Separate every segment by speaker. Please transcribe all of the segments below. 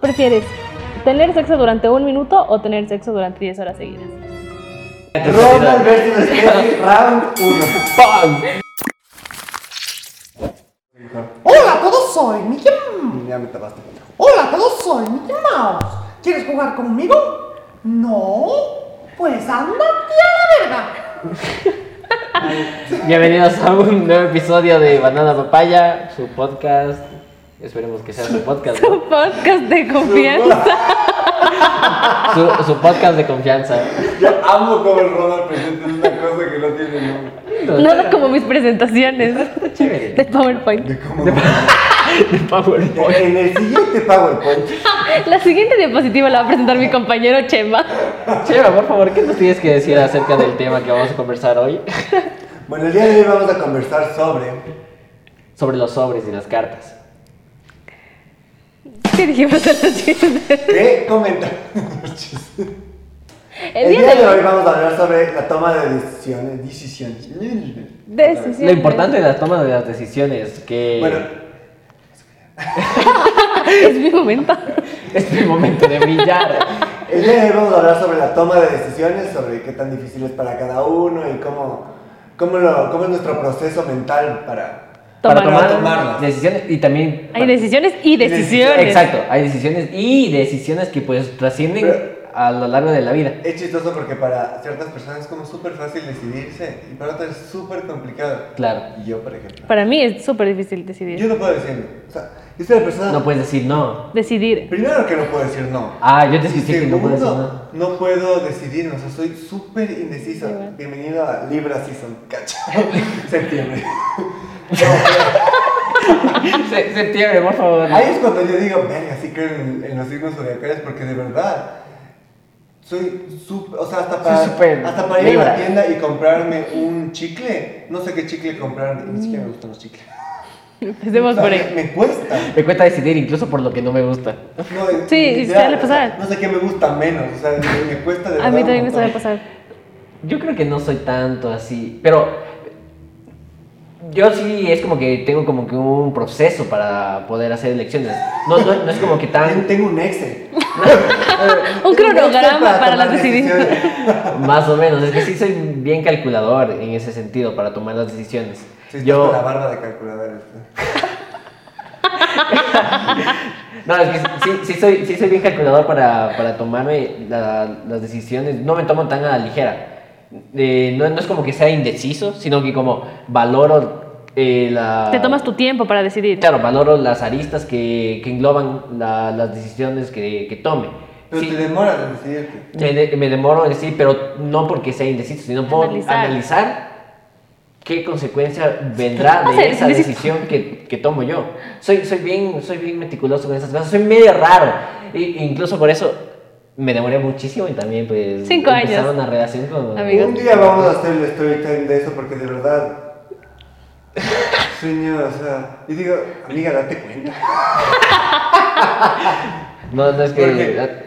Speaker 1: ¿Prefieres tener sexo durante un minuto o tener sexo durante 10 horas seguidas?
Speaker 2: Ronald versus Freddy, round 1.
Speaker 3: ¡Pam!
Speaker 4: Hola a todos, soy Mickey Mouse.
Speaker 2: Ya me tapaste.
Speaker 4: Hola a todos, soy Mickey Mouse. ¿Quieres jugar conmigo? No. Pues ándate a la verga.
Speaker 3: Bienvenidos a un nuevo episodio de Banana Papaya, su podcast. Esperemos que sea su podcast, ¿no?
Speaker 1: Tu podcast de confianza.
Speaker 3: su, su podcast de confianza.
Speaker 2: Yo amo como el Ronald presenta una cosa que no tiene nombre.
Speaker 1: Nada como mis presentaciones
Speaker 3: Chévere.
Speaker 1: de PowerPoint.
Speaker 2: De cómo.
Speaker 3: De PowerPoint.
Speaker 2: En el siguiente PowerPoint.
Speaker 1: La siguiente diapositiva la va a presentar mi compañero Chema.
Speaker 3: Chema, por favor, ¿qué nos tienes que decir acerca del tema que vamos a conversar hoy?
Speaker 2: Bueno, el día de hoy vamos a conversar sobre.
Speaker 3: Sobre los sobres y las cartas.
Speaker 1: ¿Qué dijimos a la siguiente?
Speaker 2: ¿Qué comentar?
Speaker 1: El día de hoy.
Speaker 2: vamos a hablar sobre la toma de decisiones. Decisiones.
Speaker 1: Decisiones.
Speaker 3: Lo importante de la toma de las decisiones, que
Speaker 2: Bueno,
Speaker 1: Es mi momento.
Speaker 3: es mi momento de brillar.
Speaker 2: el día de hoy vamos a hablar sobre la toma de decisiones, sobre qué tan difícil es para cada uno y cómo, cómo, lo, cómo es nuestro proceso mental para.
Speaker 3: Para
Speaker 1: Tomar.
Speaker 3: tomar
Speaker 2: Tomarlas.
Speaker 3: decisiones y también...
Speaker 1: Hay decisiones y decisiones.
Speaker 3: Exacto, hay decisiones y decisiones que pues trascienden
Speaker 2: Pero-
Speaker 3: a lo largo de la vida.
Speaker 2: Es chistoso porque para ciertas personas es como súper fácil decidirse y para otras es súper complicado.
Speaker 3: Claro.
Speaker 2: Y yo, por ejemplo.
Speaker 1: Para mí es súper difícil
Speaker 2: Yo
Speaker 1: decidir.
Speaker 2: no puedo decir no. O sea, yo soy la persona.
Speaker 3: No puedes decir no.
Speaker 1: Decidir.
Speaker 2: Primero que no puedo decir no.
Speaker 3: Ah, yo te
Speaker 2: Y
Speaker 3: escuché que no
Speaker 2: segundo,
Speaker 3: puedes decir no.
Speaker 2: no puedo decidirme, o sea, soy súper indeciso.
Speaker 1: Sí, bueno.
Speaker 2: Bienvenido a Libra Season, cacho. Septiembre.
Speaker 3: Se- Septiembre, por favor.
Speaker 2: Ahí es cuando yo digo, verga, sí creo en, en los signos zodiacales porque de verdad soy súper, o sea, hasta para,
Speaker 3: Soy súper
Speaker 2: hasta para ir a la
Speaker 3: Libra.
Speaker 2: tienda y comprarme un chicle, no sé qué chicle comprarme,
Speaker 1: Mm.
Speaker 2: ni siquiera me gustan los chicles.
Speaker 1: Pues, Empecemos por
Speaker 2: O
Speaker 1: ahí.
Speaker 2: sea, Me cuesta.
Speaker 3: Me cuesta decidir incluso por lo que no me gusta.
Speaker 2: No, es-
Speaker 1: Sí,
Speaker 2: literal,
Speaker 1: suele pasar.
Speaker 2: o sea, No sé qué me gusta menos, o sea, me, me cuesta de
Speaker 1: A mí
Speaker 2: verdad un
Speaker 1: también me
Speaker 2: montón.
Speaker 1: sabe pasar.
Speaker 3: Yo creo que no soy tanto así, pero yo sí es como que tengo como que un proceso para poder hacer elecciones. No, no, no es como que tan
Speaker 2: Tengo un Excel.
Speaker 1: Un
Speaker 2: Tengo
Speaker 1: cronograma
Speaker 2: Excel
Speaker 1: para
Speaker 2: tomar
Speaker 1: las decisiones.
Speaker 2: decisiones.
Speaker 3: más o menos, es que sí soy bien calculador en ese sentido para tomar las decisiones.
Speaker 2: Sí, estás
Speaker 3: yo
Speaker 2: con la barba de calculadora. este. ¿no?
Speaker 3: No, es que sí, sí soy, sí soy bien calculador para, para tomarme la- las decisiones. No me tomo tan a la ligera. Eh, no, no es como que sea indeciso, sino que como valoro eh, la...
Speaker 1: Te tomas tu tiempo para decidir.
Speaker 3: Claro, valoro las aristas que, que engloban la- las decisiones que, que tome.
Speaker 2: Pero
Speaker 3: Sí,
Speaker 2: te demoras en decidirte.
Speaker 3: me, de- me demoro en decir, pero no porque sea indeciso, sino por
Speaker 1: Analizar.
Speaker 3: analizar, qué consecuencia vendrá
Speaker 1: vas a
Speaker 3: de
Speaker 1: ser
Speaker 3: esa
Speaker 1: indeciso?
Speaker 3: decisión que, que tomo yo. Soy, soy, bien, soy bien meticuloso con esas cosas, soy medio raro. E- incluso por eso me demoré muchísimo y también pues
Speaker 1: Cinco años.
Speaker 3: empezar una relación con...
Speaker 1: Amigo.
Speaker 2: Un día vamos a hacer el story time de eso porque de verdad. Sueño, o sea. Y digo, amiga, date cuenta.
Speaker 3: No, no es que...
Speaker 2: ¿Por qué?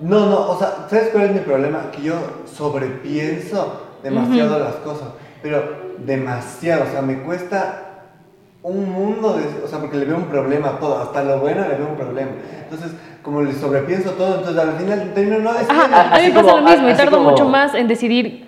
Speaker 2: No, no, o sea, ¿sabes cuál es mi problema? Que yo sobrepienso demasiado las cosas, pero demasiado, o sea, me cuesta un mundo de, o sea, porque le veo un problema a todo, hasta lo bueno le veo un problema. Entonces, como le sobrepienso todo, entonces al final termino no decidiendo.
Speaker 3: Ajá.
Speaker 1: A mí
Speaker 3: así
Speaker 1: me pasa
Speaker 3: como-
Speaker 1: lo mismo y
Speaker 3: así
Speaker 1: tardo
Speaker 3: como-
Speaker 1: mucho más en decidir.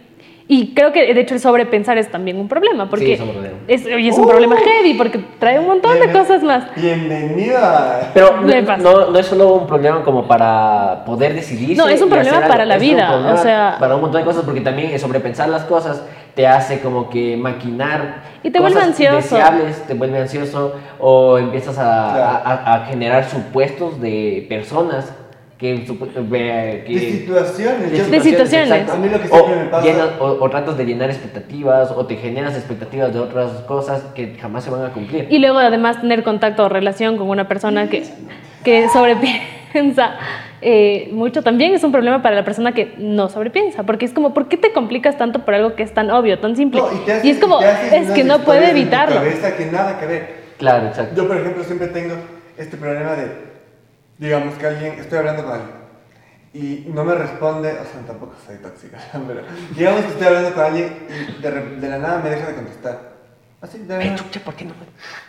Speaker 1: Y creo que de hecho el sobrepensar es también un problema. Porque
Speaker 3: Sí, es un problema.
Speaker 1: es- y es un
Speaker 2: Uh.
Speaker 1: problema heavy porque trae un montón de
Speaker 2: Bienven-
Speaker 1: cosas más.
Speaker 2: Bienvenido a...
Speaker 3: Pero
Speaker 1: Me
Speaker 3: no,
Speaker 1: pasa.
Speaker 3: no, no es solo un problema como para poder decidirse.
Speaker 1: No, es un
Speaker 3: y hacer
Speaker 1: problema
Speaker 3: algo.
Speaker 1: para la
Speaker 3: Es un
Speaker 1: vida,
Speaker 3: problema
Speaker 1: o sea-
Speaker 3: Para un montón de cosas, porque también el sobrepensar las cosas te hace como que maquinar.
Speaker 1: Y te vuelve
Speaker 3: cosas
Speaker 1: ansioso.
Speaker 3: indeseables, te vuelve ansioso o empiezas a,
Speaker 2: Claro.
Speaker 3: a- a generar supuestos de personas que. supu- eh, que-
Speaker 2: De situaciones. yo-
Speaker 1: De situaciones.
Speaker 3: exacto. Oh,
Speaker 2: A mí lo que
Speaker 3: o,
Speaker 2: siempre me pasa-
Speaker 3: llenas- o- o tratas de llenar expectativas o te generas expectativas de otras cosas que jamás se van a cumplir.
Speaker 1: Y luego además tener contacto o relación con una persona que, que sobrepiensa eh, mucho también es un problema para la persona que no sobrepiensa. Porque es como, ¿por qué te complicas tanto por algo que es tan obvio, tan simple?
Speaker 2: No, te haces-
Speaker 1: es como,
Speaker 2: te haces
Speaker 1: es
Speaker 2: unas
Speaker 1: que no puede
Speaker 2: historias en tu
Speaker 1: evitarlo.
Speaker 2: cabeza que nada que ver.
Speaker 3: Claro, exacto.
Speaker 2: Yo, por ejemplo, siempre tengo este problema de, digamos que alguien, estoy hablando con alguien y no me responde, o sea, tampoco soy tóxica, pero digamos que estoy hablando con alguien y de, re- de la nada me deja de contestar. Así, de la
Speaker 3: Ay,
Speaker 2: nada.
Speaker 3: chucha, ¿por qué no?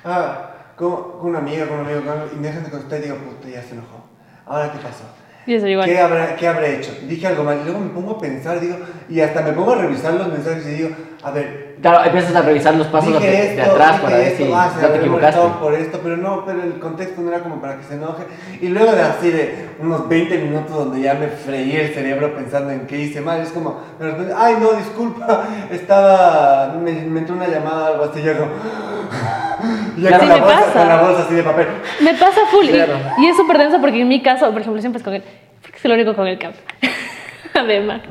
Speaker 2: Ah, con, con un amigo, con un amigo, con un amigo, y me dejan de contestar y digo, puta, ya se enojó. ¿ahora qué pasó?
Speaker 1: Y eso igual.
Speaker 2: ¿Qué, habrá, ¿Qué habré hecho? Dije algo mal y luego me pongo a pensar, digo, y hasta me pongo a revisar los mensajes y digo, a ver,
Speaker 3: Claro, empiezas a revisar los pasos de,
Speaker 2: Dije
Speaker 3: de
Speaker 2: esto,
Speaker 3: atrás
Speaker 2: dije
Speaker 3: para ver
Speaker 2: esto,
Speaker 3: si
Speaker 2: ah, se
Speaker 3: no te
Speaker 2: habré
Speaker 3: equivocaste.
Speaker 2: molestado por esto, pero no, pero el contexto no era como para que se enoje. Y luego de así de unos 20 minutos donde ya me freí el cerebro pensando en qué hice mal, es como, de repente, ay no, disculpa, estaba, me, me entró una llamada o algo así, yo como, y ya
Speaker 3: Claro.
Speaker 2: con,
Speaker 1: Sí
Speaker 2: la
Speaker 1: me
Speaker 2: bolsa,
Speaker 1: pasa.
Speaker 2: con la bolsa así de papel.
Speaker 1: Me pasa full. y-
Speaker 3: Claro.
Speaker 1: Y, es súper denso porque en mi caso, por ejemplo, siempre es con él. Porque es el único con el que hablo. Además.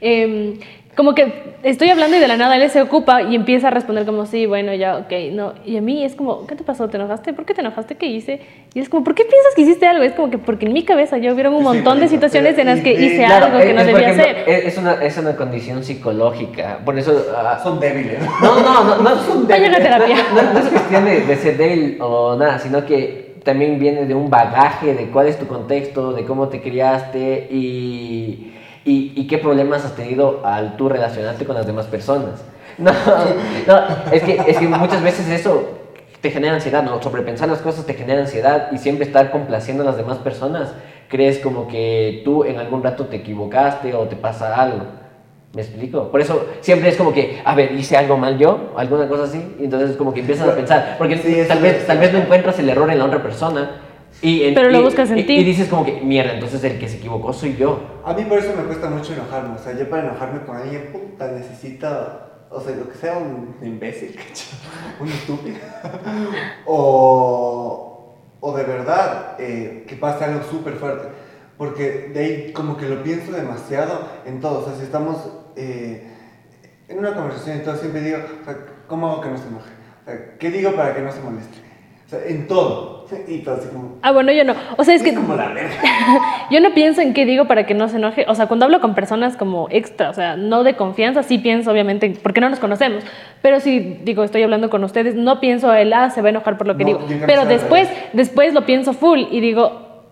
Speaker 1: Em, como que estoy hablando y de la nada él se ocupa y empieza a responder como, sí, bueno, ya, ok, no. Y a mí es como, ¿qué te pasó? ¿Te enojaste? ¿Por qué te enojaste? ¿Qué hice? Y es como, ¿por qué piensas que hiciste algo? Es como que porque en mi cabeza ya hubieron un
Speaker 2: Sí, sí,
Speaker 1: montón de
Speaker 2: bonito,
Speaker 1: situaciones en las que
Speaker 2: sí,
Speaker 1: hice
Speaker 3: Claro,
Speaker 1: algo
Speaker 3: es-
Speaker 1: que no
Speaker 3: es, por
Speaker 1: debía
Speaker 3: ejemplo,
Speaker 1: hacer.
Speaker 3: Es es una, es una condición psicológica. Por eso. ah,
Speaker 2: Son débiles.
Speaker 3: no, no, no, no es un
Speaker 1: Vayan a terapia.
Speaker 3: No, no- no es cuestión de, de ser débil o nada, sino que también viene de un bagaje de cuál es tu contexto, de cómo te criaste y, y, y qué problemas has tenido al tú relacionarte con las demás personas. No, no es, que, es que muchas veces eso te genera ansiedad, ¿no? Sobrepensar las cosas te genera ansiedad y siempre estar complaciendo a las demás personas. Crees como que tú en algún rato te equivocaste o te pasa algo. ¿Me explico? Por eso siempre es como que, a ver, hice algo mal yo, alguna cosa así, y entonces como que empiezas a pensar, porque
Speaker 2: Sí, eso
Speaker 3: tal, vez,
Speaker 2: es.
Speaker 3: tal vez no encuentras el error en la otra persona, y en-
Speaker 1: Pero lo
Speaker 3: y-
Speaker 1: buscas en
Speaker 3: y-
Speaker 1: ti.
Speaker 3: Y dices como que, mierda, entonces el que se equivocó soy yo.
Speaker 2: A mí por eso me cuesta mucho enojarme, o sea, yo para enojarme con alguien, puta, necesito, o sea, lo que sea un imbécil, ¿cachai? un estúpido, o, o de verdad eh, que pase algo súper fuerte, porque de ahí como que lo pienso demasiado en todo, o sea, si estamos eh, en una conversación y todo, siempre digo, o sea, ¿cómo hago que no se enoje? O sea, ¿qué digo para que no se moleste? O sea, en todo, y todo así como...
Speaker 1: Ah, bueno, yo no. O sea, es que...
Speaker 2: Es como la verga.
Speaker 1: Yo no pienso en qué digo para que no se enoje. O sea, cuando hablo con personas como extra, o sea, no de confianza, sí pienso, obviamente, en- porque no nos conocemos. Pero si digo, estoy hablando con ustedes, no pienso él, ah, se va a enojar por lo que
Speaker 2: No,
Speaker 1: digo.
Speaker 2: yo creo que
Speaker 1: Pero
Speaker 2: sea al
Speaker 1: después,
Speaker 2: revés.
Speaker 1: después lo pienso full y digo,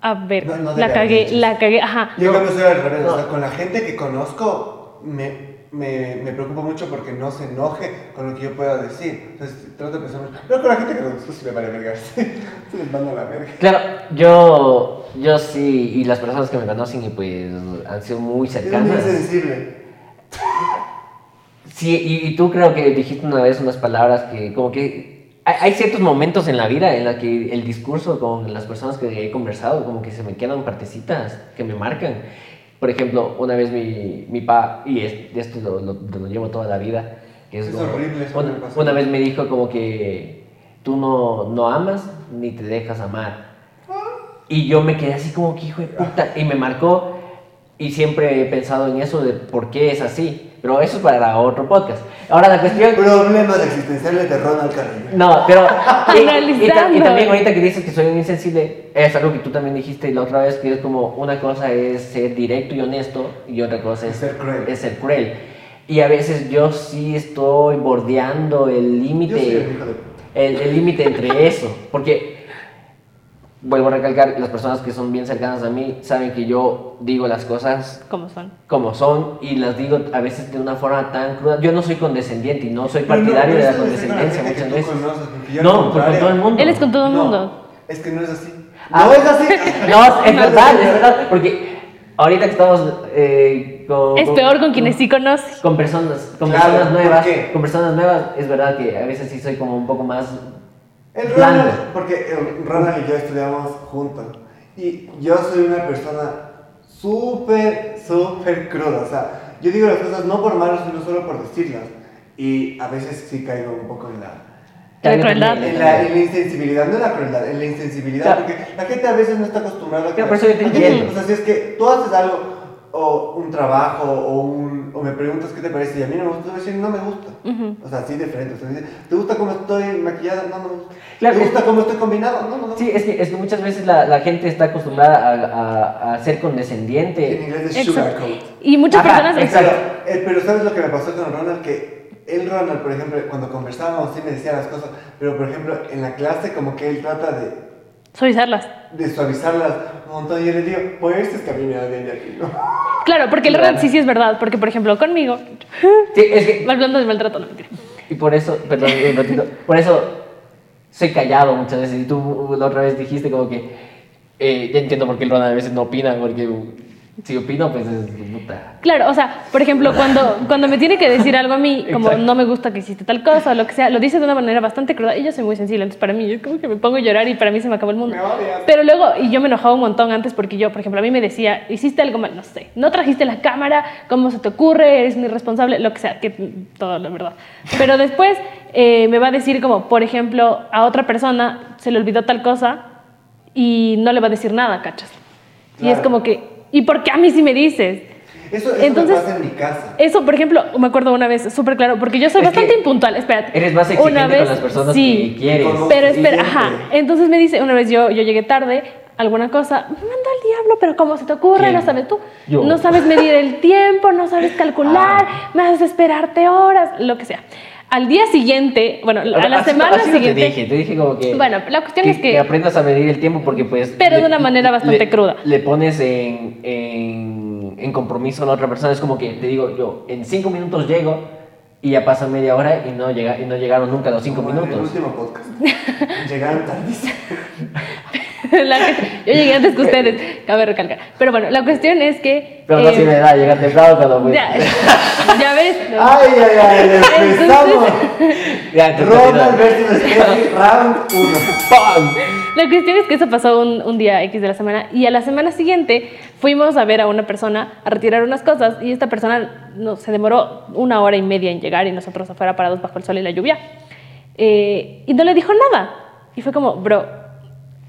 Speaker 1: a ver,
Speaker 2: No, no
Speaker 1: la
Speaker 2: debe haber
Speaker 1: cagué,
Speaker 2: dicho
Speaker 1: la cagué, ajá.
Speaker 2: Yo creo que soy al revés,
Speaker 3: No.
Speaker 2: o sea, con la gente que conozco me, me, me preocupo mucho porque no se enoje con lo que yo pueda decir. Entonces trato de pensar, pero con la gente que conozco sí me vale verga, sí, sí les mando a la verga.
Speaker 3: Claro, yo, yo sí, y las personas que me conocen y pues han sido muy
Speaker 2: Es muy
Speaker 3: cercanas.
Speaker 2: sensible.
Speaker 3: Sí, y, y tú creo que dijiste una vez unas palabras que como que hay, hay ciertos momentos en la vida en la que el discurso con las personas que he conversado como que se me quedan partecitas que me marcan. Por ejemplo, una vez mi, mi pa, y es- y esto lo, lo- lo llevo toda la vida, que es,
Speaker 2: Es
Speaker 3: como-
Speaker 2: horrible eso
Speaker 3: una,
Speaker 2: que me pasó.
Speaker 3: una vez me dijo como que tú no, no amas ni te dejas amar. Y yo me quedé así como que hijo de puta. Y me marcó. Y siempre he pensado en eso de por qué es así. Pero eso es para otro podcast. Ahora la cuestión.
Speaker 2: Problemas existenciales de Ronald Carrillo.
Speaker 3: No, pero. y- Y, ta- y
Speaker 1: Analizando.
Speaker 3: también ahorita que dices que soy un insensible, es algo que tú también dijiste la otra vez, que es como una cosa es ser directo y honesto y otra cosa es
Speaker 2: Ser cruel.
Speaker 3: Es ser cruel. Y a veces yo sí estoy bordeando el límite.
Speaker 2: Yo soy el hijo de puta.
Speaker 3: El el límite entre eso, porque vuelvo a recalcar, las personas que son bien cercanas a mí saben que yo digo las cosas
Speaker 1: ¿Cómo son?
Speaker 3: como son y las digo a veces de una forma tan cruda. Yo no soy condescendiente y no soy
Speaker 2: Pero no,
Speaker 3: partidario
Speaker 2: pero
Speaker 3: de la
Speaker 2: eso debe ser con la
Speaker 3: condescendencia
Speaker 2: gente que
Speaker 3: muchas
Speaker 2: tú
Speaker 3: veces.
Speaker 2: conoces, porque yo al
Speaker 3: No, con- con
Speaker 2: contrario-
Speaker 3: todo el mundo.
Speaker 1: Él es con todo el
Speaker 2: No,
Speaker 1: mundo.
Speaker 2: Es que no es así.
Speaker 3: Ah.
Speaker 2: No es así.
Speaker 3: No, es verdad, es verdad, porque ahorita que estamos eh, con,
Speaker 1: Es peor con quienes sí conoce.
Speaker 3: con personas, con
Speaker 2: Claro,
Speaker 3: personas
Speaker 2: ¿por
Speaker 3: nuevas,
Speaker 2: qué?
Speaker 3: con personas nuevas, es verdad que a veces sí soy como un poco más
Speaker 2: El
Speaker 3: blando.
Speaker 2: Ronald, porque el Ronald y yo estudiamos juntos. Y yo soy una persona súper, súper cruda. O sea, yo digo las cosas no por malas, sino solo por decirlas. Y a veces sí caigo un poco en la,
Speaker 1: La crueldad.
Speaker 2: en la, en la insensibilidad, no en la crueldad, en la insensibilidad,
Speaker 3: Claro.
Speaker 2: porque la gente a veces no está acostumbrada a que...
Speaker 3: Claro, por eso yo te
Speaker 2: a que-
Speaker 3: entiendo.
Speaker 2: O sea, si es que tú haces algo, o un trabajo, o, un, o me preguntas qué te parece, y a mí no me gusta, te voy a decir, no me gusta.
Speaker 1: Ujú.
Speaker 2: O sea, así de frente. O sea, dice, ¿te gusta cómo estoy maquillada? No, no me gusta.
Speaker 3: Claro,
Speaker 2: ¿Te
Speaker 3: es-
Speaker 2: gusta cómo estoy combinado? No, no, no.
Speaker 3: Sí, es que, es que muchas veces la, la gente está acostumbrada a, a- a ser
Speaker 2: En
Speaker 3: condescendiente.
Speaker 2: inglés es
Speaker 1: Exacto.
Speaker 2: sugarcoat.
Speaker 1: Y muchas
Speaker 3: Ajá,
Speaker 1: personas...
Speaker 3: exacto.
Speaker 2: Pero, eh, pero ¿sabes lo que me pasó con Ronald? Que él, Ronald, por ejemplo, cuando conversábamos, sí me decía las cosas, pero por ejemplo, en la clase, como que él trata de
Speaker 1: Soy Sarlas.
Speaker 2: de suavizarlas un montón. Y yo le digo, pues es que a mí me da bien de aquí, ¿no?
Speaker 1: Claro, porque el
Speaker 3: Claro.
Speaker 1: verdad sí, sí es verdad. Porque, por ejemplo, conmigo...
Speaker 3: Sí, es que,
Speaker 1: Hablando de maltrato, no mentira.
Speaker 3: y por eso, perdón, un ratito, por eso soy callado muchas veces. Y tú la otra vez dijiste como que Eh, ya entiendo por qué el Ronald a veces no opina, porque uh, si opino, pues es puta.
Speaker 1: Claro, o sea, por ejemplo, cuando, cuando me tiene que decir algo a mí, como
Speaker 3: Exacto.
Speaker 1: no me gusta que hiciste tal cosa o lo que sea, lo dice de una manera bastante cruda y yo soy muy sensible. Entonces, para mí, yo como que me pongo a llorar y para mí se me acabó el mundo.
Speaker 2: Me odias.
Speaker 1: Pero luego, y yo me enojaba un montón antes porque yo, por ejemplo, a mí me decía, hiciste algo mal, no sé, no trajiste la cámara, ¿cómo se te ocurre? Eres un irresponsable, lo que sea, que todo, la verdad. Pero después eh, me va a decir como, por ejemplo, a otra persona se le olvidó tal cosa y no le va a decir nada, ¿cachas? Y es
Speaker 2: Claro.
Speaker 1: como que, ¿y por qué a mí sí me dices?
Speaker 2: Eso, eso
Speaker 1: Entonces-
Speaker 2: me pasa en mi casa.
Speaker 1: Eso, por ejemplo, me acuerdo una vez, súper claro, porque yo soy
Speaker 3: Es
Speaker 1: bastante
Speaker 3: que
Speaker 1: impuntual. Espérate.
Speaker 3: Eres más exigente
Speaker 1: Una vez,
Speaker 3: con las personas
Speaker 1: sí,
Speaker 3: que quieres.
Speaker 2: Con-
Speaker 1: Pero
Speaker 2: Sí,
Speaker 1: espera,
Speaker 2: siempre.
Speaker 1: ajá. Entonces me dice, una vez yo, yo llegué tarde, alguna cosa, manda al diablo, pero ¿cómo se te ocurre?
Speaker 3: ¿Quién?
Speaker 1: No sabes tú.
Speaker 3: Yo. Ah.
Speaker 1: No sabes medir el tiempo, no sabes calcular, me haces esperarte horas, lo que sea. Al día siguiente, bueno, a la
Speaker 3: Así-
Speaker 1: semana
Speaker 3: así no
Speaker 1: siguiente.
Speaker 3: Te dije, te dije como que.
Speaker 1: Bueno, la cuestión es que-
Speaker 3: aprendas a medir el tiempo porque, pues.
Speaker 1: Pero de una manera bastante
Speaker 3: le-
Speaker 1: cruda.
Speaker 3: Le pones en, en, en compromiso a la otra persona. Es como que te digo, yo en cinco minutos llego y ya pasa media hora y no, llega, y no llegaron nunca los cinco
Speaker 2: Como En el
Speaker 3: minutos.
Speaker 2: último podcast. Llegaron tardísimo.
Speaker 1: la que- yo llegué antes que ustedes, cabe recalcar. Pero bueno, la cuestión es que.
Speaker 3: Pero no
Speaker 1: eh,
Speaker 3: sirve Ah, de nada llegar temprano cuando. pues-
Speaker 1: ya, ya ves. no.
Speaker 2: Ay, ay, ay, empezamos.
Speaker 3: Ya, te-
Speaker 2: Ronald versus Steffi, round 1.
Speaker 3: ¡Pam!
Speaker 1: La cuestión es que eso pasó un, un día X de la semana y a la semana siguiente fuimos a ver a una persona a retirar unas cosas y esta persona no, se demoró una hora y media en llegar y nosotros afuera parados bajo el sol y la lluvia. Eh, y no le dijo nada. Y fue como, bro,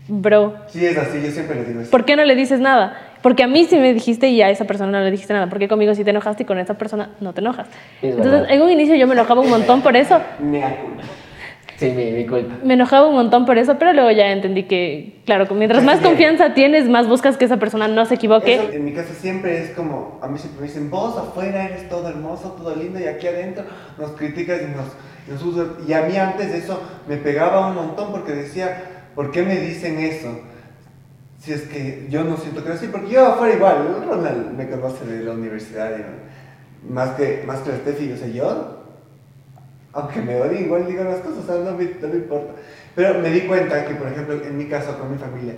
Speaker 1: bro,
Speaker 2: Sí, es así, yo siempre le digo eso.
Speaker 1: ¿por qué no le dices nada? Porque a mí sí me dijiste y a esa persona no le dijiste nada. Porque conmigo sí te enojaste y con esa persona no te enojas.
Speaker 3: Es
Speaker 1: Entonces,
Speaker 3: verdad.
Speaker 1: en un inicio yo me enojaba un montón por eso.
Speaker 2: Me acuerdo.
Speaker 3: Sí, mi, mi culpa.
Speaker 1: Me enojaba un montón por eso, pero luego ya entendí que, claro, mientras más confianza tienes, más buscas que esa persona no se
Speaker 2: Eso
Speaker 1: equivoque.
Speaker 2: en mi casa siempre es como, a mí siempre me dicen, vos afuera eres todo hermoso, todo lindo, y aquí adentro nos criticas y nos, nos usas. Y a mí antes de eso me pegaba un montón porque decía, ¿por qué me dicen eso? Si es que yo no siento que era así, porque yo afuera igual, Ronald me conoce de la universidad, y más que, más que la Steffi, o sea, yo aunque me odie, igual digo las cosas, o sea, no me, no me importa. Pero me di cuenta que, por ejemplo, en mi caso con mi familia,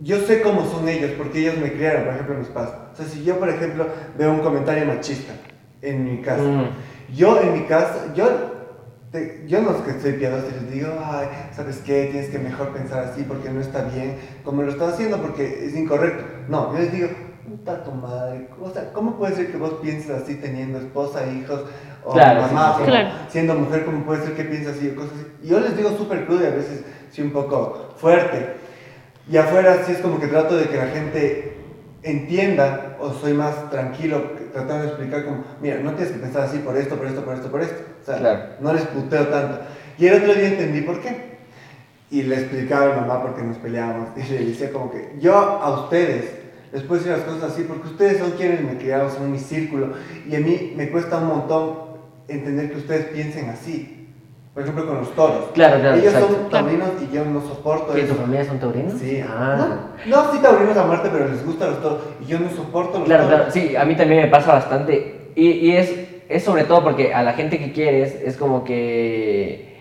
Speaker 2: yo sé cómo son ellos, porque ellos me criaron, por ejemplo, mis padres. O sea, si yo, por ejemplo, veo un comentario machista en mi casa,
Speaker 3: Mm.
Speaker 2: yo en mi casa, yo, te- yo no es que estoy piadoso, les digo, ay, ¿sabes qué? Tienes que mejor pensar así porque no está bien, como lo están haciendo, porque es incorrecto. No, yo les digo, puta tu madre, o sea, ¿cómo puede ser que vos pienses así teniendo esposa, hijos? O
Speaker 3: Claro, sí,
Speaker 2: mamá,
Speaker 1: sí.
Speaker 3: sí,
Speaker 2: como
Speaker 1: Claro.
Speaker 2: siendo mujer, ¿cómo puede ser que piensa así? o Cosas así. Y yo les digo súper crudo y a veces sí un poco fuerte. Y afuera sí es como que trato de que la gente entienda o soy más tranquilo que- tratando de explicar como, mira, no tienes que pensar así por esto, por esto, por esto, por esto. O sea,
Speaker 3: Claro.
Speaker 2: no les puteo tanto. Y el otro día entendí por qué. Y le explicaba a mi mamá porque nos peleábamos. Y le decía como que yo a ustedes les puedo decir las cosas así porque ustedes son quienes me criaron, son mi círculo. Y a mí me cuesta un montón entender que ustedes piensen así. Por ejemplo, con los toros.
Speaker 3: Claro, claro,
Speaker 2: Ellos son
Speaker 3: exacto.
Speaker 2: taurinos y yo no soporto
Speaker 3: ¿Que tu
Speaker 2: eso.
Speaker 3: familia son taurinos?
Speaker 2: Sí,
Speaker 3: Ah.
Speaker 2: no, no, sí taurinos a muerte, pero les gustan los toros. Y yo no soporto los
Speaker 3: Claro,
Speaker 2: toros.
Speaker 3: claro, sí, a mí también me pasa bastante. Y, y es, es sobre todo porque a la gente que quieres es como que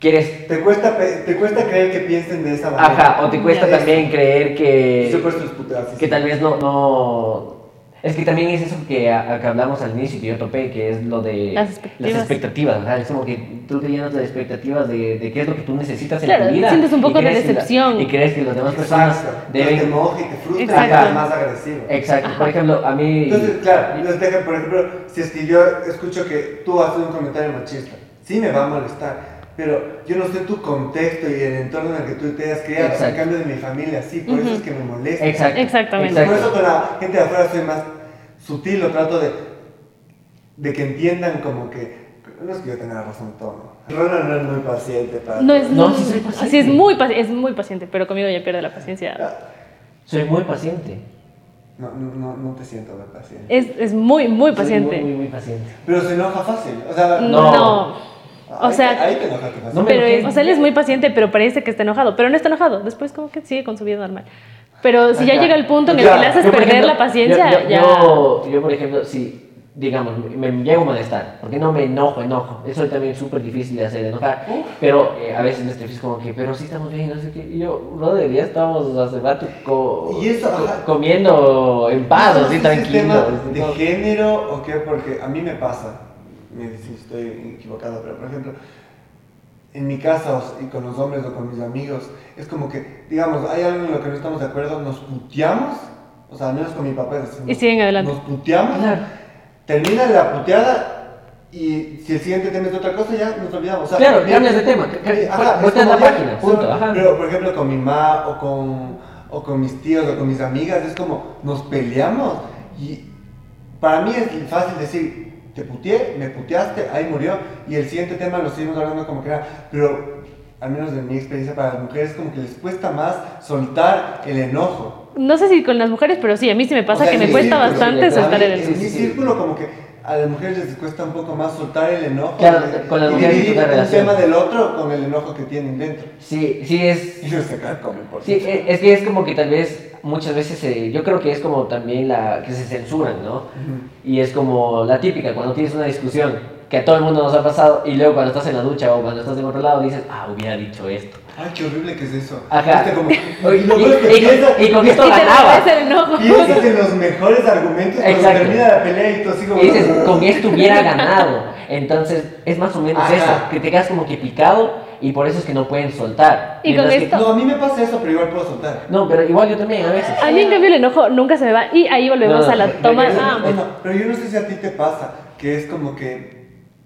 Speaker 3: quieres...
Speaker 2: Te cuesta, pe- te cuesta creer que piensen de esa manera.
Speaker 3: Ajá, o te cuesta
Speaker 2: Eso.
Speaker 3: también creer
Speaker 2: Y yo por
Speaker 3: que,
Speaker 2: eso les puteo así.
Speaker 3: que tal vez no, no... Es que también es eso que, a- a que hablamos al inicio, que yo topé, que es lo de
Speaker 1: Las expectativas.
Speaker 3: las expectativas, ajá, Es como que tú te llenas de expectativas de, de qué es lo que tú necesitas en
Speaker 1: Claro,
Speaker 3: tu vida.
Speaker 1: sientes un
Speaker 3: y
Speaker 1: poco de
Speaker 3: crees que la-
Speaker 1: decepción.
Speaker 3: y crees que las demás personas
Speaker 2: Exacto. Que te
Speaker 3: deben...
Speaker 2: moje, te frustra,
Speaker 1: Exacto.
Speaker 2: te más agresivo.
Speaker 3: Exacto, por ejemplo, a mí...
Speaker 2: Entonces, claro, entonces, deja, por ejemplo, si es que yo escucho que tú haces un comentario machista, sí me va a molestar, pero yo no sé tu contexto y el entorno en el que tú te hayas criado, en
Speaker 3: Exacto.
Speaker 2: cambio de mi familia, sí, por eso es que me molesta.
Speaker 3: Exacto.
Speaker 1: Exactamente.
Speaker 2: Por eso
Speaker 3: exacto.
Speaker 2: con la gente de afuera soy más sutil, lo trato de, de que entiendan como que, no es que yo tenga la razón todo. Ronald no es muy paciente para
Speaker 1: No es,
Speaker 3: No, sí soy paciente.
Speaker 1: sí es muy, paci- es muy paciente, pero conmigo ya pierde la paciencia.
Speaker 3: Soy muy paciente.
Speaker 2: No, no, no, no te siento muy paciente.
Speaker 1: Es, es muy, muy
Speaker 3: Soy muy,
Speaker 1: paciente.
Speaker 3: muy, muy paciente.
Speaker 2: Pero se enoja fácil, o sea...
Speaker 1: No.
Speaker 3: No.
Speaker 1: O
Speaker 2: ahí-
Speaker 1: sea,
Speaker 2: ahí te enojaste fácil.
Speaker 3: No me
Speaker 1: pero
Speaker 3: enojé.
Speaker 1: es- o sea, él es muy paciente, pero parece que está enojado. Pero no está enojado. Después como que sigue con su vida normal. Pero si ya
Speaker 2: Ajá.
Speaker 1: llega el punto en el
Speaker 2: Ya.
Speaker 1: que le haces
Speaker 3: Yo, por
Speaker 1: perder
Speaker 3: ejemplo,
Speaker 1: la paciencia,
Speaker 3: yo- yo-
Speaker 1: ya...
Speaker 3: Yo, yo, por ejemplo, si digamos, me, me llego a molestar, porque no me enojo, enojo. Eso también es súper difícil de hacer, enojar.
Speaker 1: Uh.
Speaker 3: Pero eh, a veces me estrefizo como que, pero sí estamos bien, no sé qué. Y yo, brother, ya estábamos hace rato co-
Speaker 2: Y eso,
Speaker 3: co-
Speaker 2: ajá.
Speaker 3: comiendo en paz, así tranquilo. Este,
Speaker 2: tema
Speaker 3: así,
Speaker 2: de
Speaker 3: ¿no?
Speaker 2: género o qué? Porque a mí me pasa, me dicen si estoy equivocado, pero por ejemplo, en mi casa o- y con los hombres o con mis amigos, es como que, digamos, hay algo en lo que no estamos de acuerdo, nos puteamos, o sea, al menos con mi papá es así,
Speaker 1: Y
Speaker 2: nos-
Speaker 1: siguen adelante.
Speaker 2: Nos puteamos,
Speaker 3: Claro.
Speaker 2: termina la puteada. Y si el siguiente tema es otra cosa, ya nos olvidamos. O sea,
Speaker 3: Claro,
Speaker 2: ya-
Speaker 3: cambias de tema,
Speaker 2: eh,
Speaker 3: vueltas
Speaker 1: pues,
Speaker 2: es como
Speaker 3: la
Speaker 2: ya,
Speaker 3: página,
Speaker 2: solo-
Speaker 3: punto, ajá.
Speaker 2: Pero, por ejemplo, con mi mamá o con, o con mis tíos o con mis amigas, es como nos peleamos. Y para mí es fácil decir, te puteé, me puteaste, ahí murió. Y el siguiente tema lo seguimos hablando como que era. Pero al menos de mi experiencia para las mujeres, como que les cuesta más soltar el enojo.
Speaker 1: No sé si con las mujeres, pero sí, a mí sí me pasa
Speaker 2: O sea,
Speaker 1: que
Speaker 2: en
Speaker 1: me
Speaker 2: mi
Speaker 1: cuesta
Speaker 2: círculo,
Speaker 1: bastante
Speaker 2: sí,
Speaker 1: soltar
Speaker 2: a mí,
Speaker 1: el enojo.
Speaker 2: En mi
Speaker 3: Sí, sí, sí.
Speaker 2: círculo, como que a las mujeres les cuesta un poco más soltar el enojo.
Speaker 3: Claro,
Speaker 2: de-
Speaker 3: con las
Speaker 2: y
Speaker 3: mujeres es
Speaker 2: dividir
Speaker 3: otra
Speaker 2: un
Speaker 3: relación.
Speaker 2: tema del otro con el enojo que tienen dentro.
Speaker 3: Sí, sí, es,
Speaker 2: Y los sacar comen, por
Speaker 3: Sí, e- es que es como que tal vez muchas veces, eh, yo creo que es como también la que se censuran, ¿no? Y es como la típica, cuando tienes una discusión que a todo el mundo nos ha pasado y luego cuando estás en la ducha o cuando estás en otro lado dices, ah, hubiera dicho esto.
Speaker 2: Ay, qué horrible que es eso.
Speaker 3: Ajá.
Speaker 2: Este como-
Speaker 3: Y,
Speaker 2: y lo peor es que
Speaker 3: y- y-
Speaker 2: piensas,
Speaker 3: y con esto
Speaker 1: Y te
Speaker 3: ganaba.
Speaker 1: devuelves el enojo.
Speaker 2: piensas en los mejores argumentos cuando
Speaker 3: Exacto.
Speaker 2: termina la pelea y tú así como... "Ah".
Speaker 3: Y dices, con esto hubiera ganado. Entonces, es más o menos
Speaker 2: Ajá.
Speaker 3: eso, que te quedas como que picado y por eso es que no pueden soltar.
Speaker 1: Y con
Speaker 3: Mientras que-
Speaker 1: esto-
Speaker 2: No, a mí me pasa eso, pero igual puedo soltar.
Speaker 3: No, pero igual yo también a veces.
Speaker 1: A mí, en cambio, el enojo nunca se me va y ahí volvemos
Speaker 3: No, no,
Speaker 1: a la
Speaker 3: no,
Speaker 1: toma.
Speaker 3: no, pues.
Speaker 1: Ah,
Speaker 2: Bueno, pero yo no sé si a ti te pasa, que es como que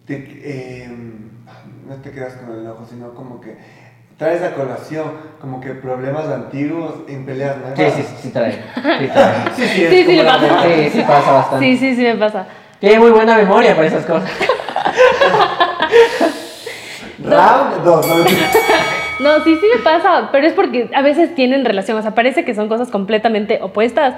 Speaker 2: te, eh, no te quedas con el enojo, sino como que traes a colación, como que problemas antiguos en peleas nuevas.
Speaker 3: Sí, sí, sí, sí trae. Sí, trae.
Speaker 2: Sí, sí, es
Speaker 1: Sí, sí,
Speaker 2: como
Speaker 1: le
Speaker 2: la-
Speaker 1: pasa.
Speaker 3: Sí, sí pasa bastante.
Speaker 1: sí, sí, sí me pasa.
Speaker 3: Tiene muy buena memoria para esas cosas.
Speaker 1: Eh,
Speaker 2: Round 2, no, mentira.
Speaker 1: No, sí, sí me pasa, pero es porque a veces tienen relación, o sea, parece que son cosas completamente opuestas,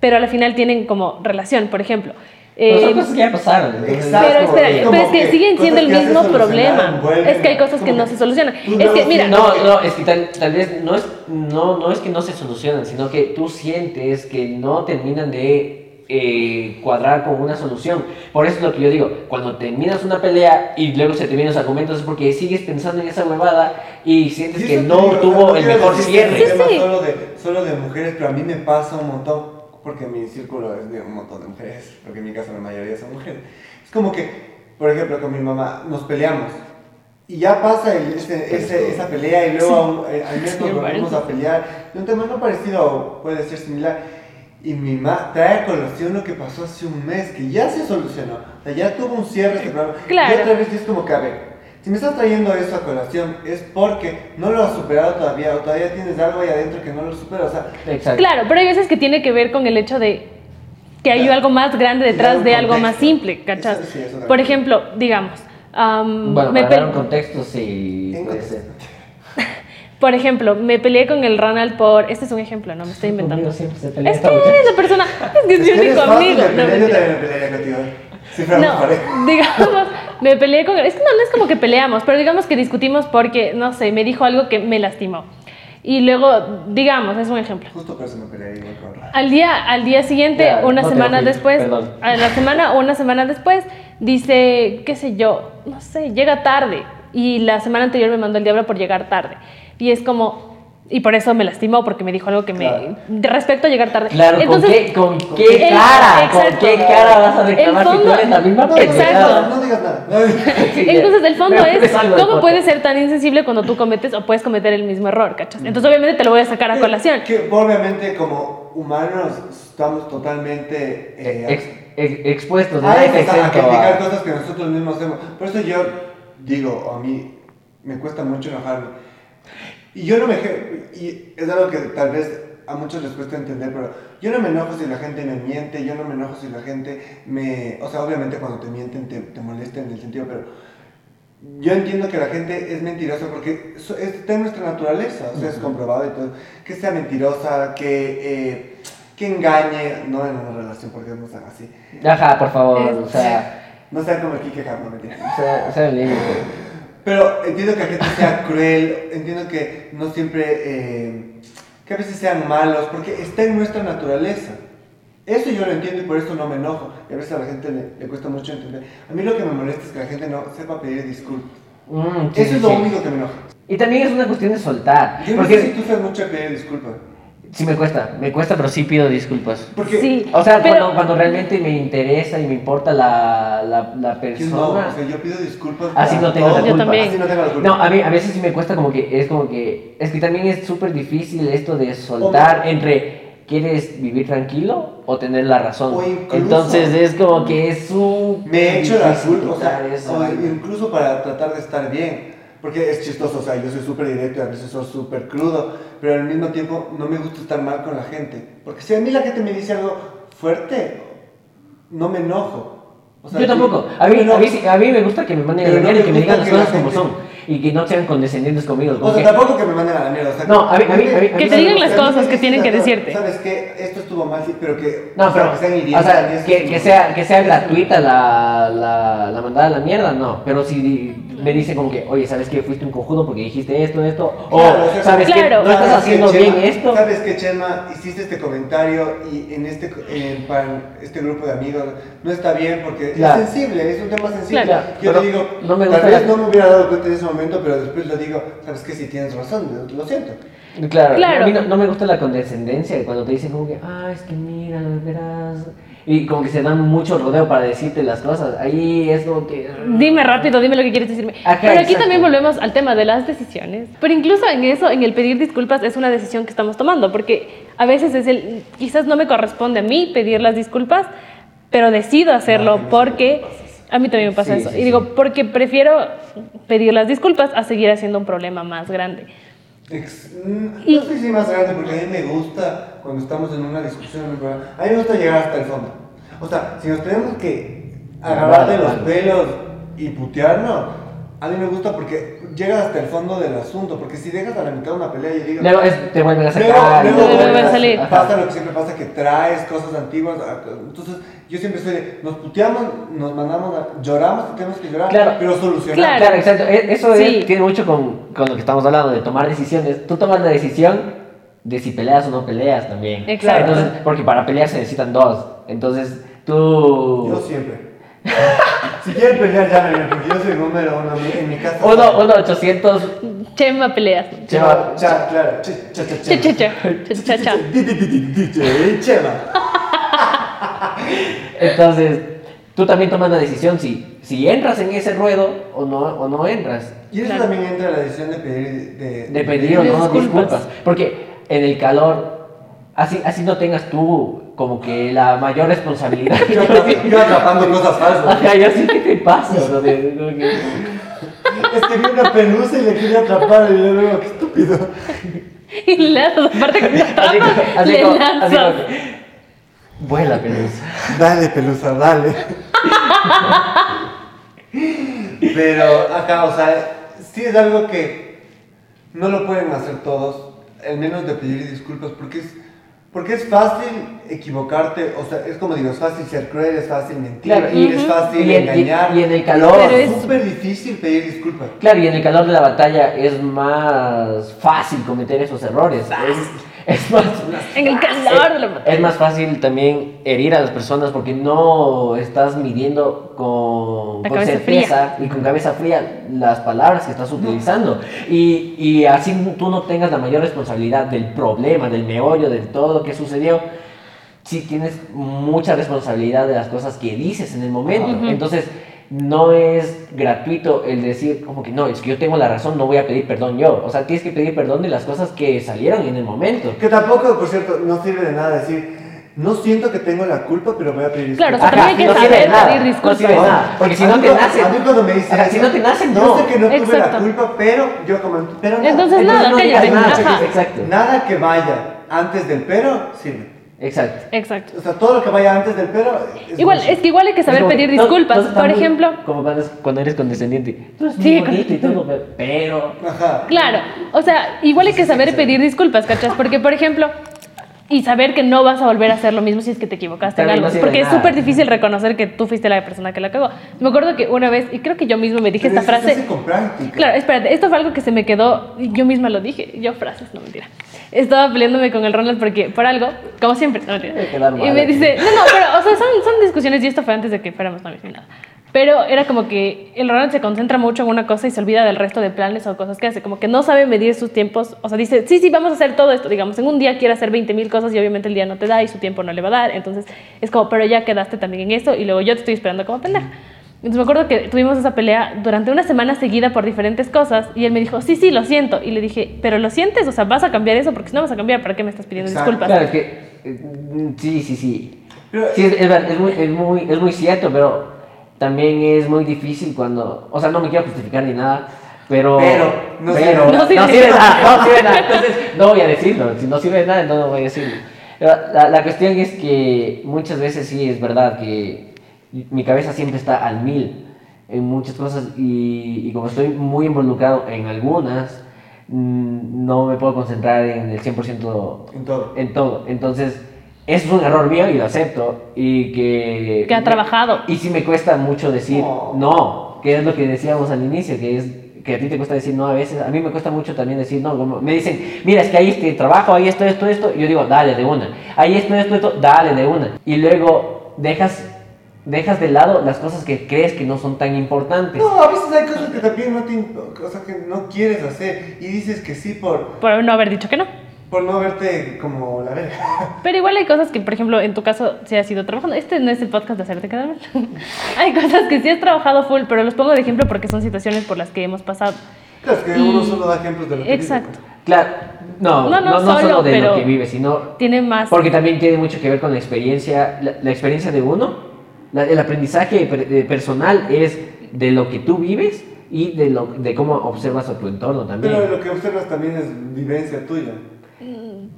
Speaker 1: pero a la final tienen como relación, por ejemplo.
Speaker 3: Pero
Speaker 1: eh,
Speaker 3: son cosas que ya pasaron. entonces-
Speaker 2: Exacto.
Speaker 1: pero espera,
Speaker 2: es
Speaker 1: pero
Speaker 2: como
Speaker 1: es que
Speaker 2: que
Speaker 1: siguen
Speaker 2: cosas
Speaker 1: siendo el
Speaker 2: que ya se
Speaker 1: mismo
Speaker 2: solucionaron,
Speaker 1: problema.
Speaker 2: vuelven
Speaker 1: Es que hay
Speaker 2: a-
Speaker 1: cosas que
Speaker 2: como
Speaker 1: no
Speaker 2: que
Speaker 1: se solucionan.
Speaker 2: tú
Speaker 1: Es que,
Speaker 2: luego
Speaker 1: mira,
Speaker 3: No, no, es que tal, tal vez no es, no, no es que no se solucionan, sino que tú sientes que no terminan de eh, cuadrar con una solución. Por eso es lo que yo digo, cuando terminas una pelea y luego se terminan los argumentos es porque sigues pensando en esa huevada y sientes
Speaker 2: Y
Speaker 3: que
Speaker 2: eso te
Speaker 3: no
Speaker 2: digo, o sea,
Speaker 3: tuvo el
Speaker 2: quiero
Speaker 3: mejor
Speaker 2: decir que
Speaker 3: cierre.
Speaker 2: es
Speaker 1: Sí,
Speaker 2: un tema
Speaker 1: sí.
Speaker 2: Solo de, solo de mujeres, pero a mí me pasa un montón, porque mi círculo es de un montón de mujeres, porque en mi casa la mayoría son mujeres. Es como que, por ejemplo, con mi mamá nos peleamos. Y ya pasa el- ese- ese- esa pelea y luego a un- eh, al mes
Speaker 1: Sí,
Speaker 2: nos volvemos a pelear. De un tema no parecido o puede ser similar. Y mi mamá trae a colación lo que pasó hace un mes, que ya se solucionó. O sea, ya tuvo un cierre este problema.
Speaker 1: Claro.
Speaker 2: Y otra vez es como que, a ver, si me estás trayendo eso a colación es porque no lo has superado todavía o todavía tienes algo ahí adentro que no lo superas. O sea,
Speaker 3: Exacto.
Speaker 1: Claro, pero hay veces que tiene que ver con el hecho de que hay
Speaker 2: Claro.
Speaker 1: algo más grande
Speaker 2: Y dar
Speaker 1: detrás
Speaker 2: un
Speaker 1: de algo más
Speaker 2: contexto.
Speaker 1: simple, ¿cachas?
Speaker 2: Eso sí, eso también.
Speaker 1: Por ejemplo, digamos, am,
Speaker 3: Bueno,
Speaker 1: me
Speaker 3: para
Speaker 1: pe-
Speaker 3: dar un contexto, sí.
Speaker 2: En
Speaker 3: puede
Speaker 2: contexto.
Speaker 3: ser.
Speaker 1: por ejemplo, me peleé con el Ronald por, este es un ejemplo, no me estoy inventando.
Speaker 3: Conmigo siempre se pelea
Speaker 1: Es que
Speaker 3: esta muchacha.
Speaker 1: eres la persona, es que es mi
Speaker 2: si eres
Speaker 1: único
Speaker 2: fácil
Speaker 1: amigo.
Speaker 2: de
Speaker 1: No,
Speaker 2: pelear, yo
Speaker 1: mentira.
Speaker 2: también me pelearía contigo. ¿eh? Si fuéramos
Speaker 1: No,
Speaker 2: pareja.
Speaker 1: digamos, me peleé con él. Es que no, no es como que peleamos, pero digamos que discutimos porque, no sé, me dijo algo que me lastimó. Y luego, digamos, es un ejemplo.
Speaker 2: Justo por eso me pelearía igual con Ra.
Speaker 1: Al día, al día siguiente,
Speaker 3: Ya,
Speaker 1: una
Speaker 3: no te
Speaker 1: semana
Speaker 3: ofendas,
Speaker 1: después,
Speaker 3: perdón.
Speaker 1: a la semana o una semana después, dice, qué sé yo, no sé, llega tarde. Y la semana anterior me mandó el diablo por llegar tarde. Y es como, y por eso me lastimó, porque me dijo algo que
Speaker 2: Claro.
Speaker 1: me. de respecto a llegar tarde.
Speaker 3: Claro,
Speaker 1: Entonces,
Speaker 3: ¿con qué, con qué
Speaker 1: el-
Speaker 3: cara? ¿Con
Speaker 1: exacto.
Speaker 3: qué cara vas a
Speaker 1: El
Speaker 3: reclamar si tú
Speaker 1: fondo-
Speaker 3: eres la misma
Speaker 1: No,
Speaker 3: pendeja?
Speaker 1: Exacto.
Speaker 2: No digas nada. No digas nada.
Speaker 3: Sí,
Speaker 1: Entonces,
Speaker 3: ya.
Speaker 1: el fondo
Speaker 3: Me- me
Speaker 1: es,
Speaker 3: salgo del
Speaker 1: ¿cómo
Speaker 3: podcast.
Speaker 1: puedes ser tan insensible cuando tú cometes o puedes cometer el mismo error, cachas? Entonces, obviamente, te lo voy a sacar a colación.
Speaker 2: Que obviamente como humanos estamos totalmente... eh,
Speaker 3: Ex- ex- expuestos,
Speaker 2: Ah,
Speaker 3: nadie
Speaker 2: es,
Speaker 3: está
Speaker 2: o sea, a
Speaker 3: exento
Speaker 2: criticar
Speaker 3: a-
Speaker 2: cosas que nosotros mismos hacemos. Por eso yo digo, a mí me cuesta mucho enojarme. Y yo no me... eje- Y es algo que tal vez a muchos les cuesta entender, pero yo no me enojo si la gente me miente, yo no me enojo si la gente me... O sea, obviamente cuando te mienten te, te molesta en el sentido, pero... Yo entiendo que la gente es mentirosa porque eso es- está en nuestra naturaleza, o sea, es comprobado y todo. Que sea mentirosa, que, eh, que engañe, no en una relación porque no sean así.
Speaker 3: Ajá, por
Speaker 2: Eh,
Speaker 3: favor, o sea,
Speaker 2: No sea como el Kike Hart, me tiene.
Speaker 3: sea, sea el límite.
Speaker 2: Pero entiendo que la gente sea cruel, entiendo que no siempre, eh, que a veces sean malos, porque está en nuestra naturaleza. Eso yo lo entiendo y por eso no me enojo. Y a veces a la gente le, le cuesta mucho entender. A mí lo que me molesta es que la gente no sepa pedir disculpas.
Speaker 3: Mm, sí,
Speaker 2: Eso
Speaker 3: sí,
Speaker 2: es lo
Speaker 3: sí.
Speaker 2: único que me enoja.
Speaker 3: Y también es una cuestión de soltar.
Speaker 2: Yo no sé si
Speaker 3: Porque
Speaker 2: tú sabes mucho a pedir disculpas.
Speaker 3: sí me cuesta, me cuesta, pero sí pido disculpas.
Speaker 2: Porque
Speaker 1: Sí.
Speaker 3: O sea,
Speaker 1: Pero-
Speaker 3: cuando, cuando realmente me interesa y me importa la, la, la
Speaker 2: yo no,
Speaker 3: persona.
Speaker 2: o sea, yo pido disculpas.
Speaker 3: Así
Speaker 2: para
Speaker 3: no tengo la
Speaker 2: todo.
Speaker 1: Yo
Speaker 3: culpa.
Speaker 1: también.
Speaker 2: Así no tengo la culpa.
Speaker 3: No, a mí a veces sí me cuesta como que es como que es que también es súper difícil esto de soltar
Speaker 2: Hombre.
Speaker 3: entre quieres vivir tranquilo o tener la razón.
Speaker 2: O incluso-
Speaker 3: Entonces es como que es un
Speaker 2: me he hecho la culpa, o sea, o incluso para tratar de estar bien, porque es chistoso, o sea, yo soy súper directo y a veces soy súper crudo, pero al mismo tiempo no me gusta estar mal con la gente, porque si a mí la gente me dice algo fuerte, no me enojo. O sea,
Speaker 3: Yo tampoco. A mí,
Speaker 2: no me
Speaker 3: a, mí,
Speaker 2: enojo.
Speaker 3: sí- a mí me gusta que me manden a la
Speaker 2: Pero no
Speaker 3: mierda y
Speaker 2: me
Speaker 3: que me
Speaker 2: gusta
Speaker 3: digan las
Speaker 2: que la
Speaker 3: cosas como
Speaker 2: gente-
Speaker 3: son y que no sean condescendientes conmigo.
Speaker 2: O
Speaker 3: como
Speaker 2: sea,
Speaker 3: que-
Speaker 2: tampoco que me manden a la mierda. O sea,
Speaker 3: No, a mí- a mí- a mí-
Speaker 1: Que te
Speaker 2: o sea,
Speaker 1: digan las
Speaker 2: o sea, a mí
Speaker 1: cosas
Speaker 2: me
Speaker 1: que tienen que
Speaker 2: dicen,
Speaker 1: decirte.
Speaker 2: Sabes que esto estuvo mal, sí, pero que.
Speaker 3: No,
Speaker 2: o sea,
Speaker 3: pero,
Speaker 2: que sean
Speaker 3: o
Speaker 2: hirientes, y
Speaker 3: sea,
Speaker 2: eso
Speaker 3: que,
Speaker 2: es-
Speaker 3: que sea, que sea gratuita la, la, la mandada a la mierda, no. Pero si di- me dice como que, oye, ¿sabes que fuiste un cojudo porque dijiste esto, esto? O,
Speaker 2: Claro, o sea, Ah,
Speaker 3: ¿sabes que
Speaker 1: Claro.
Speaker 3: no estás
Speaker 2: ¿Sabes
Speaker 3: haciendo
Speaker 2: qué,
Speaker 3: bien
Speaker 2: Chema?
Speaker 3: esto?
Speaker 2: Sabes que Chema hiciste este comentario y en este en- para este grupo de amigos no está bien porque
Speaker 3: Claro.
Speaker 2: es sensible, es un tema sensible.
Speaker 1: Claro.
Speaker 2: Yo
Speaker 3: Pero
Speaker 2: te digo,
Speaker 3: no me
Speaker 2: tal
Speaker 3: gusta
Speaker 2: vez
Speaker 3: la-
Speaker 2: no me hubiera dado cuenta en ese momento, pero después lo digo, sabes que si tienes razón, lo siento.
Speaker 3: Claro,
Speaker 1: Claro.
Speaker 3: a mí no, no me gusta la condescendencia cuando te dicen como que, ah, es que mira, verás. Y como que se dan mucho rodeo para decirte las cosas. Ahí es como que...
Speaker 1: Dime rápido, dime lo que quieres decirme.
Speaker 3: Ajá,
Speaker 1: Pero aquí
Speaker 3: exacto.
Speaker 1: también volvemos al tema de las decisiones. Pero incluso en eso, en el pedir disculpas, es una decisión que estamos tomando, porque a veces es el, quizás no me corresponde a mí pedir las disculpas, pero decido hacerlo porque a mí también me pasa
Speaker 3: Ah, Sí,
Speaker 1: eso.
Speaker 3: sí,
Speaker 1: y
Speaker 3: sí.
Speaker 1: digo, porque prefiero pedir las disculpas a seguir haciendo un problema más grande.
Speaker 2: Ex- mm,
Speaker 1: Y-
Speaker 2: No sé si más grande porque a mí me gusta cuando estamos en una discusión, en un programa, a mí me gusta llegar hasta el fondo. O sea, si nos tenemos que agarrar de los
Speaker 3: Agarrar.
Speaker 2: pelos y putearnos, a mí me gusta porque llegas hasta el fondo del asunto, porque si dejas a la mitad una pelea y digas...
Speaker 3: Luego es- te vuelven a
Speaker 2: Luego-
Speaker 3: sacar. y
Speaker 2: luego
Speaker 1: luego
Speaker 3: vuelven
Speaker 1: vuelve
Speaker 2: vuelves,
Speaker 1: a salir.
Speaker 3: Ajá.
Speaker 2: Pasa lo que siempre pasa, que traes cosas antiguas. a- Entonces, yo siempre soy de, nos puteamos, nos mandamos, a- lloramos, tenemos que llorar,
Speaker 3: Claro.
Speaker 2: pero solucionamos.
Speaker 1: Claro.
Speaker 3: Claro, exacto. E- Eso es-
Speaker 1: Sí.
Speaker 3: tiene mucho con, con lo que estamos hablando, de tomar decisiones. Tú tomas la decisión de si peleas o no peleas también.
Speaker 1: Exacto.
Speaker 3: Entonces, porque para pelear se necesitan dos. Entonces, tú...
Speaker 2: Yo siempre. si quieren pelear, llámenme, porque yo soy número uno en mi- en mi casa.
Speaker 3: Uno, uno 800...
Speaker 1: Chema peleas.
Speaker 2: Chema, cha, claro. Che, cha, cha,
Speaker 1: Che,
Speaker 2: chema.
Speaker 1: che, che, che, cha, cha.
Speaker 2: Di, di, di, di, di, che, eh, Chema.
Speaker 3: Entonces, tú también tomas la decisión si, si entras en ese ruedo o no, o no entras.
Speaker 2: Y eso
Speaker 1: Claro.
Speaker 2: también entra la decisión de pedir. De,
Speaker 3: De pedir o no
Speaker 1: Disculpas.
Speaker 3: disculpas. Porque en el calor, así, así no tengas tú como que la mayor responsabilidad.
Speaker 2: Yo atrap- yo atrapando cosas falsas.
Speaker 3: Ajá, yo sí que te paso. ¿no? De- como que-
Speaker 2: Es que vi una pelusa y le quería atrapar. Y yo digo, qué estúpido.
Speaker 1: Y lanzas, aparte que te
Speaker 3: Así
Speaker 1: atrapas,
Speaker 3: como- así
Speaker 1: le
Speaker 3: como- así
Speaker 1: lanzas.
Speaker 3: como que, Vuela, pelusa.
Speaker 2: Dale, pelusa, dale. Pero acá, o sea, sí es algo que no lo pueden hacer todos, al menos de pedir disculpas, porque es, porque es fácil equivocarte, o sea, es como digo, es fácil ser cruel, es fácil mentir,
Speaker 3: Claro,
Speaker 2: y
Speaker 1: ujú.
Speaker 2: es fácil
Speaker 3: Y en- y-
Speaker 2: engañar.
Speaker 3: y en el calor.
Speaker 1: Pero
Speaker 2: es
Speaker 1: es-
Speaker 2: súper difícil pedir disculpas.
Speaker 3: Claro, y en el calor de la batalla es más fácil cometer esos errores. Es, es más,
Speaker 1: En el calor de la batalla.
Speaker 3: Es más fácil también herir a las personas porque no estás midiendo con,
Speaker 1: La
Speaker 3: con
Speaker 1: cabeza
Speaker 3: certeza y con cabeza fría las palabras que estás utilizando. Y, y así tú no tengas la mayor responsabilidad del problema, del meollo, de todo lo que sucedió. Sí tienes mucha responsabilidad de las cosas que dices en el momento.
Speaker 1: Ujú.
Speaker 3: Entonces, no es gratuito el decir como que no, es que yo tengo la razón, no voy a pedir perdón yo. O sea, tienes que pedir perdón de las cosas que salieron en el momento.
Speaker 2: Que tampoco, por cierto, no sirve de nada decir, no siento que tengo la culpa, pero voy a pedir
Speaker 1: Claro,
Speaker 2: disculpas.
Speaker 1: o sea, también hay que
Speaker 3: no sirve
Speaker 1: saber
Speaker 3: de nada,
Speaker 1: pedir
Speaker 3: no
Speaker 1: disculpas.
Speaker 3: sirve de nada, porque si
Speaker 2: A
Speaker 3: no
Speaker 2: mí
Speaker 3: te
Speaker 2: cuando-
Speaker 3: nacen.
Speaker 2: A mí cuando me dicen.
Speaker 3: Ajá, si no te nacen, no.
Speaker 2: Yo sé que no tuve la
Speaker 1: Exacto.
Speaker 2: culpa, pero yo comenté. Pero nada.
Speaker 1: Entonces,
Speaker 3: Entonces,
Speaker 1: nada,
Speaker 3: no digas
Speaker 1: cállate.
Speaker 3: nada,
Speaker 1: Ajá.
Speaker 3: chicos, Exacto.
Speaker 2: Nada que vaya antes del pero sirve.
Speaker 3: Exacto.
Speaker 1: Exacto.
Speaker 2: O sea, todo lo que vaya antes del pero. es
Speaker 1: Igual,
Speaker 2: mucho.
Speaker 1: es que igual hay que saber
Speaker 3: como
Speaker 1: pedir
Speaker 3: que, no,
Speaker 1: disculpas.
Speaker 3: entonces,
Speaker 1: Por
Speaker 3: también,
Speaker 1: ejemplo,
Speaker 3: Como cuando, es- cuando eres condescendiente. Tú eres
Speaker 1: Sí,
Speaker 3: muy bonito y todo, pero.
Speaker 2: Ajá.
Speaker 1: claro, o sea, igual hay que saber pedir disculpas, ¿cachas? Porque, por ejemplo, Y saber que no vas a volver a hacer lo mismo si es que te equivocaste en
Speaker 3: Claro,
Speaker 1: algo.
Speaker 3: no sirve
Speaker 1: porque es
Speaker 3: nada.
Speaker 1: súper difícil reconocer que tú fuiste la persona que la cagó. Me acuerdo que una vez, y creo que yo mismo me dije
Speaker 2: Pero
Speaker 1: esta
Speaker 2: eso se
Speaker 1: frase.
Speaker 2: hace con práctica.
Speaker 1: Claro, espérate, esto fue algo que se me quedó, yo misma lo dije, yo frases, no mentira. Estaba peleándome con el Ronald porque, por algo, como siempre, no mentira.
Speaker 3: Hay que dar
Speaker 1: Y
Speaker 3: mala.
Speaker 1: me dice, Eh, no, no, pero, o sea, son, son discusiones y esto fue antes de que fuéramos novios ni nada. Pero era como que el Ronald se concentra mucho en una cosa y se olvida del resto de planes o cosas que hace. Como que no sabe medir sus tiempos. O sea, dice, sí, sí, vamos a hacer todo esto. Digamos, en un día quiere hacer 20 mil cosas y obviamente el día no te da y su tiempo no le va a dar. Entonces es como, pero ya quedaste también en esto y luego yo te estoy esperando como pendeja. Entonces me acuerdo que tuvimos esa pelea durante una semana seguida por diferentes cosas y él me dijo, sí, sí, lo siento. Y le dije, pero lo sientes, o sea, vas a cambiar eso porque si no vas a cambiar, ¿para qué me estás pidiendo
Speaker 2: Exacto.
Speaker 1: disculpas?
Speaker 3: Claro, es que. eh, Sí, sí, sí.
Speaker 2: Pero-
Speaker 3: Sí, es, es ver- es muy, es, muy, es muy cierto, pero también es muy difícil cuando. O sea, no me quiero justificar ni nada, pero.
Speaker 2: Pero, no
Speaker 3: pero,
Speaker 2: sirve.
Speaker 1: No
Speaker 3: no
Speaker 1: sirve.
Speaker 3: sirve, nada, no sirve nada. Entonces, no voy a decirlo. Si no sirve de nada, entonces no voy a decirlo. Pero La, la cuestión es que muchas veces sí es verdad que mi cabeza siempre está al mil en muchas cosas y, y como estoy muy involucrado en algunas, mm, no me puedo concentrar en el 100%
Speaker 2: En todo.
Speaker 3: en todo. Entonces, eso es un error mío y lo acepto. Y que.
Speaker 1: Que ha trabajado.
Speaker 3: Y sí me cuesta mucho decir
Speaker 2: No.
Speaker 3: no, que es lo que decíamos al inicio, que es que a ti te cuesta decir no a veces. A mí me cuesta mucho también decir no. Como me dicen, mira, es que ahí este trabajo, ahí esto, esto, esto. Y yo digo, dale de una. Ahí esto, esto, esto, dale de una. Y luego dejas. Dejas de lado las cosas que crees que no son tan importantes.
Speaker 2: No, a veces hay cosas que también no, te, in- cosas que no quieres hacer y dices que sí por,
Speaker 1: Por no haber dicho que no.
Speaker 2: por no verte como la verga.
Speaker 1: Pero igual hay cosas que, por ejemplo, en tu caso, si has ido trabajando. Este no es el podcast de hacerte quedar mal. hay cosas que sí has trabajado full, pero los pongo de ejemplo porque son situaciones por las que hemos pasado.
Speaker 2: Claro, es que
Speaker 1: Y-
Speaker 2: uno solo da ejemplos de lo que vive.
Speaker 1: Exacto.
Speaker 3: Claro, no,
Speaker 1: No,
Speaker 3: no,
Speaker 1: no,
Speaker 3: no, solo,
Speaker 1: solo,
Speaker 3: de
Speaker 1: pero-
Speaker 3: lo que vives, sino
Speaker 1: Tiene más.
Speaker 3: Porque también tiene mucho que ver con la experiencia, la, la experiencia de uno, la- el aprendizaje per- eh, personal es de lo que tú vives y de, lo, de cómo observas a tu entorno también.
Speaker 2: Pero lo que observas también es vivencia tuya.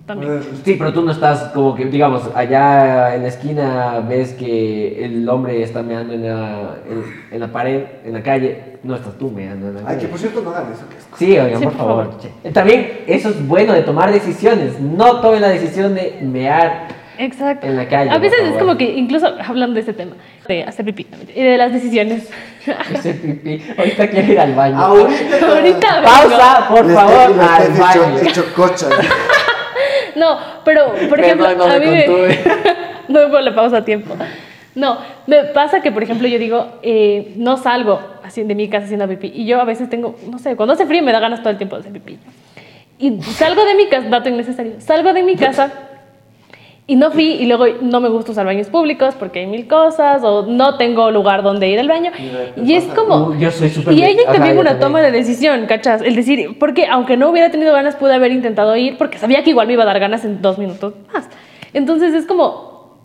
Speaker 1: también.
Speaker 2: O sea,
Speaker 3: Sí, pero tú no estás como que, digamos, allá en la esquina ves que el hombre está meando en la, en, en la pared, en la calle, no estás tú meando en la
Speaker 2: Ay, que
Speaker 3: calle.
Speaker 2: por cierto no hagan eso, que es
Speaker 3: Sí, oigan,
Speaker 1: Sí,
Speaker 3: por,
Speaker 1: por
Speaker 3: favor.
Speaker 1: favor.
Speaker 3: che. También eso es bueno de tomar decisiones. No tomen la decisión de mear
Speaker 1: Exacto.
Speaker 3: en la calle,
Speaker 1: A veces
Speaker 3: por
Speaker 1: es
Speaker 3: favor.
Speaker 1: como que, incluso hablando de este tema, de hacer pipí y de las decisiones.
Speaker 3: ese pipí. Ahorita quiero ir al baño.
Speaker 2: Ahorita.
Speaker 1: Ahorita vengo.
Speaker 3: Pausa, por
Speaker 2: Este,
Speaker 3: favor, al baño.
Speaker 2: cocha.
Speaker 1: No, pero por
Speaker 3: Perdón,
Speaker 1: ejemplo,
Speaker 3: no me
Speaker 1: a mí me...
Speaker 3: contuve.
Speaker 1: no me pongo la pausa a tiempo. No, me pasa que por ejemplo yo digo, eh, no salgo así de mi casa haciendo pipí y yo a veces tengo, no sé, cuando hace frío me da ganas todo el tiempo de hacer pipí. Y salgo de mi casa, dato innecesario, salgo de mi casa y no fui y luego no me gusta usar baños públicos porque hay mil cosas o no tengo lugar donde ir al baño.
Speaker 2: Mira,
Speaker 1: Y es
Speaker 2: pasa.
Speaker 1: como...
Speaker 3: Uh, yo soy súper
Speaker 1: Y
Speaker 3: bien.
Speaker 1: ella
Speaker 3: Ajá,
Speaker 1: también
Speaker 3: yo
Speaker 1: una
Speaker 3: también.
Speaker 1: toma de decisión, ¿cachas? El decir, porque aunque no hubiera tenido ganas, pude haber intentado ir, porque sabía que igual me iba a dar ganas en dos minutos más. Entonces es como,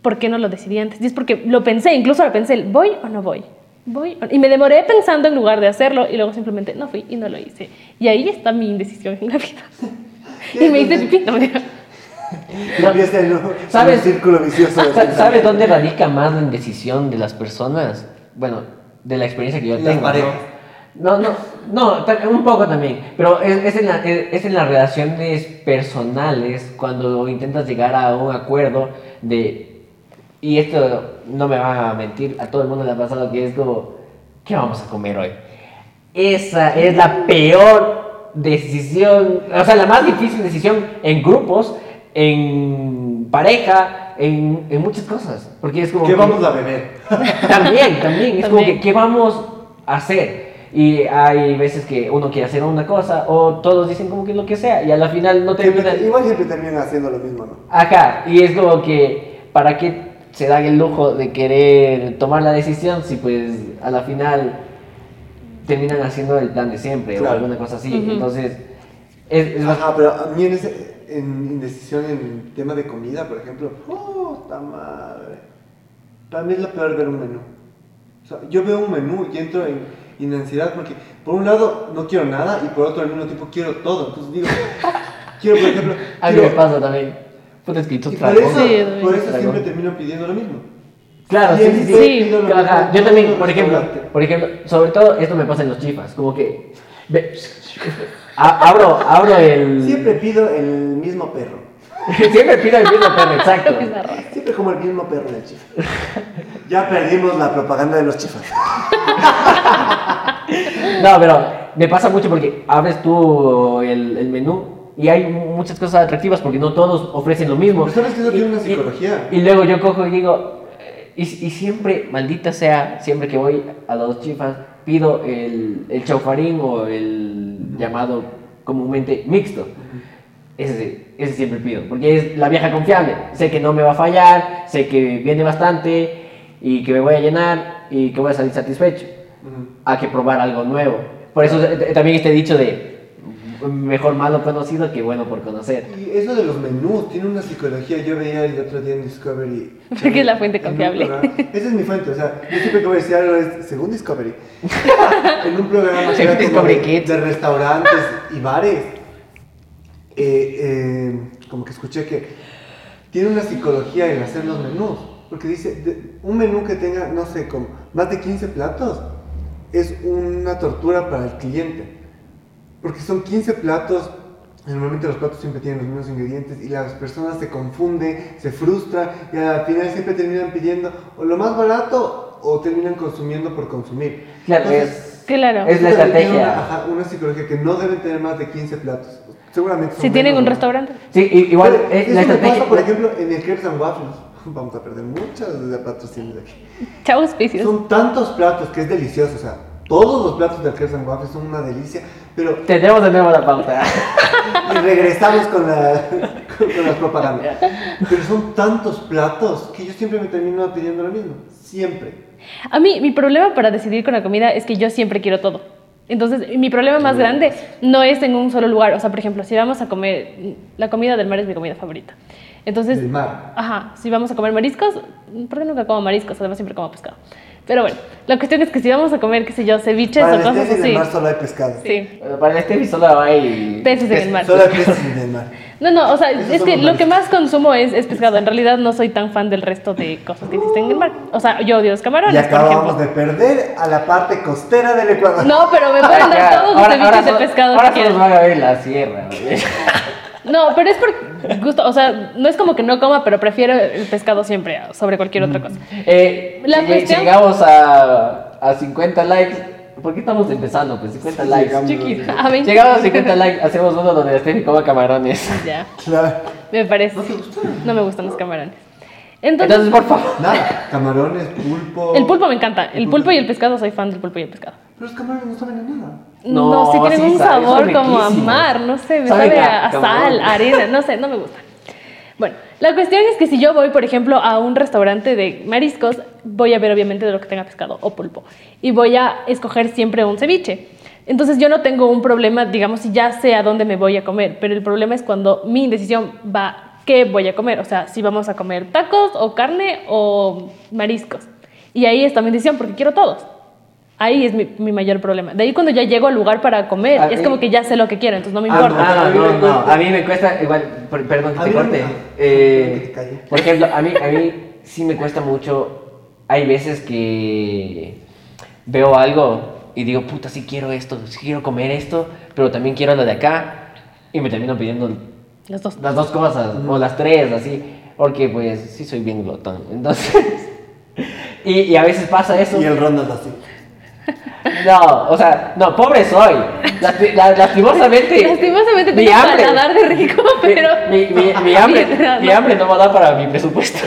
Speaker 1: ¿por qué no lo decidí antes? Y es porque lo pensé, incluso lo pensé, el, ¿voy o no voy? Voy. o- Y me demoré pensando en lugar de hacerlo y luego simplemente no fui y no lo hice. Y ahí está mi indecisión en la vida. y me hice pipí. No, mentira.
Speaker 2: Empieza en un,
Speaker 3: ¿Sabes?
Speaker 2: en un círculo vicioso. de
Speaker 3: Sa- ¿Sabes dónde radica más la indecisión de las personas? Bueno, de la experiencia que yo
Speaker 2: Las
Speaker 3: tengo. ¿no?
Speaker 2: parejas.
Speaker 3: No, no, no, ta- un poco también, pero es, es en la- es- es en las relaciones personales cuando intentas llegar a un acuerdo de, y esto no me van a mentir, a todo el mundo le ha pasado que es como, ¿qué vamos a comer hoy? Esa es la peor decisión, o sea, la más difícil decisión en grupos, en pareja, en, en muchas cosas. Porque es como.
Speaker 2: ¿Qué
Speaker 3: que-
Speaker 2: vamos a beber?
Speaker 3: También, también. Es como
Speaker 1: También.
Speaker 3: que, ¿qué vamos a hacer? Y hay veces que uno quiere hacer una cosa, o todos dicen como que lo que sea, y a la final no terminan.
Speaker 2: Siempre- Igual siempre terminan haciendo lo mismo, ¿no?
Speaker 3: Ajá, y es como que, ¿para qué se dan el lujo de querer tomar la decisión si pues a la final terminan haciendo el plan de siempre
Speaker 2: Claro.
Speaker 3: o alguna cosa así? Entonces, es, es bastante-
Speaker 2: Ajá, pero a mí en, ese, en indecisión en tema de comida, por ejemplo, puta madre. Para mí es lo peor ver un menú. O sea, yo veo un menú y entro en, en ansiedad porque, por un lado, no quiero nada y por otro, al mismo tiempo, quiero todo. Entonces digo, quiero, por ejemplo.
Speaker 3: a mí me
Speaker 2: quiero-
Speaker 3: pasa también. Puta, es que tú
Speaker 2: y por
Speaker 3: tragas.
Speaker 2: eso,
Speaker 1: Sí, también.
Speaker 2: por eso siempre
Speaker 3: Dragón.
Speaker 2: termino pidiendo lo mismo.
Speaker 3: Claro, sí, sí, sí.
Speaker 1: Sí.
Speaker 3: Ajá, Yo también, por ejemplo, por ejemplo, sobre todo esto me pasa en los chifas, como que ve- a- abro, abro el
Speaker 2: Siempre pido el mismo perro.
Speaker 3: Siempre pido el mismo perro, exacto.
Speaker 2: Siempre como el mismo perro del chifa. Ya perdimos la propaganda de los chifas.
Speaker 3: No, pero me pasa mucho porque abres tú el, el menú y hay muchas cosas atractivas porque no todos ofrecen lo mismo.
Speaker 2: Pero sabes que eso
Speaker 3: Y-
Speaker 2: tiene una
Speaker 3: y-
Speaker 2: psicología.
Speaker 3: Y, luego yo cojo y digo, eh, y, y siempre, maldita sea, siempre que voy a los chifas, pido el, el chaufarín o el llamado comúnmente mixto. Ese, sí, ese siempre pido, porque es la vieja confiable. Sé que no me va a fallar, sé que viene bastante y que me voy a llenar y que voy a salir satisfecho
Speaker 2: Ujú.
Speaker 3: a que probar algo nuevo. Por eso eh, eh, también este dicho de mm, mejor malo conocido que bueno por conocer.
Speaker 2: Y eso de los menús tiene una psicología. Yo veía el otro día en Discovery.
Speaker 1: Porque es la fuente
Speaker 2: en un
Speaker 1: confiable.
Speaker 2: programa- Esa es mi fuente. O sea, yo siempre que voy a decir algo es según Discovery. en un programa que
Speaker 3: Según
Speaker 2: era como
Speaker 3: Discovery
Speaker 2: de,
Speaker 3: Kids.
Speaker 2: de restaurantes y bares. eh, eh, como que escuché que tiene una psicología en hacer los menús. Porque dice, de- un menú que tenga, no sé, como más de 15 platos es una tortura para el cliente. Porque son 15 platos. Normalmente los platos siempre tienen los mismos ingredientes y las personas se confunden, se frustran y al final siempre terminan pidiendo o lo más barato o terminan consumiendo por consumir.
Speaker 3: Claro,
Speaker 2: Entonces,
Speaker 3: es,
Speaker 1: Claro.
Speaker 3: es la
Speaker 2: eso también tiene Una,
Speaker 3: estrategia.
Speaker 2: ajá, una psicología que no deben tener más de 15 platos. Seguramente. son
Speaker 1: Si tienen
Speaker 2: menos,
Speaker 1: un
Speaker 2: ¿no?
Speaker 1: restaurante.
Speaker 3: Sí, i- igual
Speaker 2: Pero
Speaker 3: eh,
Speaker 2: eso
Speaker 3: la
Speaker 2: me pasa, por
Speaker 3: estrategia.
Speaker 2: ejemplo, en el Crepes and Waffles. Vamos a perder muchos de patrocinios de aquí.
Speaker 1: Chao, auspicios.
Speaker 2: Son tantos platos que es delicioso, o sea, todos los platos del Crepes and Waffles son una delicia, pero
Speaker 3: Tenemos de nuevo la pauta.
Speaker 2: y regresamos con, la, con, con las propagandas. Pero son tantos platos que yo siempre me termino pidiendo lo mismo, siempre.
Speaker 1: A mí, mi problema para decidir con la comida es que yo siempre quiero todo. Entonces, mi problema más grande no es en un solo lugar. O sea, por ejemplo, si vamos a comer, la comida del mar es mi comida favorita. Entonces,
Speaker 2: Del mar.
Speaker 1: Ajá, si vamos a comer mariscos, ¿por qué nunca como mariscos? Además, siempre como pescado. Pero bueno, la cuestión es que si vamos a comer, qué sé yo, ceviches
Speaker 2: Para
Speaker 1: o
Speaker 2: el
Speaker 1: cosas
Speaker 2: Steffi en el
Speaker 1: así.
Speaker 2: mar solo hay pescado.
Speaker 1: Sí,
Speaker 3: Para este Steffi solo hay.
Speaker 1: peces en el mar.
Speaker 2: Solo hay peces en el mar.
Speaker 1: No, no, o sea,
Speaker 2: Esos
Speaker 1: es
Speaker 2: son
Speaker 1: que
Speaker 2: los
Speaker 1: lo que más consumo es, es pescado. En realidad no soy tan fan del resto de cosas que existen en el mar. O sea, yo odio los
Speaker 2: Y
Speaker 1: camarones, por ejemplo.
Speaker 2: acabamos de perder a la parte costera del Ecuador.
Speaker 1: No, pero me pueden
Speaker 3: Ahora,
Speaker 1: dar todos los
Speaker 3: ahora-
Speaker 1: ceviches
Speaker 3: ahora
Speaker 1: de
Speaker 3: solo-
Speaker 1: pescado
Speaker 3: Ahora
Speaker 1: que
Speaker 3: solo nos
Speaker 1: quieran.
Speaker 3: van a ver la sierra. güey.
Speaker 1: No, pero es por gusto. O sea, no es como que no coma, pero prefiero el pescado siempre a- sobre cualquier
Speaker 2: Mm.
Speaker 1: otra cosa.
Speaker 3: Eh,
Speaker 1: La
Speaker 3: si
Speaker 1: cuestión-
Speaker 3: llegamos a, a 50 likes. ¿Por qué estamos empezando? Pues 50 likes.
Speaker 2: Llegamos.
Speaker 1: Chiquito. A 20.
Speaker 3: Llegamos a 50 likes, hacemos uno donde la Steffi coma camarones.
Speaker 1: Ya,
Speaker 2: Claro.
Speaker 1: me parece.
Speaker 2: ¿No te gusta?
Speaker 1: No me gustan los camarones. Entonces,
Speaker 3: Entonces, por favor.
Speaker 2: Nada, camarones, pulpo.
Speaker 1: el pulpo me encanta. El pulpo y el pescado, soy fan del pulpo y el pescado.
Speaker 2: Pero los camarones no saben a nada.
Speaker 1: No,
Speaker 3: No,
Speaker 1: sí tienen
Speaker 3: sí
Speaker 1: un
Speaker 3: sabe, son
Speaker 1: sabor como a
Speaker 3: riquísimos.
Speaker 1: mar, no sé, me
Speaker 3: Saben
Speaker 1: sabe
Speaker 3: a
Speaker 1: a, a
Speaker 3: camarón.
Speaker 1: sal, arena, no sé, no me gusta. Bueno, la cuestión es que si yo voy, por ejemplo, a un restaurante de mariscos, voy a ver obviamente de lo que tenga pescado o pulpo y voy a escoger siempre un ceviche. Entonces yo no tengo un problema, digamos, si ya sé a dónde me voy a comer, pero el problema es cuando mi indecisión va qué voy a comer, o sea, si vamos a comer tacos o carne o mariscos. Y ahí está mi decisión porque quiero todos. Ahí es mi, mi mayor problema. De ahí cuando ya llego al lugar para comer,
Speaker 3: A
Speaker 1: es
Speaker 3: mí-
Speaker 1: como que ya sé lo que quiero, entonces no me
Speaker 2: Ah,
Speaker 1: importa.
Speaker 3: Ah,
Speaker 2: A mí
Speaker 3: no,
Speaker 2: me
Speaker 3: no, no.
Speaker 2: cuesta-
Speaker 3: A mí me cuesta, igual, per- perdón
Speaker 2: A
Speaker 3: que te
Speaker 2: mí no me-
Speaker 3: corte.
Speaker 2: ah,
Speaker 3: Eh,
Speaker 2: que te calle.
Speaker 3: por ejemplo, a mí, a mí sí me cuesta mucho. Hay veces que veo algo y digo, puta, sí quiero esto, sí quiero comer esto, pero también quiero lo de acá. Y me termino pidiendo
Speaker 1: Los dos.
Speaker 3: las dos cosas,
Speaker 2: Mm.
Speaker 3: o las tres, así. Porque, pues, sí soy bien glotón. Entonces. y, y a veces pasa eso.
Speaker 2: Y el Ronald así.
Speaker 3: No, o sea, no, pobre soy. Lasti- la- lastimosamente.
Speaker 1: Lastimosamente
Speaker 3: mi
Speaker 1: tengo
Speaker 3: hambre-
Speaker 1: paladar de rico,
Speaker 3: mi-
Speaker 1: pero...
Speaker 3: Mi, mi- mi hambre,
Speaker 1: Mierda,
Speaker 3: mi
Speaker 1: no.
Speaker 3: hambre no va a dar para mi presupuesto.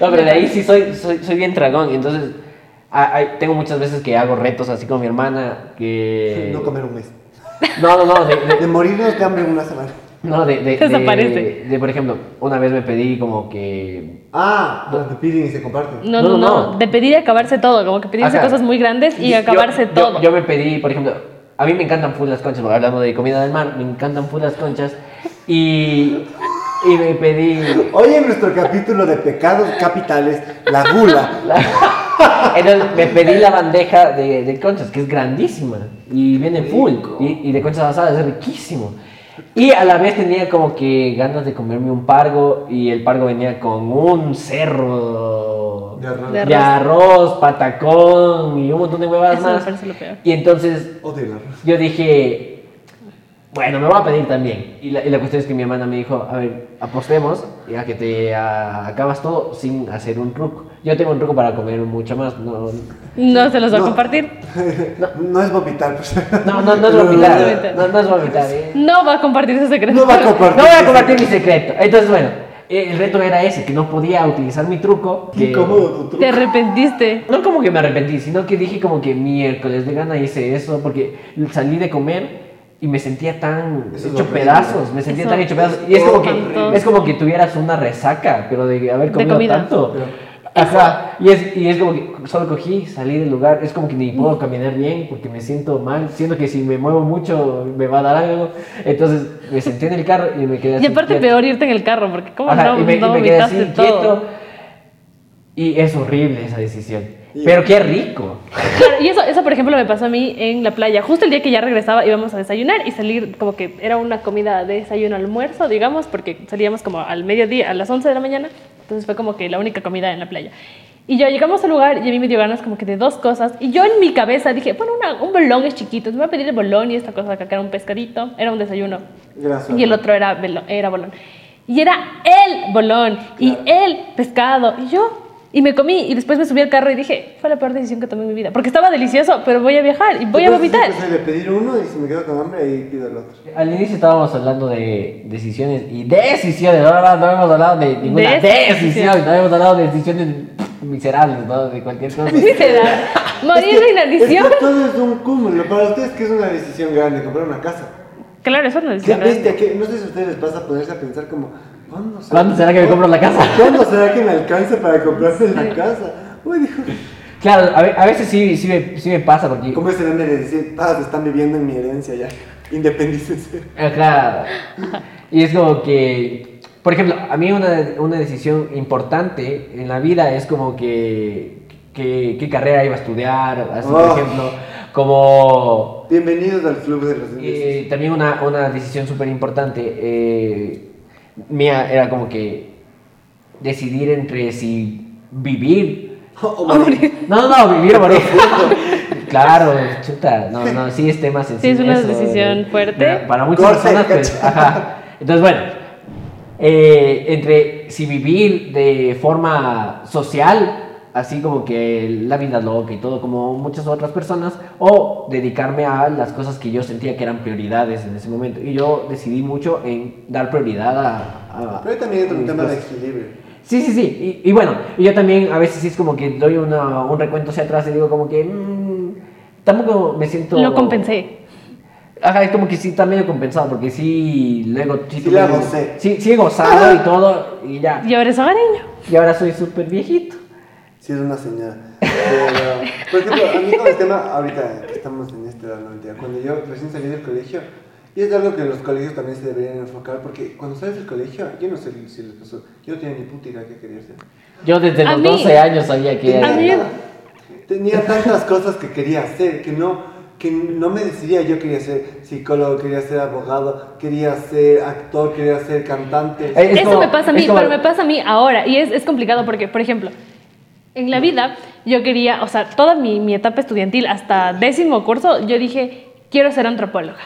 Speaker 3: No, pero de ahí sí soy, soy, soy bien tragón. Entonces, a- hay- tengo muchas veces que hago retos así con mi hermana. Que...
Speaker 2: No comer un mes.
Speaker 3: No, no, no. de- de-
Speaker 2: De morirnos de hambre en una semana.
Speaker 3: no, de, de-
Speaker 1: Desaparece.
Speaker 3: de- de, por ejemplo, una vez me pedí como que
Speaker 2: Ah, donde te piden y se comparten.
Speaker 1: No,
Speaker 3: No,
Speaker 1: no,
Speaker 3: no,
Speaker 1: no,
Speaker 3: no.
Speaker 1: De pedir y acabarse todo, como que pedirse
Speaker 3: Ajá.
Speaker 1: cosas muy grandes y
Speaker 3: Yo-
Speaker 1: acabarse
Speaker 3: yo-
Speaker 1: todo.
Speaker 3: Yo, me pedí, por ejemplo, a mí me encantan full las conchas, hablando de comida del mar, me encantan full las conchas y, y me pedí...
Speaker 2: Hoy en nuestro capítulo de pecados capitales, la gula.
Speaker 3: la- entonces, me pedí la bandeja de, de conchas, que es grandísima y viene full y, y de conchas asadas, es riquísimo. Y a la vez tenía como que ganas de comerme un pargo y el pargo venía con un cerro
Speaker 2: De arroz.
Speaker 1: De
Speaker 3: de arroz, patacón y un montón de huevas
Speaker 1: Eso me
Speaker 3: más.
Speaker 1: parece lo peor.
Speaker 3: Y entonces
Speaker 2: Odio el arroz.
Speaker 3: yo dije, bueno, me voy a pedir también. Y la, y la cuestión es que mi hermana me dijo, a ver, apostemos y a que te a- acabas todo sin hacer un truco. Yo tengo un truco para comer mucho más. No,
Speaker 1: No se los va
Speaker 2: No.
Speaker 1: a compartir.
Speaker 2: No, es vomitar, pues.
Speaker 3: no, no, no es vomitar. No, no es vomitar. eh.
Speaker 1: No va a compartir ese secreto.
Speaker 2: No va a compartir.
Speaker 3: No voy a compartir mi secreto. Entonces, bueno, eh, el reto era ese, que no podía utilizar mi truco.
Speaker 2: Qué
Speaker 3: Que...
Speaker 2: incómodo tu truco.
Speaker 1: Te arrepentiste.
Speaker 3: No como que me arrepentí, sino que dije como que miércoles de gana hice eso porque salí de comer y me sentía tan
Speaker 2: Eso es
Speaker 3: hecho
Speaker 2: horrible.
Speaker 3: pedazos, me sentía
Speaker 1: Eso-
Speaker 3: tan hecho pedazos y es
Speaker 2: Todo
Speaker 3: como que
Speaker 1: horrible.
Speaker 3: es como que tuvieras una resaca, pero de haber
Speaker 1: De
Speaker 3: comido
Speaker 1: comida.
Speaker 3: tanto.
Speaker 2: Pero-
Speaker 3: Ajá, y es, y es como que solo cogí, salí del lugar, es como que ni puedo caminar bien porque me siento mal, siento que si me muevo mucho me va a dar algo, entonces me senté en el carro y me quedé
Speaker 1: Y
Speaker 3: así
Speaker 1: aparte
Speaker 3: quieto.
Speaker 1: peor irte en el carro, porque cómo
Speaker 3: Ajá,
Speaker 1: no,
Speaker 3: y me,
Speaker 1: no
Speaker 3: y me quedé así
Speaker 1: vomitaste todo.
Speaker 3: quieto. Y es horrible esa decisión.
Speaker 2: Y-
Speaker 3: Pero qué rico.
Speaker 1: Claro, y eso, eso, por ejemplo, me pasó a mí en la playa. Justo el día que ya regresaba íbamos a desayunar y salir como que era una comida de desayuno almuerzo, digamos, porque salíamos como al mediodía, a las 11 de la mañana. Entonces fue como que la única comida en la playa. Y ya llegamos al lugar y a mí me dio ganas como que de dos cosas. Y yo en mi cabeza dije, bueno, una- un bolón es chiquito, me voy a pedir el bolón y esta cosa acá, que era un pescadito, era un desayuno
Speaker 2: Gracias.
Speaker 1: y el otro era, velo- era bolón. Y era el bolón y el pescado. Y yo, y me comí y después me subí al carro y dije, fue la peor decisión que tomé en mi vida. Porque estaba delicioso, pero voy a viajar y voy a
Speaker 2: Entonces,
Speaker 1: vomitar.
Speaker 2: yo soy de pedir uno y si me quedo con hambre, ahí pido el otro.
Speaker 3: Al inicio estábamos hablando de decisiones y decisiones. No, no, no hemos hablado de ninguna
Speaker 1: Decisión.
Speaker 3: decisión. No hemos hablado de decisiones miserables, ¿no? De cualquier cosa.
Speaker 1: Miserable. Morir de inanición.
Speaker 2: Es que todo es un cúmulo. Para ustedes que es una decisión grande, comprar una casa.
Speaker 1: Claro, eso no es
Speaker 2: Qué bestia,
Speaker 1: grande.
Speaker 2: que no sé si a ustedes les pasa ponerse a pensar como, ¿cuándo será,
Speaker 3: ¿Cuándo será que me compro la casa?
Speaker 2: ¿Cuándo será que me alcance para comprarse la casa? Uy, dijo,
Speaker 3: Claro, a, ve- a veces sí, sí, me, sí me pasa porque...
Speaker 2: ¿cómo es el meme de decir, ah, se están viviendo en mi herencia ya? Independícense.
Speaker 3: Ajá. Y es como que, por ejemplo, a mí una, una decisión importante en la vida es como que, que- qué carrera iba a estudiar, así
Speaker 2: Oh.
Speaker 3: por ejemplo, como
Speaker 2: Bienvenidos al club de los indecisos.
Speaker 3: eh, también una, una decisión súper importante eh, mía era como que decidir entre si vivir
Speaker 2: O morir.
Speaker 3: no, no, no, vivir o morir. claro, chuta. No, no, sí es tema sencillo.
Speaker 1: es una
Speaker 3: eso,
Speaker 1: decisión
Speaker 3: eh,
Speaker 1: fuerte.
Speaker 3: mira, Para muchas
Speaker 2: Corte,
Speaker 3: personas, pues, ajá. Entonces, bueno, eh, entre si vivir de forma social, así como que la vida loca y todo, como muchas otras personas, o dedicarme a las cosas que yo sentía que eran prioridades en ese momento. Y yo decidí mucho en dar prioridad a. a-
Speaker 2: Pero ahí también entra
Speaker 3: a
Speaker 2: un
Speaker 3: mis
Speaker 2: tema de
Speaker 3: cosas.
Speaker 2: equilibrio.
Speaker 3: Sí, sí, sí. Y, y bueno, y yo también a veces sí es como que doy una- un recuento hacia atrás y digo como que... mm, tampoco me siento...
Speaker 1: Lo compensé.
Speaker 3: Ajá, es como que sí, está medio compensado, porque sí, luego... Sí,
Speaker 2: Sí la
Speaker 3: tuve-
Speaker 2: gocé.
Speaker 3: Sí, sí he gozado y todo, y ya.
Speaker 1: Y ahora es hogareño.
Speaker 3: Y ahora soy súper viejito.
Speaker 2: Sí, es una señora. Pero, por ejemplo, a mí con el tema, ahorita que estamos en este edad, no mentira, cuando yo recién salí del colegio, y es algo que los colegios también se deberían enfocar, porque cuando sales del colegio, yo no sé si les pasó, yo no tenía ni puta idea que quería ser.
Speaker 3: Yo desde
Speaker 1: A
Speaker 3: los
Speaker 1: mí-
Speaker 3: 12 años sabía que
Speaker 2: Tenía,
Speaker 3: era...
Speaker 1: A mí-
Speaker 2: nada. Tenía tantas cosas que quería hacer que no, que no me decidía. Yo quería ser psicólogo, quería ser abogado, quería ser actor, quería ser cantante.
Speaker 3: Eh, es
Speaker 1: Eso
Speaker 3: como-
Speaker 1: me pasa a mí,
Speaker 3: es como-
Speaker 1: pero me pasa a mí ahora. Y es, es complicado porque, por ejemplo, en la vida yo quería, o sea, toda mi, mi etapa estudiantil hasta décimo curso, yo dije, quiero ser antropóloga.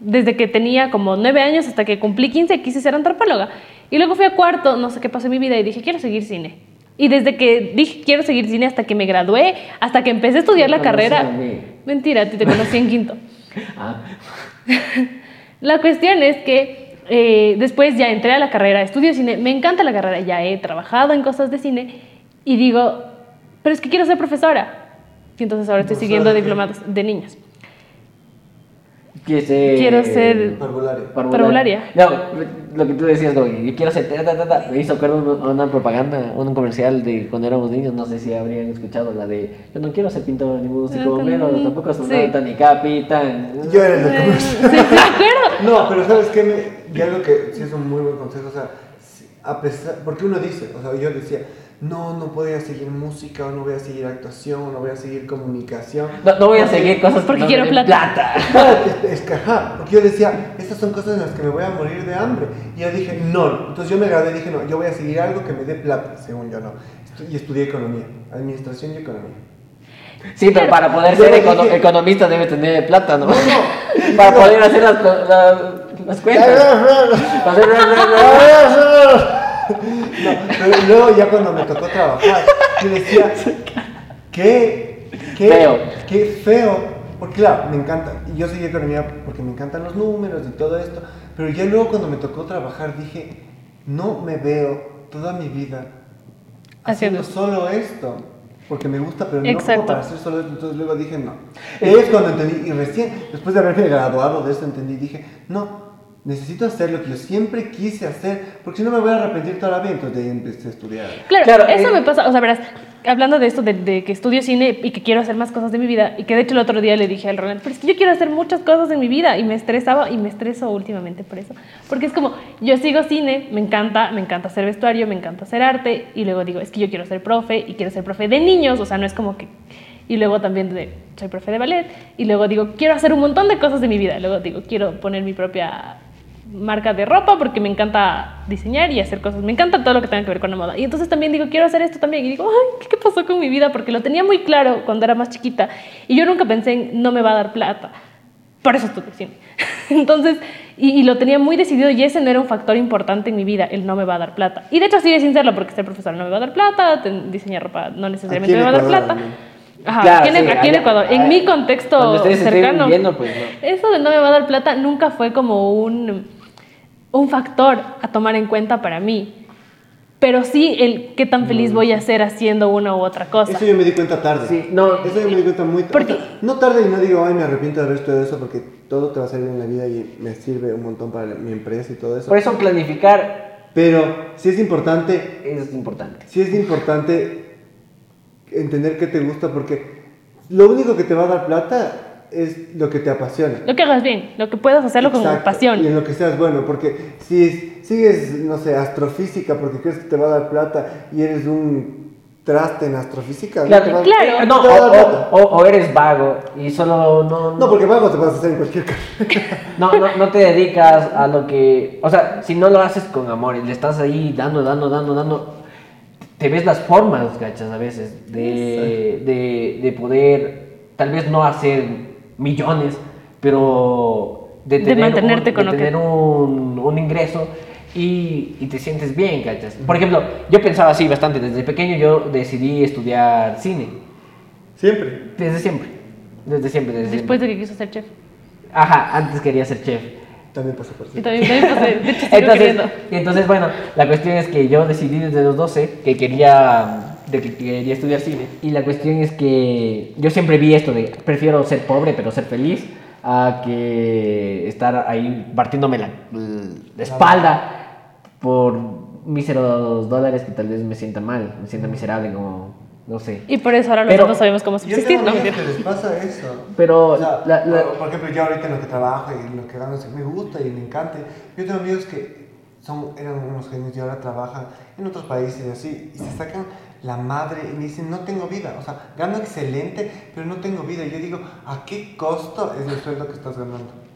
Speaker 1: Desde que tenía como nueve años hasta que cumplí 15, quise ser antropóloga. Y luego fui a cuarto, no sé qué pasó en mi vida, y dije, quiero seguir cine. Y desde que dije, quiero seguir cine hasta que me gradué, hasta que empecé a estudiar la
Speaker 3: Me conocí
Speaker 1: carrera.
Speaker 3: a mí.
Speaker 1: Mentira, a ti te conocí en quinto.
Speaker 3: Ah,
Speaker 1: La cuestión es que eh, después ya entré a la carrera, estudio cine, me encanta la carrera, ya he trabajado en cosas de cine y digo, pero es que quiero ser profesora. Y entonces ahora estoy
Speaker 2: Profesora
Speaker 1: siguiendo
Speaker 2: de qué?
Speaker 1: diplomados de niños.
Speaker 3: que se-
Speaker 1: Quiero ser-
Speaker 2: Parvulario.
Speaker 3: Parvularia.
Speaker 1: Parvularia.
Speaker 3: No, lo que tú decías, como que yo quiero ser. ta, ta, ta, ta. Me hizo acuerdo una, una propaganda, un comercial de cuando éramos niños, no sé si habrían escuchado la de yo no quiero ser pintor ni músico,
Speaker 1: No,
Speaker 3: pero
Speaker 1: no,
Speaker 3: tampoco soy
Speaker 1: sí.
Speaker 3: tan ni capitán.
Speaker 2: Yo era el de
Speaker 1: Eh, sí, sí, me acuerdo.
Speaker 2: No, pero ¿sabes qué? Me- Y algo que sí es un muy buen consejo, o sea, si- a pesar, porque uno dice, o sea, yo decía, no, no voy a seguir música, o no voy a seguir actuación, o no voy a seguir comunicación.
Speaker 3: No, no voy a seguir cosas
Speaker 1: Porque
Speaker 3: que no
Speaker 1: quiero
Speaker 3: me den
Speaker 1: plata.
Speaker 2: Espérate, es que ajá, porque yo decía, estas son cosas en las que me voy a morir de hambre. Y yo dije, no, entonces yo me gradué y dije, no, yo voy a seguir algo que me dé plata, según yo no. Estu- Y estudié economía, administración y economía.
Speaker 3: Sí, pero para poder
Speaker 2: Yo
Speaker 3: ser
Speaker 2: dije-
Speaker 3: econo- economista debe tener plata, ¿no?
Speaker 2: no.
Speaker 3: Para poder hacer las, co- la- las cuentas. Para hacer-
Speaker 2: No, pero luego ya cuando me tocó trabajar, yo decía, qué, qué
Speaker 3: Feo.
Speaker 2: qué feo. Porque claro, me encanta, y yo seguí economía porque me encantan los números y todo esto, pero ya luego cuando me tocó trabajar dije, no me veo toda mi vida haciendo,
Speaker 1: Haciendo.
Speaker 2: solo esto. Porque me gusta, pero no
Speaker 1: Exacto.
Speaker 2: como para hacer solo esto. Entonces luego dije, no. Es cuando entendí, y recién, después de haberme graduado de esto, entendí, dije, no, necesito hacer lo que yo siempre quise hacer, porque si no me voy a arrepentir toda la vida. Entonces de ahí empecé a estudiar.
Speaker 1: Claro,
Speaker 3: Claro,
Speaker 1: eso
Speaker 3: eh.
Speaker 1: me pasa, o sea, verás, hablando de esto, de, de que estudio cine y que quiero hacer más cosas de mi vida, y que de hecho el otro día le dije al Ronald, pero es que yo quiero hacer muchas cosas en mi vida, y me estresaba y me estreso últimamente por eso, porque es como, yo sigo cine, me encanta, me encanta hacer vestuario, me encanta hacer arte, y luego digo, es que yo quiero ser profe, y quiero ser profe de niños, o sea, no es como que... Y luego también de, soy profe de ballet, y luego digo, quiero hacer un montón de cosas de mi vida, luego digo, quiero poner mi propia marca de ropa porque me encanta diseñar y hacer cosas. Me encanta todo lo que tenga que ver con la moda. Y entonces también digo, quiero hacer esto también. Y digo, ay, ¿qué, qué pasó con mi vida? Porque lo tenía muy claro cuando era más chiquita. Y yo nunca pensé en, no me va a dar plata. Por eso estudié cine. entonces, y, y lo tenía muy decidido y ese no era un factor importante en mi vida, el no me va a dar plata. Y de hecho sigue sin serlo porque ser profesor no me va a dar plata, ten- diseñar ropa no necesariamente
Speaker 2: Aquí
Speaker 1: me
Speaker 2: en
Speaker 1: va a dar
Speaker 2: Ecuador,
Speaker 1: plata.
Speaker 3: ¿no?
Speaker 1: Ajá,
Speaker 3: Claro,
Speaker 1: aquí, en, aquí
Speaker 3: sí,
Speaker 1: en
Speaker 3: allá-
Speaker 1: Ecuador, en
Speaker 3: allá-
Speaker 1: mi contexto
Speaker 3: Donde ustedes estén
Speaker 1: cercano.
Speaker 3: viviendo, pues, ¿no?
Speaker 1: Eso de no me va a dar plata nunca fue como un, un factor a tomar en cuenta para mí. Pero sí el qué tan feliz voy a ser haciendo una u otra cosa.
Speaker 2: Eso yo me di cuenta tarde.
Speaker 3: Sí, no.
Speaker 2: Eso yo me di cuenta muy tarde.
Speaker 1: Porque-
Speaker 2: no tarde y no digo, ay, me arrepiento de haber estudiado eso porque todo te va a servir en la vida y me sirve un montón para mi empresa y todo eso.
Speaker 3: Por eso planificar
Speaker 2: Pero sí es importante
Speaker 3: es importante.
Speaker 2: sí es importante entender qué te gusta porque lo único que te va a dar plata es lo que te apasiona.
Speaker 1: Lo que hagas bien, lo que puedas hacerlo con
Speaker 2: Exacto, Y
Speaker 1: pasión.
Speaker 2: en lo que seas bueno, porque si es- sigues, no sé, astrofísica porque crees que te va a dar plata y eres un traste en astrofísica, no te va a-
Speaker 1: claro.
Speaker 3: Eh, no,
Speaker 2: Te va a dar plata.
Speaker 3: o, o- o eres vago y solo no,
Speaker 2: No, porque vago te vas a hacer en cualquier carrera.
Speaker 3: No, no, no te dedicas a lo que. O sea, si no lo haces con amor y le estás ahí dando, dando, dando, dando. Te ves las formas, gachas, a veces. De, de, de poder, tal vez no hacer millones, pero. De,
Speaker 1: De
Speaker 3: tener
Speaker 1: mantenerte
Speaker 3: un,
Speaker 1: con lo
Speaker 3: de
Speaker 1: que-
Speaker 3: tener un, un ingreso y, y te sientes bien, gachas. Por ejemplo, yo pensaba así bastante. Desde pequeño yo decidí estudiar cine.
Speaker 2: Siempre.
Speaker 3: Desde siempre. Desde siempre, desde
Speaker 1: Después
Speaker 3: siempre.
Speaker 1: de que quiso ser chef.
Speaker 3: Ajá, antes quería ser chef.
Speaker 2: También pasa por
Speaker 1: Y
Speaker 2: sí.
Speaker 1: también, también pasé, de hecho, sigo
Speaker 3: Entonces,
Speaker 1: queriendo.
Speaker 3: y entonces, bueno, la cuestión es que yo decidí desde los 12 que quería, de que quería estudiar cine. Y la cuestión es que yo siempre vi esto de prefiero ser pobre pero ser feliz a que estar ahí partiéndome la, la espalda por míseros dólares que tal vez me sienta mal, me sienta miserable, como, no sé.
Speaker 1: Y por eso ahora
Speaker 3: Pero-
Speaker 1: nosotros no sabemos cómo
Speaker 2: Yo
Speaker 1: subsistir,
Speaker 2: tengo
Speaker 1: pues, ¿no?
Speaker 2: amigos que
Speaker 1: Mentira.
Speaker 2: les pasa eso.
Speaker 3: Pero,
Speaker 2: O sea,
Speaker 3: la- la-
Speaker 2: por- por ejemplo, yo ahorita en lo que trabajo y en lo que gano, o sea, me gusta y me encanta. Yo tengo amigos que son, eran unos genios y ahora trabajan en otros países y así, y se sacan la madre y me dicen, no tengo vida. O sea, gano excelente, pero no tengo vida. Y yo digo, ¿a qué costo es el sueldo que estás ganando?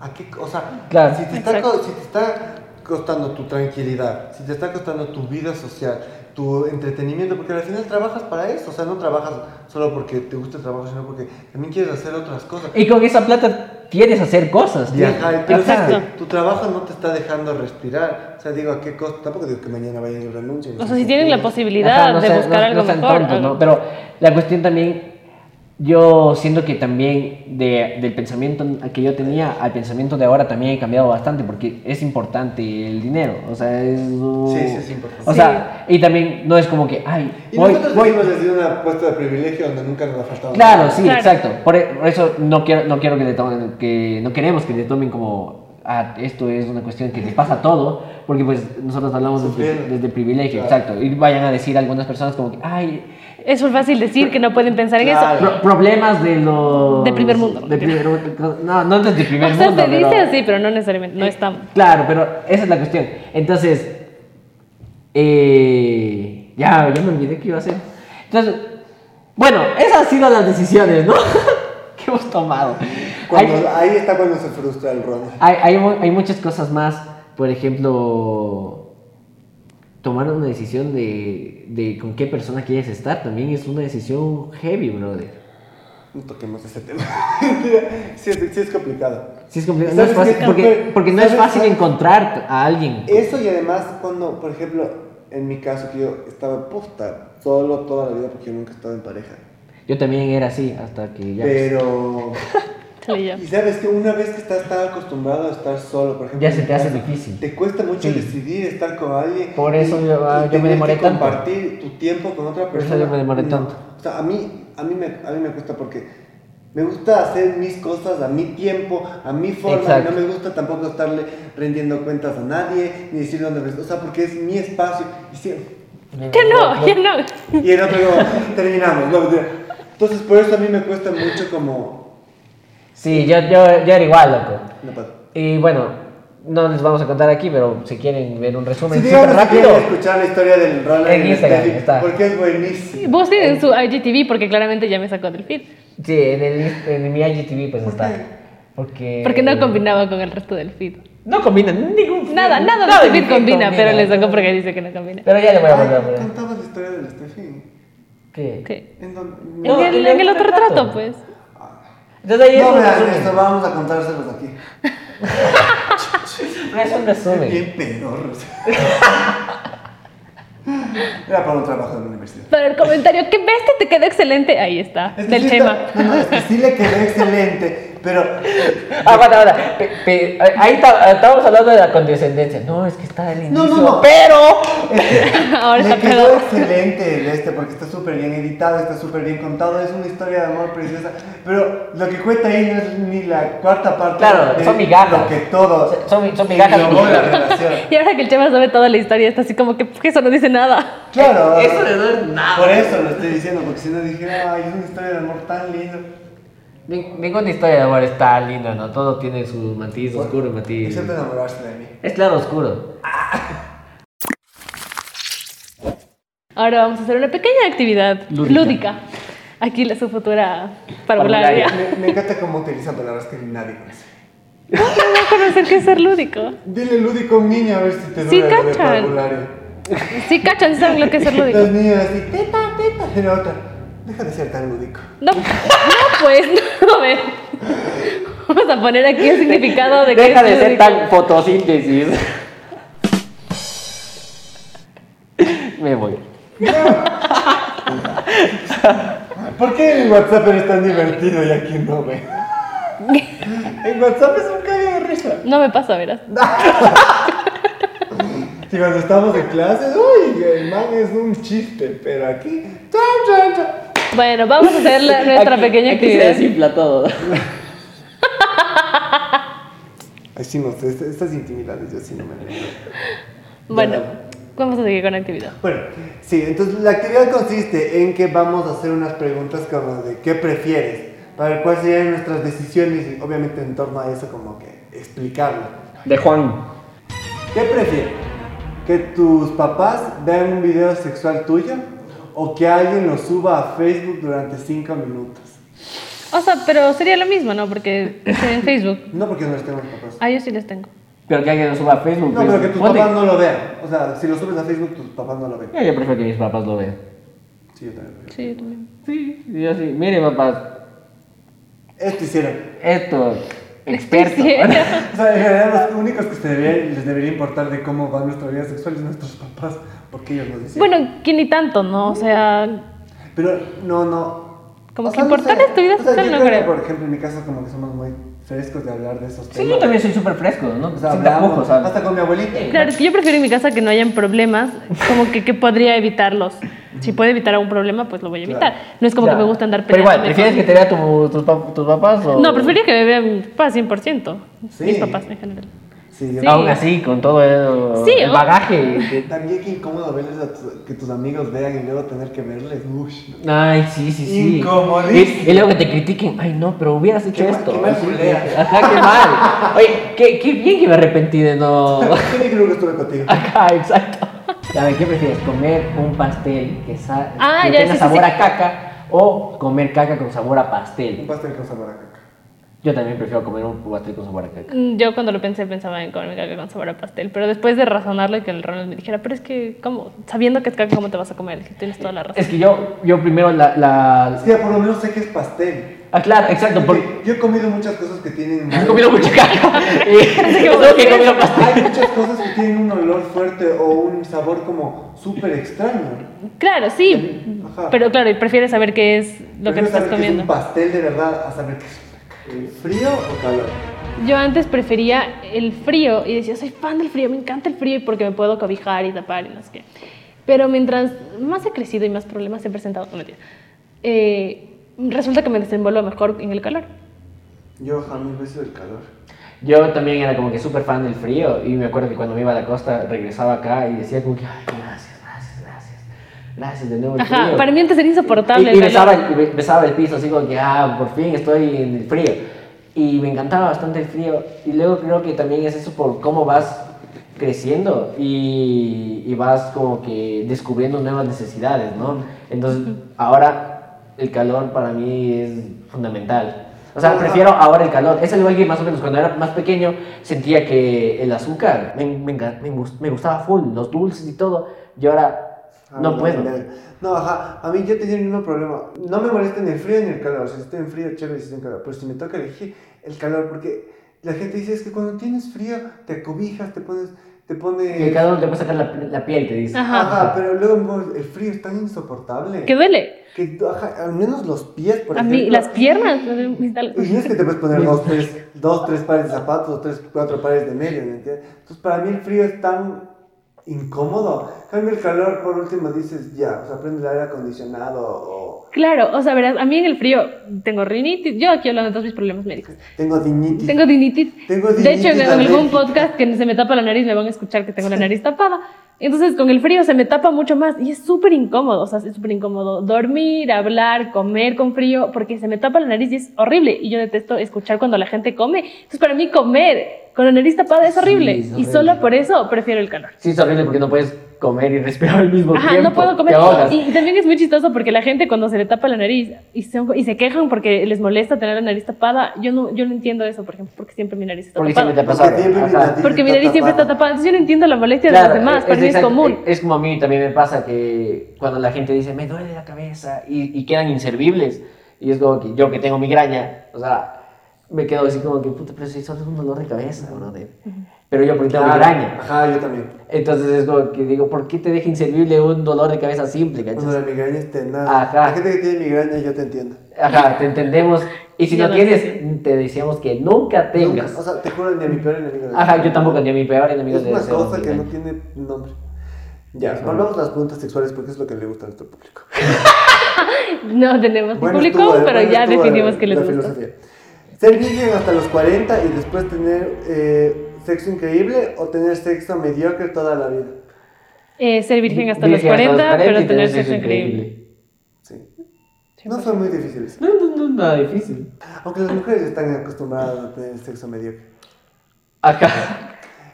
Speaker 2: ¿A qué, co- o sea,
Speaker 3: Claro.
Speaker 2: si, te está,
Speaker 1: Exacto.
Speaker 2: co- si te está costando tu tranquilidad, si te está costando tu vida social, tu entretenimiento, porque al final trabajas para eso, o sea, no trabajas solo porque te gusta el trabajo, sino porque también quieres hacer otras cosas.
Speaker 3: y con esa plata quieres hacer cosas. tío.
Speaker 2: Viajar, pero
Speaker 3: Ajá.
Speaker 2: sabes que tu trabajo no te está dejando respirar. O sea, digo, ¿a qué costo? Tampoco digo que mañana vayan y renuncien.
Speaker 1: O sea,
Speaker 2: sea,
Speaker 1: si
Speaker 2: sí,
Speaker 1: tienen la
Speaker 2: sí.
Speaker 1: posibilidad
Speaker 3: Ajá, no
Speaker 1: de
Speaker 3: sean-
Speaker 1: buscar
Speaker 3: no-
Speaker 1: algo
Speaker 3: no sean
Speaker 1: mejor.
Speaker 3: tontos,
Speaker 1: algo-
Speaker 3: ¿no? Pero la cuestión también, yo siento que también de- del pensamiento que yo tenía al pensamiento de ahora también he cambiado bastante porque es importante el dinero. O sea, es. uh,
Speaker 2: Sí, sí, es importante.
Speaker 3: O sea, y también no es como que, ay,
Speaker 2: Y
Speaker 3: voy-
Speaker 2: nosotros
Speaker 3: voy-
Speaker 2: decimos desde una puesta de privilegio donde nunca nos ha faltado.
Speaker 3: Claro, sí,
Speaker 1: Claro.
Speaker 3: exacto. Por e- por eso no quiero, no quiero que le tomen, que no queremos que le tomen como ah, esto es una cuestión que les pasa a todo, porque pues nosotros hablamos desde,
Speaker 2: Sufrieron.
Speaker 3: desde privilegio,
Speaker 2: Claro.
Speaker 3: exacto. Y vayan a decir algunas personas como que, ay,
Speaker 1: Es muy fácil decir que no pueden pensar en
Speaker 2: Claro.
Speaker 1: eso.
Speaker 3: Pro- problemas de los...
Speaker 1: De primer mundo.
Speaker 3: de primer mundo. No, no desde primer
Speaker 1: O sea,
Speaker 3: mundo.
Speaker 1: se dice
Speaker 3: pero-
Speaker 1: así, pero no necesariamente, no estamos.
Speaker 3: Claro, pero esa es la cuestión. Entonces, eh, ya, ya me olvidé qué iba a hacer. Entonces, bueno, esas han sido las decisiones, ¿no? que hemos tomado.
Speaker 2: Cuando-
Speaker 3: Hay-
Speaker 2: ahí está cuando se frustra el ron.
Speaker 3: hay, hay mu- hay muchas cosas más. Por ejemplo, tomar una decisión de, de con qué persona quieres estar también es una decisión heavy, brother.
Speaker 2: No toquemos ese tema. Mentira, sí, es, sí es complicado.
Speaker 3: Sí, es complicado. No es
Speaker 2: ¿Sabes
Speaker 3: fácil,
Speaker 2: qué?
Speaker 3: porque, porque no es
Speaker 2: ¿Sabes?
Speaker 3: fácil encontrar a alguien.
Speaker 2: Eso y además cuando, por ejemplo, en mi caso que yo estaba posta solo toda la vida porque yo nunca he estado en pareja.
Speaker 3: Yo también era así hasta que ya...
Speaker 2: Pero...
Speaker 1: Chale, ya.
Speaker 2: Y sabes que una vez que estás tan acostumbrado a estar solo, por ejemplo...
Speaker 3: Ya se te hace difícil.
Speaker 2: Te cuesta mucho
Speaker 3: Sí.
Speaker 2: decidir estar con alguien.
Speaker 3: Por eso yo- ah, yo me
Speaker 2: tener que
Speaker 3: demoré tanto.
Speaker 2: compartir tu tiempo con otra
Speaker 3: Por eso
Speaker 2: persona.
Speaker 3: yo me demoré tanto.
Speaker 2: O sea, a mí, a mí, me, a mí me cuesta porque me gusta hacer mis cosas a mi tiempo, a mi forma.
Speaker 3: Exacto.
Speaker 2: y No me gusta tampoco estarle rendiendo cuentas a nadie, ni decir dónde... O sea, porque es mi espacio. Y sí,
Speaker 1: Ya no, ya no.
Speaker 2: y el otro como, terminamos. no, mentira. Entonces, por eso a mí me cuesta mucho como...
Speaker 3: Sí, yo, yo, yo era igual, loco.
Speaker 2: No, pa-
Speaker 3: Y bueno, no les vamos a contar aquí, pero si quieren ver un resumen
Speaker 2: Si
Speaker 3: súper
Speaker 2: digamos que
Speaker 3: rápido...
Speaker 2: quieren escuchar la historia del Roland
Speaker 3: En
Speaker 2: y el
Speaker 3: Instagram
Speaker 2: Steffi,
Speaker 3: está.
Speaker 2: porque es buenísimo.
Speaker 1: Vos tienes su IGTV porque claramente ya me sacó del feed.
Speaker 3: Sí, en, el, en mi IGTV pues
Speaker 2: ¿Por
Speaker 3: está.
Speaker 2: qué?
Speaker 3: Porque...
Speaker 1: Porque no combinaba con el resto del feed.
Speaker 3: No combina ningún...
Speaker 1: Nada, nada
Speaker 3: nada
Speaker 1: del feed combina, pero le sacó porque dice que no combina.
Speaker 3: Pero ya le voy a volver a
Speaker 2: Ay,
Speaker 3: poner.
Speaker 2: Contabas la historia del Steffi.
Speaker 3: ¿Qué?
Speaker 1: ¿Qué?
Speaker 2: En donde...
Speaker 3: No,
Speaker 1: en el,
Speaker 3: en
Speaker 1: en el
Speaker 3: el
Speaker 1: otro
Speaker 3: retrato.
Speaker 1: retrato, pues.
Speaker 3: Entonces ahí es
Speaker 2: No
Speaker 3: un
Speaker 2: vean
Speaker 3: resumen.
Speaker 2: esto, vamos a contárselos aquí.
Speaker 3: No es un resumen.
Speaker 2: Bien pedorros. Era para un trabajo de la universidad.
Speaker 1: Pero el comentario, ¿qué ves que te quedó excelente? Ahí está,
Speaker 2: Es que
Speaker 1: del
Speaker 2: sí
Speaker 1: Chema.
Speaker 2: está- No, no, es que sí le quedó excelente, pero...
Speaker 3: Ah, bueno, ahora, pe- pe- ahí ta- estábamos hablando de la condescendencia. No, es que está el
Speaker 2: No,
Speaker 3: inicio.
Speaker 2: no, no.
Speaker 3: Pero.
Speaker 2: Es que
Speaker 1: Ahora
Speaker 2: me
Speaker 1: está
Speaker 2: quedó
Speaker 1: peor.
Speaker 2: excelente el este porque está súper bien editado, está súper bien contado, es una historia de amor preciosa. Pero lo que cuenta ahí no es ni la cuarta parte.
Speaker 3: Claro,
Speaker 2: de
Speaker 3: son migajas.
Speaker 2: Lo que todo.
Speaker 3: Son, son migajas.
Speaker 2: englobó la relación.
Speaker 1: Y ahora que el Chema sabe toda la historia, está así como que "Puf, eso no dice nada.
Speaker 2: Claro.
Speaker 3: Eso de no es nada.
Speaker 2: Por eso lo estoy diciendo, porque si no dijera, ay, es una historia de amor tan linda.
Speaker 3: Nin- Ninguna historia de amor está linda, ¿no? Todo tiene su matiz oscuro, matiz.
Speaker 2: Excepto enamorarse de mí.
Speaker 3: Es claro oscuro.
Speaker 1: Ahora vamos a hacer una pequeña actividad
Speaker 3: Lúdica.
Speaker 1: lúdica. Aquí la, su futura parvularia.
Speaker 3: Parvularia.
Speaker 2: Me, me encanta cómo utilizan palabras que nadie conoce.
Speaker 1: No, no va a conocer qué es ser lúdico.
Speaker 2: Dile lúdico a un niño a ver si te
Speaker 1: Sí,
Speaker 2: dura lo de
Speaker 1: cachan.
Speaker 2: vocabulario.
Speaker 1: Sí, cachan, sí saben lo que es ser
Speaker 2: Los
Speaker 1: lúdico.
Speaker 2: niños así, teta, teta, y la otra. Deja de ser tan lúdico.
Speaker 1: No, no pues, no, a ver. Vamos a poner aquí el significado de que
Speaker 3: Deja
Speaker 1: es
Speaker 3: de ser
Speaker 1: lúdico.
Speaker 3: tan fotosíntesis. Me voy.
Speaker 2: ¿Por qué en WhatsApp eres tan divertido y aquí no ve? En WhatsApp es un cague de risa.
Speaker 1: No me pasa, verás.
Speaker 2: Si cuando estamos en clases, uy, el man es un chiste, pero aquí. Chan, chan, chan.
Speaker 1: Bueno, vamos a hacer la- nuestra
Speaker 3: Aquí-
Speaker 1: pequeña
Speaker 3: aquí se
Speaker 1: actividad.
Speaker 3: desinfla todo.
Speaker 2: Ay, sí, no sé, est- estas intimidades yo sí no me meto.
Speaker 1: Bueno,
Speaker 2: Ya.
Speaker 1: vamos a seguir con la actividad.
Speaker 2: Bueno, sí, entonces la actividad consiste en que vamos a hacer unas preguntas como de qué prefieres, para ver cuáles serían nuestras decisiones y obviamente en torno a eso como que explicarlo.
Speaker 3: De Juan.
Speaker 2: ¿Qué prefieres? ¿Que tus papás vean un video sexual tuyo o que alguien lo suba a Facebook durante 5 minutos?
Speaker 1: O sea, pero sería lo mismo, ¿no? Porque estoy en Facebook.
Speaker 2: No porque no los tengo mis papás.
Speaker 1: Ah, yo sí les tengo.
Speaker 3: Pero que alguien lo suba a Facebook. pues,
Speaker 2: No, pero que tus
Speaker 3: Ponte-
Speaker 2: papás no lo vean. O sea, si lo subes a Facebook, tus papás no lo ven.
Speaker 3: Eh, Yo prefiero que mis papás lo vean.
Speaker 2: Sí, yo también. lo veo.
Speaker 1: Sí, yo también.
Speaker 3: Sí, yo sí. Mire, papás,
Speaker 2: Esto hicieron.
Speaker 3: esto, experto.
Speaker 1: Quisiera.
Speaker 2: O sea, en realidad los únicos que se deberían- les debería importar de cómo va nuestra vida sexual es nuestros papás, porque ellos nos dicen.
Speaker 1: Bueno, que ni tanto, ¿no? O sea,
Speaker 2: Pero no, no.
Speaker 1: Como
Speaker 2: O
Speaker 1: que
Speaker 2: sea, no
Speaker 1: importarles
Speaker 2: sé.
Speaker 1: tu vida
Speaker 2: O sea, yo
Speaker 1: sexual, no
Speaker 2: que,
Speaker 1: creo.
Speaker 2: Por ejemplo, en mi caso como que somos muy frescos de hablar de esos temas.
Speaker 3: Sí, yo también soy súper fresco, ¿no?
Speaker 2: O sea,
Speaker 3: Sin
Speaker 2: hablamos,
Speaker 3: tapujos, ¿sabes?
Speaker 2: hasta con mi abuelita.
Speaker 1: claro, es que yo prefiero en mi casa que no hayan problemas, como que, que podría evitarlos. Si puedo evitar algún problema, pues lo voy a evitar.
Speaker 2: Claro.
Speaker 1: No es como
Speaker 3: Ya.
Speaker 1: que me gusta andar
Speaker 3: Pero
Speaker 1: peleando.
Speaker 3: igual, ¿prefieres que te vea tu- tus, pap- tus papás o...?
Speaker 1: No, preferiría que me vean mis papás 100%.
Speaker 2: Sí.
Speaker 1: Mis papás en general.
Speaker 2: Sí, yo
Speaker 1: Sí.
Speaker 3: Aún así, con todo el,
Speaker 1: Sí,
Speaker 3: el
Speaker 1: o-
Speaker 3: bagaje. que-
Speaker 2: También qué incómodo verles a tus- que tus amigos vean y luego tener que verles. Uy, no.
Speaker 3: Ay, sí, sí, sí.
Speaker 2: Incomodísimo.
Speaker 3: Y, y luego que te critiquen, ay, no, pero hubieras hecho
Speaker 2: Qué mal-
Speaker 3: esto.
Speaker 2: qué mal culea.
Speaker 3: Ajá, qué mal. Oye, qué, qué bien que me arrepentí de no...
Speaker 2: Qué bien que nunca estuve contigo.
Speaker 3: Ajá, exacto. A ver, ¿qué prefieres? ¿Comer un pastel que, sa-
Speaker 1: Ah,
Speaker 3: que
Speaker 1: ya,
Speaker 3: tenga
Speaker 1: sí, sí,
Speaker 3: sabor
Speaker 1: sí.
Speaker 3: a caca o comer caca con sabor a pastel?
Speaker 2: Un pastel con sabor a caca.
Speaker 3: Yo también prefiero comer un pastel con sabor a caca.
Speaker 1: Mm, Yo cuando lo pensé pensaba en comerme caca con sabor a pastel, pero después de razonarle que el Ronald me dijera, pero es que, ¿cómo? Sabiendo que es caca, ¿cómo te vas a comer? Dije, tienes toda la razón.
Speaker 3: Es que yo, yo primero la, la...
Speaker 2: Es que ya por lo menos sé que es pastel.
Speaker 3: Ah, claro, exacto,
Speaker 2: Porque
Speaker 3: porque
Speaker 2: yo he comido muchas cosas que tienen.
Speaker 3: he comido mucha caca. Y
Speaker 1: que
Speaker 3: creo que he comido pastel.
Speaker 2: Hay muchas cosas que tienen un olor fuerte o un sabor como súper extraño.
Speaker 1: Claro, sí,
Speaker 2: Ajá.
Speaker 1: pero claro, y prefieres saber qué es lo que te
Speaker 2: Prefiero
Speaker 1: estás
Speaker 2: saber que
Speaker 1: comiendo.
Speaker 2: Es un pastel de verdad a saber que es frío o calor.
Speaker 1: Yo antes prefería el frío y decía, soy fan del frío, me encanta el frío y porque me puedo cobijar y tapar y no sé qué. Pero mientras más he crecido y más problemas he presentado, no mentira, eh, resulta que me desenvuelvo mejor en el calor.
Speaker 2: Yo jamás beso el calor.
Speaker 3: Yo también era como que súper fan del frío y me acuerdo que cuando me iba a la costa regresaba acá y decía como que, ay, gracias, gracias, gracias, gracias de nuevo el
Speaker 1: Ajá,
Speaker 3: frío".
Speaker 1: para mí antes era insoportable
Speaker 3: Y, y
Speaker 1: el calor.
Speaker 3: besaba, el, be- besaba el piso así como que, ah, por fin estoy en el frío. Y me encantaba bastante el frío. Y luego creo que también es eso por cómo vas creciendo y, y vas como que descubriendo nuevas necesidades, ¿no? Entonces, ahora el calor para mí es fundamental. O sea,
Speaker 2: Ajá.
Speaker 3: prefiero ahora el calor. Es algo que más o menos cuando era más pequeño sentía que el azúcar me, me enga- me gus- me gustaba full, los dulces y todo. Y ahora
Speaker 2: Ah,
Speaker 3: no puedo.
Speaker 2: verga. No, ajá. A mí yo tenía el mismo problema. No me molesta ni el frío ni el calor. O sea, si estoy en frío, chévere, si estoy en calor. Pero si me toca elegir el calor, porque la gente dice es que cuando tienes frío te acobijas, te pones, te
Speaker 3: Y el
Speaker 2: pone.
Speaker 3: calor te puede sacar la, la piel, te dice.
Speaker 1: Ajá.
Speaker 2: Ajá, pero luego pues, el frío es tan insoportable.
Speaker 1: Que duele.
Speaker 2: Que tú, ajá, al menos los pies, por
Speaker 1: A
Speaker 2: ejemplo.
Speaker 1: mí, las piernas. me duelen mis
Speaker 2: Y
Speaker 1: tal-
Speaker 2: no es que te puedes poner dos tres, dos, tres pares de zapatos, o tres, cuatro pares de medias, ¿me entiendes? Entonces, para mí el frío es tan incómodo. En Cambio el calor, por último, dices, ya, o sea, prende el aire acondicionado o
Speaker 1: Claro, o sea, verás, a mí en el frío tengo rinitis. Yo aquí hablando de todos mis problemas médicos.
Speaker 2: tengo dignitis.
Speaker 1: Tengo dinitis.
Speaker 2: Tengo
Speaker 1: de hecho, en,
Speaker 2: dinitis
Speaker 1: en algún
Speaker 2: alérgica.
Speaker 1: podcast que se me tapa la nariz me van a escuchar que tengo la nariz tapada. Entonces, con el frío se me tapa mucho más y es súper incómodo. O sea, es súper incómodo dormir, hablar, comer con frío, porque se me tapa la nariz y es horrible. Y yo detesto escuchar cuando la gente come. Entonces, para mí, comer con la nariz tapada es
Speaker 3: Sí,
Speaker 1: horrible.
Speaker 3: es
Speaker 1: Y
Speaker 3: horrible.
Speaker 1: solo por eso prefiero el calor.
Speaker 3: Sí, es horrible porque no puedes comer y respirar al mismo
Speaker 1: Ajá,
Speaker 3: tiempo.
Speaker 1: no puedo comer.
Speaker 3: Te ahogas.
Speaker 1: Y, y también es muy chistoso porque la gente cuando se le tapa la nariz y se, y se quejan porque les molesta tener la nariz tapada, yo no, yo no entiendo eso, por ejemplo, porque siempre mi nariz está
Speaker 3: Porque
Speaker 1: tapada.
Speaker 3: siempre te ha
Speaker 2: Porque
Speaker 3: pasado.
Speaker 2: siempre
Speaker 3: Ajá.
Speaker 2: la-
Speaker 1: Porque mi
Speaker 2: Está
Speaker 1: nariz siempre está
Speaker 2: tapada.
Speaker 1: tapada. Entonces yo no entiendo la molestia de
Speaker 3: Claro,
Speaker 1: los demás, para mí es
Speaker 3: exacto-
Speaker 1: común.
Speaker 3: Es como a mí también me pasa que cuando la gente dice, me duele la cabeza y, y quedan inservibles. Y es como que yo que tengo migraña, o sea, me quedo así como que, puta, pero si solo es un dolor de cabeza, brother. Pero yo porque tengo
Speaker 2: Claro.
Speaker 3: migraña.
Speaker 2: Ajá, yo también.
Speaker 3: Entonces es como que digo, ¿por qué te deja inservible un dolor de cabeza simple, cachas?
Speaker 2: Cuando la migraña es nada.
Speaker 3: Ajá.
Speaker 2: La gente que tiene migraña, yo te entiendo.
Speaker 3: Ajá, te entendemos. Y si
Speaker 1: Ya
Speaker 3: no
Speaker 1: lo
Speaker 3: tienes, te decíamos que nunca tengas.
Speaker 2: Nunca- o sea, te juro, ni a mi peor enemigo.
Speaker 3: Ajá, yo tampoco ni a mi peor enemigo
Speaker 2: Es
Speaker 3: le
Speaker 2: una
Speaker 3: deseo
Speaker 2: cosa que
Speaker 3: migraña.
Speaker 2: no tiene nombre. Ya, volvamos a las preguntas sexuales porque es lo que le gusta a nuestro público.
Speaker 1: No tenemos
Speaker 2: Eh, Bueno,
Speaker 1: público,
Speaker 2: estuvo, eh,
Speaker 1: pero
Speaker 2: bueno,
Speaker 1: ya
Speaker 2: estuvo,
Speaker 1: decidimos
Speaker 2: eh,
Speaker 1: que les
Speaker 2: la
Speaker 1: gusta.
Speaker 2: filosofía. ¿Ser virgen hasta los 40 y después tener eh, sexo increíble o tener sexo mediocre toda la vida?
Speaker 1: Eh, ser virgen hasta
Speaker 3: Virgen
Speaker 1: los 40,
Speaker 3: y
Speaker 1: pero tener sexo increíble.
Speaker 2: Sí. No son muy difíciles.
Speaker 3: No, no, no, nada difícil.
Speaker 2: Aunque las mujeres están acostumbradas a tener sexo mediocre.
Speaker 3: Acá.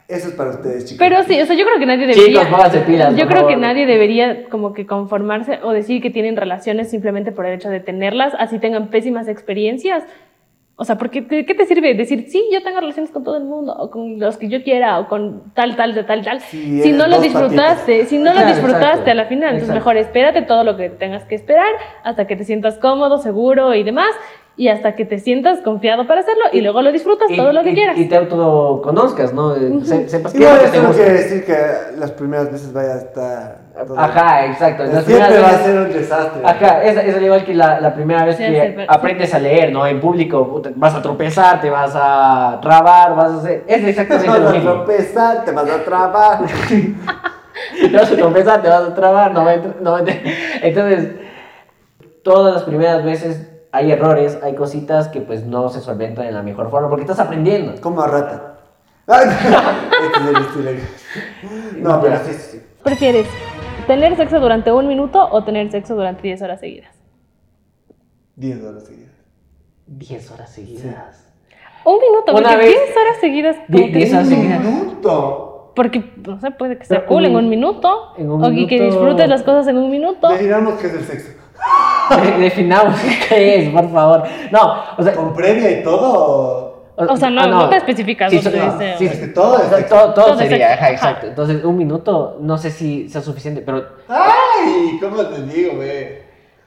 Speaker 2: Eso es para ustedes, chicos.
Speaker 1: Pero sí, o sea, yo creo que nadie
Speaker 3: Chicos,
Speaker 1: debería.
Speaker 3: pónganse pilas,
Speaker 1: yo
Speaker 3: por
Speaker 1: creo que
Speaker 3: favor.
Speaker 1: nadie debería como que conformarse o decir que tienen relaciones simplemente por el hecho de tenerlas, así tengan pésimas experiencias. O sea, porque ¿de ¿qué te sirve decir, sí, yo tengo relaciones con todo el mundo, o con los que yo quiera, o con tal, tal, de tal, tal?
Speaker 2: Sí,
Speaker 1: si
Speaker 2: eres
Speaker 1: no lo
Speaker 2: dos
Speaker 1: disfrutaste, si no lo
Speaker 3: Claro,
Speaker 1: disfrutaste
Speaker 3: exacto,
Speaker 1: a la final, entonces
Speaker 3: exacto.
Speaker 1: mejor espérate todo lo que tengas que esperar hasta que te sientas cómodo, seguro y demás, y hasta que te sientas confiado para hacerlo, y,
Speaker 3: Y-
Speaker 1: luego lo disfrutas
Speaker 3: Y-
Speaker 1: todo lo que
Speaker 3: y-
Speaker 1: quieras.
Speaker 3: Y te autoconozcas, ¿no? Eh, se- sepas qué es
Speaker 2: Igual
Speaker 3: lo que
Speaker 2: eso
Speaker 3: te
Speaker 2: no
Speaker 3: gusta.
Speaker 2: quiere decir que las primeras veces vaya a estar... todo
Speaker 3: Ajá, exacto.
Speaker 2: bien.
Speaker 3: Las
Speaker 2: Siempre va
Speaker 3: primeras
Speaker 2: a
Speaker 3: veces-
Speaker 2: ser un desastre.
Speaker 3: Ajá, es, es al igual que la, la primera vez
Speaker 1: Sí,
Speaker 3: que
Speaker 1: sí, pero-
Speaker 3: aprendes a leer, ¿no? En público, puta, vas a tropezar, te vas a trabar, vas a hacer... Es
Speaker 2: Te
Speaker 3: exactamente
Speaker 2: vas
Speaker 3: lo
Speaker 2: a
Speaker 3: mismo.
Speaker 2: tropezar, te vas a trabar.
Speaker 3: te vas a tropezar, te vas a trabar, no va a entr- no va a entr- Entonces, todas las primeras veces hay errores, hay cositas que pues no se solventan de la mejor forma porque estás aprendiendo.
Speaker 2: Como a rata. Ay, este es el estilo. No, pero sí, sí, sí.
Speaker 1: ¿Prefieres tener sexo durante un minuto o tener sexo durante 10 horas seguidas?
Speaker 2: 10 horas seguidas.
Speaker 3: 10 horas seguidas.
Speaker 1: Un minuto,
Speaker 3: Una
Speaker 1: porque
Speaker 3: vez-
Speaker 1: 10 horas seguidas. como
Speaker 3: Die-
Speaker 1: que-
Speaker 3: 10 horas seguidas.
Speaker 2: Minuto.
Speaker 1: Porque, no sé, puede que sea
Speaker 3: Pero
Speaker 1: cool en
Speaker 3: un-
Speaker 1: un minuto.
Speaker 3: en un
Speaker 1: o que- que
Speaker 3: minuto-
Speaker 1: disfrutes las cosas en un minuto.
Speaker 2: Definamos qué es el sexo.
Speaker 3: de- definamos qué es, por favor. No, o sea,
Speaker 2: ¿Con previa y todo?
Speaker 1: O sea, no-
Speaker 3: ah,
Speaker 1: no te especificas
Speaker 3: Sí,
Speaker 1: dónde
Speaker 3: so-
Speaker 1: es, eh,
Speaker 3: sí,
Speaker 2: o-
Speaker 3: sí,
Speaker 2: Es que todo es
Speaker 3: o sea,
Speaker 2: sexo.
Speaker 3: todo, todo
Speaker 1: Todo es
Speaker 3: sería,
Speaker 1: sexo,
Speaker 3: ajá,
Speaker 1: ajá.
Speaker 3: exacto. Entonces, un minuto, no sé si sea suficiente, pero
Speaker 2: ¡Ay! ¿Cómo te digo, güey?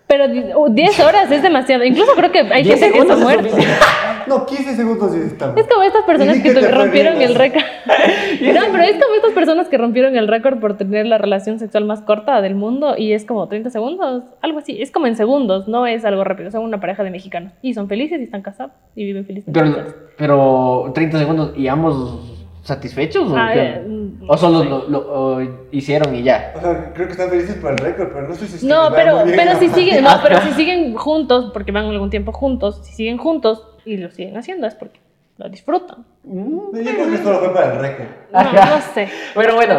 Speaker 1: Pero di- uh, 10 horas es demasiado. Incluso creo que hay gente que
Speaker 3: 10
Speaker 1: se ha
Speaker 3: segundos es
Speaker 1: muerto.
Speaker 3: suficiente.
Speaker 2: No, 15 segundos y estamos.
Speaker 1: Es como estas personas
Speaker 2: Y
Speaker 1: que
Speaker 2: que te
Speaker 1: rompieron el
Speaker 2: revientas.
Speaker 1: récord. No, pero es como estas personas que rompieron el récord por tener la relación sexual más corta del mundo y es como 30 segundos, algo así. Es como en segundos, no es algo rápido. Son una pareja de mexicanos y son felices y están casados y viven felices.
Speaker 3: Pero, pero 30 segundos y ambos satisfechos o,
Speaker 1: Ah,
Speaker 3: qué?
Speaker 1: eh, mm,
Speaker 3: ¿O solo
Speaker 1: sí.
Speaker 3: lo, lo- o hicieron y ya.
Speaker 2: O sea, creo que están felices por el récord, pero no sé si es que
Speaker 1: No,
Speaker 2: les va
Speaker 1: pero,
Speaker 2: muy bien
Speaker 1: pero
Speaker 2: la
Speaker 1: si
Speaker 2: madre.
Speaker 1: siguen, no, pero si siguen juntos, porque van algún tiempo juntos, si siguen juntos y lo siguen haciendo es porque lo disfrutan.
Speaker 2: No, Yo creo que solo fue para el récord.
Speaker 1: No,
Speaker 3: Ajá.
Speaker 1: no sé.
Speaker 3: Pero bueno,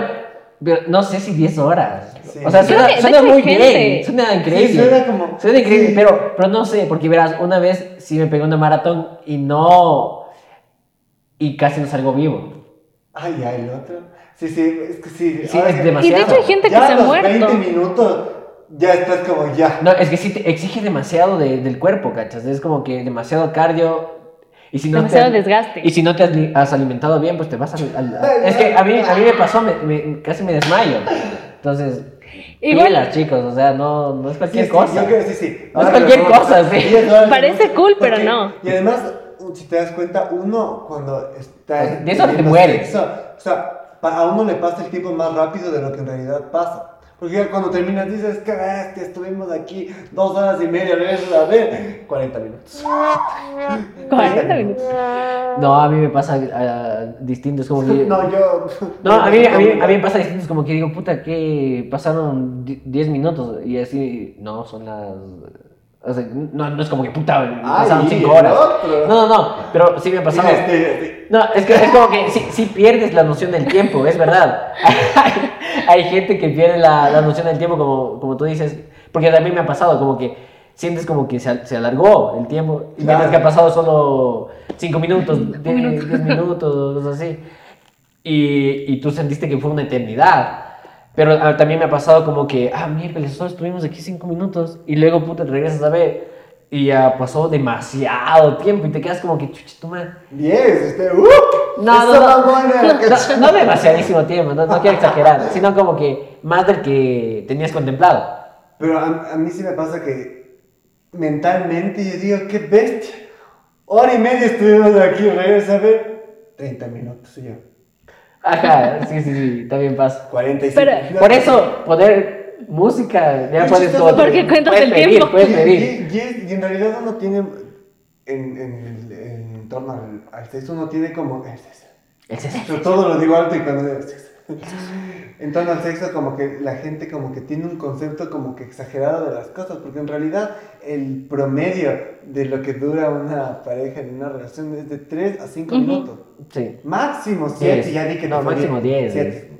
Speaker 3: pero no sé si 10 horas.
Speaker 2: Sí.
Speaker 3: O sea,
Speaker 1: Creo
Speaker 3: suena,
Speaker 1: que, de
Speaker 3: suena
Speaker 1: hecho, hay
Speaker 3: muy
Speaker 1: gente-
Speaker 3: bien. Suena increíble.
Speaker 2: Sí, suena como-
Speaker 3: Suena increíble,
Speaker 2: sí.
Speaker 3: pero, pero no sé, porque verás, una vez sí me pegué una maratón y no. Y casi no salgo vivo.
Speaker 2: Ay, ay, el otro. Sí, sí, es que sí.
Speaker 3: Sí,
Speaker 2: ahora
Speaker 3: es
Speaker 2: que-
Speaker 1: Y de
Speaker 3: demasiado.
Speaker 1: hecho hay gente que
Speaker 2: ya
Speaker 1: se
Speaker 2: a
Speaker 1: ha
Speaker 2: los
Speaker 1: muerto.
Speaker 2: 20 minutos ya estás como ya.
Speaker 3: No, es que sí te exige demasiado de- del cuerpo, ¿cachas? Es como que demasiado cardio. Y si no te-
Speaker 1: Demasiado desgaste.
Speaker 3: Y si no te has, li- has alimentado bien, pues te vas al... al- a- es que a mí, a mí me pasó, me- me- casi me desmayo. Entonces,
Speaker 1: Igual-
Speaker 3: pilas, chicos, o sea, no, no es
Speaker 2: Sí,
Speaker 3: cualquier
Speaker 2: sí,
Speaker 3: cosa.
Speaker 2: yo creo- sí, sí.
Speaker 3: No es
Speaker 2: Ah,
Speaker 3: cualquier
Speaker 2: pero no,
Speaker 3: cosa, sí.
Speaker 2: y es verdad,
Speaker 1: Parece
Speaker 2: no,
Speaker 1: cool, pero
Speaker 2: porque-
Speaker 1: no.
Speaker 2: Y además, uh, si te das cuenta, uno cuando está...
Speaker 3: Pues, de eso te
Speaker 2: teniendo
Speaker 3: mueres.
Speaker 2: sexo, o sea, pa- a uno le pasa el tiempo más rápido de lo que en realidad pasa. Porque ya cuando terminas dices, qué bestia, estuvimos aquí dos horas y media, a ver, a ver, 40 minutos.
Speaker 1: 40 minutos.
Speaker 3: No, a mí me pasa ah, distinto, es como que...
Speaker 2: No, yo...
Speaker 3: No, a mí, a, mí, a mí me pasa distinto, es como que digo, puta, que pasaron di- 10 minutos y así, no, son las... O sea, no, no es como que puta, pasaron 5 horas.
Speaker 2: otro.
Speaker 3: No, no, no, pero sí me pasaba.
Speaker 2: Este, este.
Speaker 3: No, es que es como que sí, sí pierdes la noción del tiempo, es verdad. hay, hay gente que pierde la, la noción del tiempo, como, como tú dices, porque también me ha pasado, como que sientes como que se, al- se alargó el tiempo, y mientras
Speaker 2: Claro.
Speaker 3: que ha pasado solo 5 minutos, 10 minutos, cosas así. Y, y tú sentiste que fue una eternidad. Pero ah, también me ha pasado como que, ah, miércoles, solo estuvimos aquí 5 minutos, y luego, puta, te regresas a ver, y ya pasó demasiado tiempo, y te quedas como que, chucha, tu madre.
Speaker 2: 10, este, ¡uh!
Speaker 3: No, no,
Speaker 2: Esa
Speaker 3: no.
Speaker 2: mamona,
Speaker 3: No,
Speaker 2: que-
Speaker 3: no, no demasiadísimo tiempo, no, no quiero exagerar, sino como que más del que tenías contemplado.
Speaker 2: Pero a, a mí sí me pasa que mentalmente yo digo, qué bestia. Hora y media estuvimos aquí, regresa a ver. 30 minutos, y yo.
Speaker 3: Ajá, sí, sí, sí, también pasa.
Speaker 2: 45.
Speaker 1: Pero-
Speaker 2: No,
Speaker 3: Por eso, poner música, ya
Speaker 2: Qué
Speaker 3: puedes
Speaker 2: chistoso,
Speaker 3: como-
Speaker 1: porque cuentas
Speaker 3: puedes
Speaker 1: el
Speaker 3: pedir,
Speaker 1: tiempo.
Speaker 2: Y,
Speaker 3: Puedes pedir.
Speaker 2: y- y es- y en realidad uno tiene, en, en, el- en torno al, al sexo, uno tiene como... es- es-
Speaker 3: Es eso.
Speaker 2: Yo todo lo digo alto y cuando digo sexo. En torno al sexo, como que la gente como que tiene un concepto como que exagerado de las cosas, porque en realidad el promedio de lo que dura una pareja en una relación es de 3 a 5
Speaker 1: Ujú.
Speaker 2: minutos.
Speaker 3: Sí.
Speaker 2: Máximo 7,
Speaker 3: Diez.
Speaker 2: ya vi que
Speaker 3: No,
Speaker 2: te fue
Speaker 3: máximo
Speaker 2: bien.
Speaker 3: diez,
Speaker 2: Siete.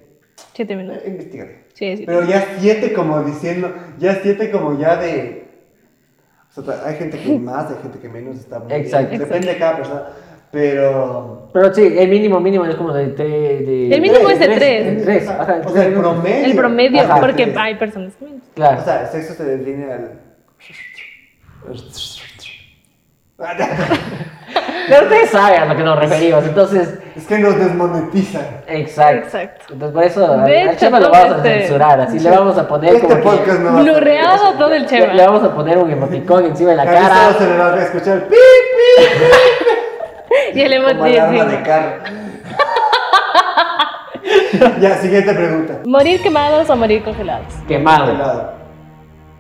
Speaker 1: 7 minutos.
Speaker 2: Investigaré.
Speaker 1: Sí, sí.
Speaker 2: Pero ya 7 como diciendo, ya 7 como ya de... O sea, hay gente que más, hay gente que menos está muy bien.
Speaker 3: Exacto.
Speaker 2: Depende de cada persona, pero...
Speaker 3: Pero sí, el mínimo mínimo es como de tres. de-
Speaker 1: El mínimo
Speaker 3: de
Speaker 1: es de
Speaker 3: tres,
Speaker 1: tres.
Speaker 3: de tres, ajá,
Speaker 2: o sea, el
Speaker 3: tres.
Speaker 2: promedio.
Speaker 1: El promedio,
Speaker 3: Ajá,
Speaker 1: porque
Speaker 2: tres.
Speaker 1: hay personas que menos.
Speaker 3: Claro.
Speaker 2: O sea, el sexo se define al.
Speaker 3: Pero ustedes saben a lo que nos referimos, entonces.
Speaker 2: Es que nos desmonetizan.
Speaker 3: Exacto.
Speaker 1: Exacto.
Speaker 3: Entonces por eso al-
Speaker 1: De
Speaker 3: al
Speaker 1: hecho,
Speaker 3: Chema lo
Speaker 1: todo
Speaker 3: vamos a
Speaker 1: este-
Speaker 3: censurar, así le vamos a poner
Speaker 2: Este
Speaker 3: como que-
Speaker 2: podcast no va a salir.
Speaker 1: Blureado todo el
Speaker 3: Le, le
Speaker 1: chema.
Speaker 3: vamos a poner un emoticón encima de la
Speaker 2: A mí solo
Speaker 3: cara.
Speaker 2: se le va a escuchar pi, pi,
Speaker 1: Y el
Speaker 2: como alarma de
Speaker 1: emoji.
Speaker 2: carro. ya, siguiente pregunta.
Speaker 1: Morir quemados o morir congelados.
Speaker 3: Quemado.
Speaker 2: Helado.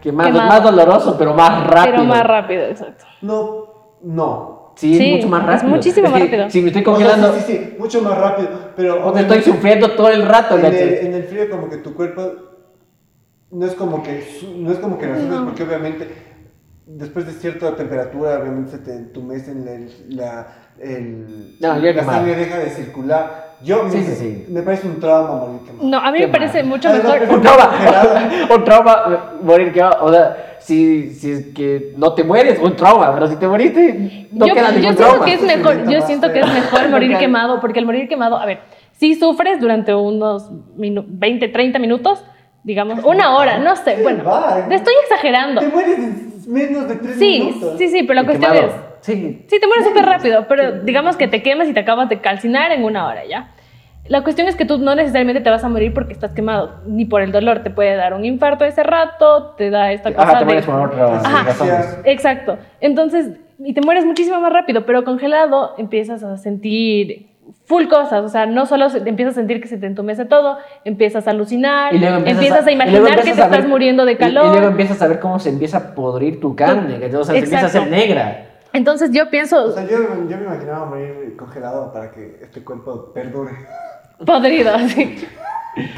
Speaker 3: Quemado.
Speaker 1: Quemado.
Speaker 3: Más doloroso, pero más rápido.
Speaker 1: Pero más rápido, exacto.
Speaker 2: No, no.
Speaker 3: Sí, es
Speaker 1: Sí,
Speaker 3: mucho más
Speaker 1: es
Speaker 3: rápido.
Speaker 1: muchísimo
Speaker 3: que
Speaker 1: más rápido.
Speaker 3: Si me estoy congelando,
Speaker 2: O sea, sí, sí, sí, mucho más rápido. Pero
Speaker 3: o te estoy sufriendo todo el rato,
Speaker 2: en el,
Speaker 3: ¿cachai?
Speaker 2: en el frío como que tu cuerpo no es como que su- no es como que lo sufres, porque obviamente después de cierta temperatura obviamente se te entumecen la, la, el-
Speaker 3: No, yo
Speaker 2: la
Speaker 3: quemado.
Speaker 2: sangre deja de circular yo
Speaker 3: Sí,
Speaker 2: me,
Speaker 3: sí, sí.
Speaker 2: me parece un trauma morir quemado.
Speaker 1: No, a mí
Speaker 3: Qué
Speaker 1: me parece
Speaker 3: mal.
Speaker 1: mucho
Speaker 2: Además,
Speaker 1: mejor.
Speaker 3: Un trauma. un trauma. Morir quemado. O sea, si, si es que no te mueres, un trauma. Pero si te moriste, no
Speaker 1: yo,
Speaker 3: queda
Speaker 1: yo
Speaker 3: ningún
Speaker 1: siento
Speaker 3: trauma.
Speaker 1: que es mejor,
Speaker 2: Sufrimiento
Speaker 1: yo
Speaker 2: más
Speaker 1: siento que es
Speaker 2: feo.
Speaker 1: mejor morir
Speaker 2: Ok.
Speaker 1: quemado, porque el morir quemado, a ver, si sufres durante unos minu- 20, 30 minutos, digamos, una hora, no sé,
Speaker 2: Sí,
Speaker 1: bueno,
Speaker 2: va, eh.
Speaker 1: te estoy exagerando.
Speaker 2: te mueres en menos de tres
Speaker 1: Sí,
Speaker 2: minutos.
Speaker 1: sí, sí, pero la
Speaker 3: Y
Speaker 1: cuestión
Speaker 3: quemado.
Speaker 1: es...
Speaker 3: Sí.
Speaker 1: Sí, te mueres súper rápido, pero digamos que te quemas y te acabas de calcinar en una hora, ¿ya? La cuestión es que tú no necesariamente te vas a morir porque estás quemado, ni por el dolor. Te puede dar un infarto ese rato, te da esta cosa
Speaker 3: Ajá, te
Speaker 1: de-
Speaker 3: mueres por otra
Speaker 1: Ajá.
Speaker 3: razón.
Speaker 1: Exacto. Entonces, y te mueres muchísimo más rápido, pero congelado empiezas a sentir full cosas, o sea, no solo se- empiezas a sentir que se te entumece todo, empiezas a alucinar,
Speaker 3: Y luego empiezas,
Speaker 1: a,
Speaker 3: y luego
Speaker 1: imaginar que
Speaker 3: empiezas
Speaker 1: te
Speaker 3: a ver-
Speaker 1: estás muriendo
Speaker 3: y-
Speaker 1: de calor.
Speaker 3: Y, luego empiezas a ver cómo se empieza a podrir tu carne, que o sea, se empieza a
Speaker 1: Exacto.
Speaker 3: hacer negra.
Speaker 1: Entonces yo
Speaker 2: O
Speaker 1: pienso,
Speaker 2: sea, yo, yo me imaginaba morir congelado para que este cuerpo perdure.
Speaker 1: podrido, así.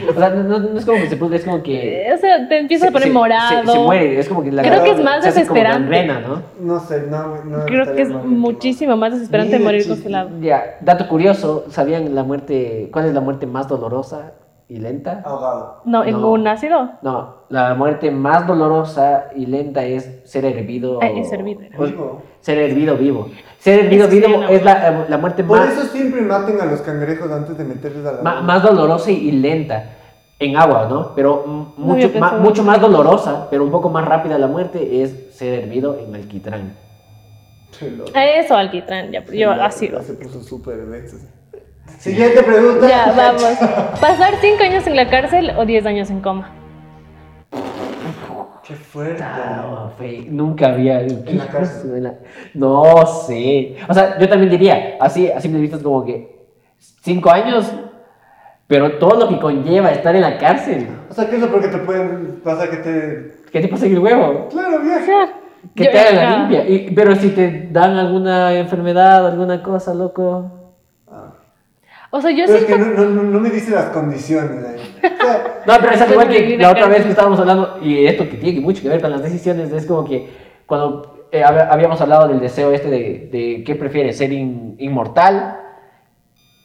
Speaker 3: O sea, no, no- no es como que se pudre, es como que.
Speaker 1: O sea, te empiezas a poner
Speaker 3: se-
Speaker 1: morado.
Speaker 3: Se, se muere, es como que la
Speaker 1: Creo que es más
Speaker 3: se hace como
Speaker 1: desesperante.
Speaker 3: gangrena, ¿no?
Speaker 2: No sé, no. no
Speaker 1: Creo que
Speaker 2: estaría
Speaker 1: es
Speaker 2: mal.
Speaker 1: muchísimo más desesperante
Speaker 2: Ni de
Speaker 1: morir
Speaker 2: chiste.
Speaker 1: congelado.
Speaker 3: Ya, dato curioso, ¿sabían la muerte, cuál es la muerte más dolorosa y lenta?
Speaker 2: Ahogado.
Speaker 1: No, en
Speaker 3: No.
Speaker 1: un ácido.
Speaker 3: No, la muerte más dolorosa y lenta es ser hervido.
Speaker 1: Ah, es hervido, era.
Speaker 2: Vivo.
Speaker 3: Ser hervido vivo. Ser hervido
Speaker 1: Eso sí,
Speaker 3: vivo
Speaker 1: no.
Speaker 3: es la, la muerte
Speaker 2: Por
Speaker 3: más,
Speaker 2: eso siempre maten a los cangrejos antes de meterles a la.
Speaker 3: ma- más dolorosa y lenta. En agua, ¿no? Pero mm,
Speaker 1: No había
Speaker 3: mucho, ma-
Speaker 1: pensado.
Speaker 3: mucho más dolorosa, pero un poco más rápida la muerte es ser hervido en alquitrán.
Speaker 2: Che, loco.
Speaker 1: A Eso, alquitrán, ya, yo
Speaker 2: Ya
Speaker 1: ácido.
Speaker 2: Se puso súper denso. Siguiente pregunta.
Speaker 1: Ya, vamos. ¿Pasar cinco años en la cárcel o 10 años en coma?
Speaker 2: Qué fuerte.
Speaker 3: Ah, fe- nunca había.
Speaker 2: En la cárcel.
Speaker 3: En la- No sé. O sea, yo también diría, así, así me vistas como que cinco años, pero todo lo que conlleva estar en la cárcel.
Speaker 2: O sea, ¿qué es lo porque te pueden pasar que te.
Speaker 3: ¿Qué te pasa en el huevo?
Speaker 2: Claro,
Speaker 1: O
Speaker 2: viaje.
Speaker 1: sea,
Speaker 3: Que
Speaker 1: yo-
Speaker 3: te hagan la
Speaker 1: ajá.
Speaker 3: limpia. Y- pero si te dan alguna enfermedad, alguna cosa, loco.
Speaker 1: O sea, yo
Speaker 2: Pero es que
Speaker 1: siento.
Speaker 2: no, no, no, no me dice las condiciones ahí. O sea,
Speaker 3: No, pero es al igual
Speaker 1: Vivir
Speaker 3: que
Speaker 1: en
Speaker 3: la
Speaker 1: la
Speaker 3: otra vez
Speaker 1: cárcel.
Speaker 3: que estábamos hablando, y esto que tiene mucho que ver con las decisiones, es como que cuando eh, hab- habíamos hablado del deseo este de, de qué prefieres, ser in- inmortal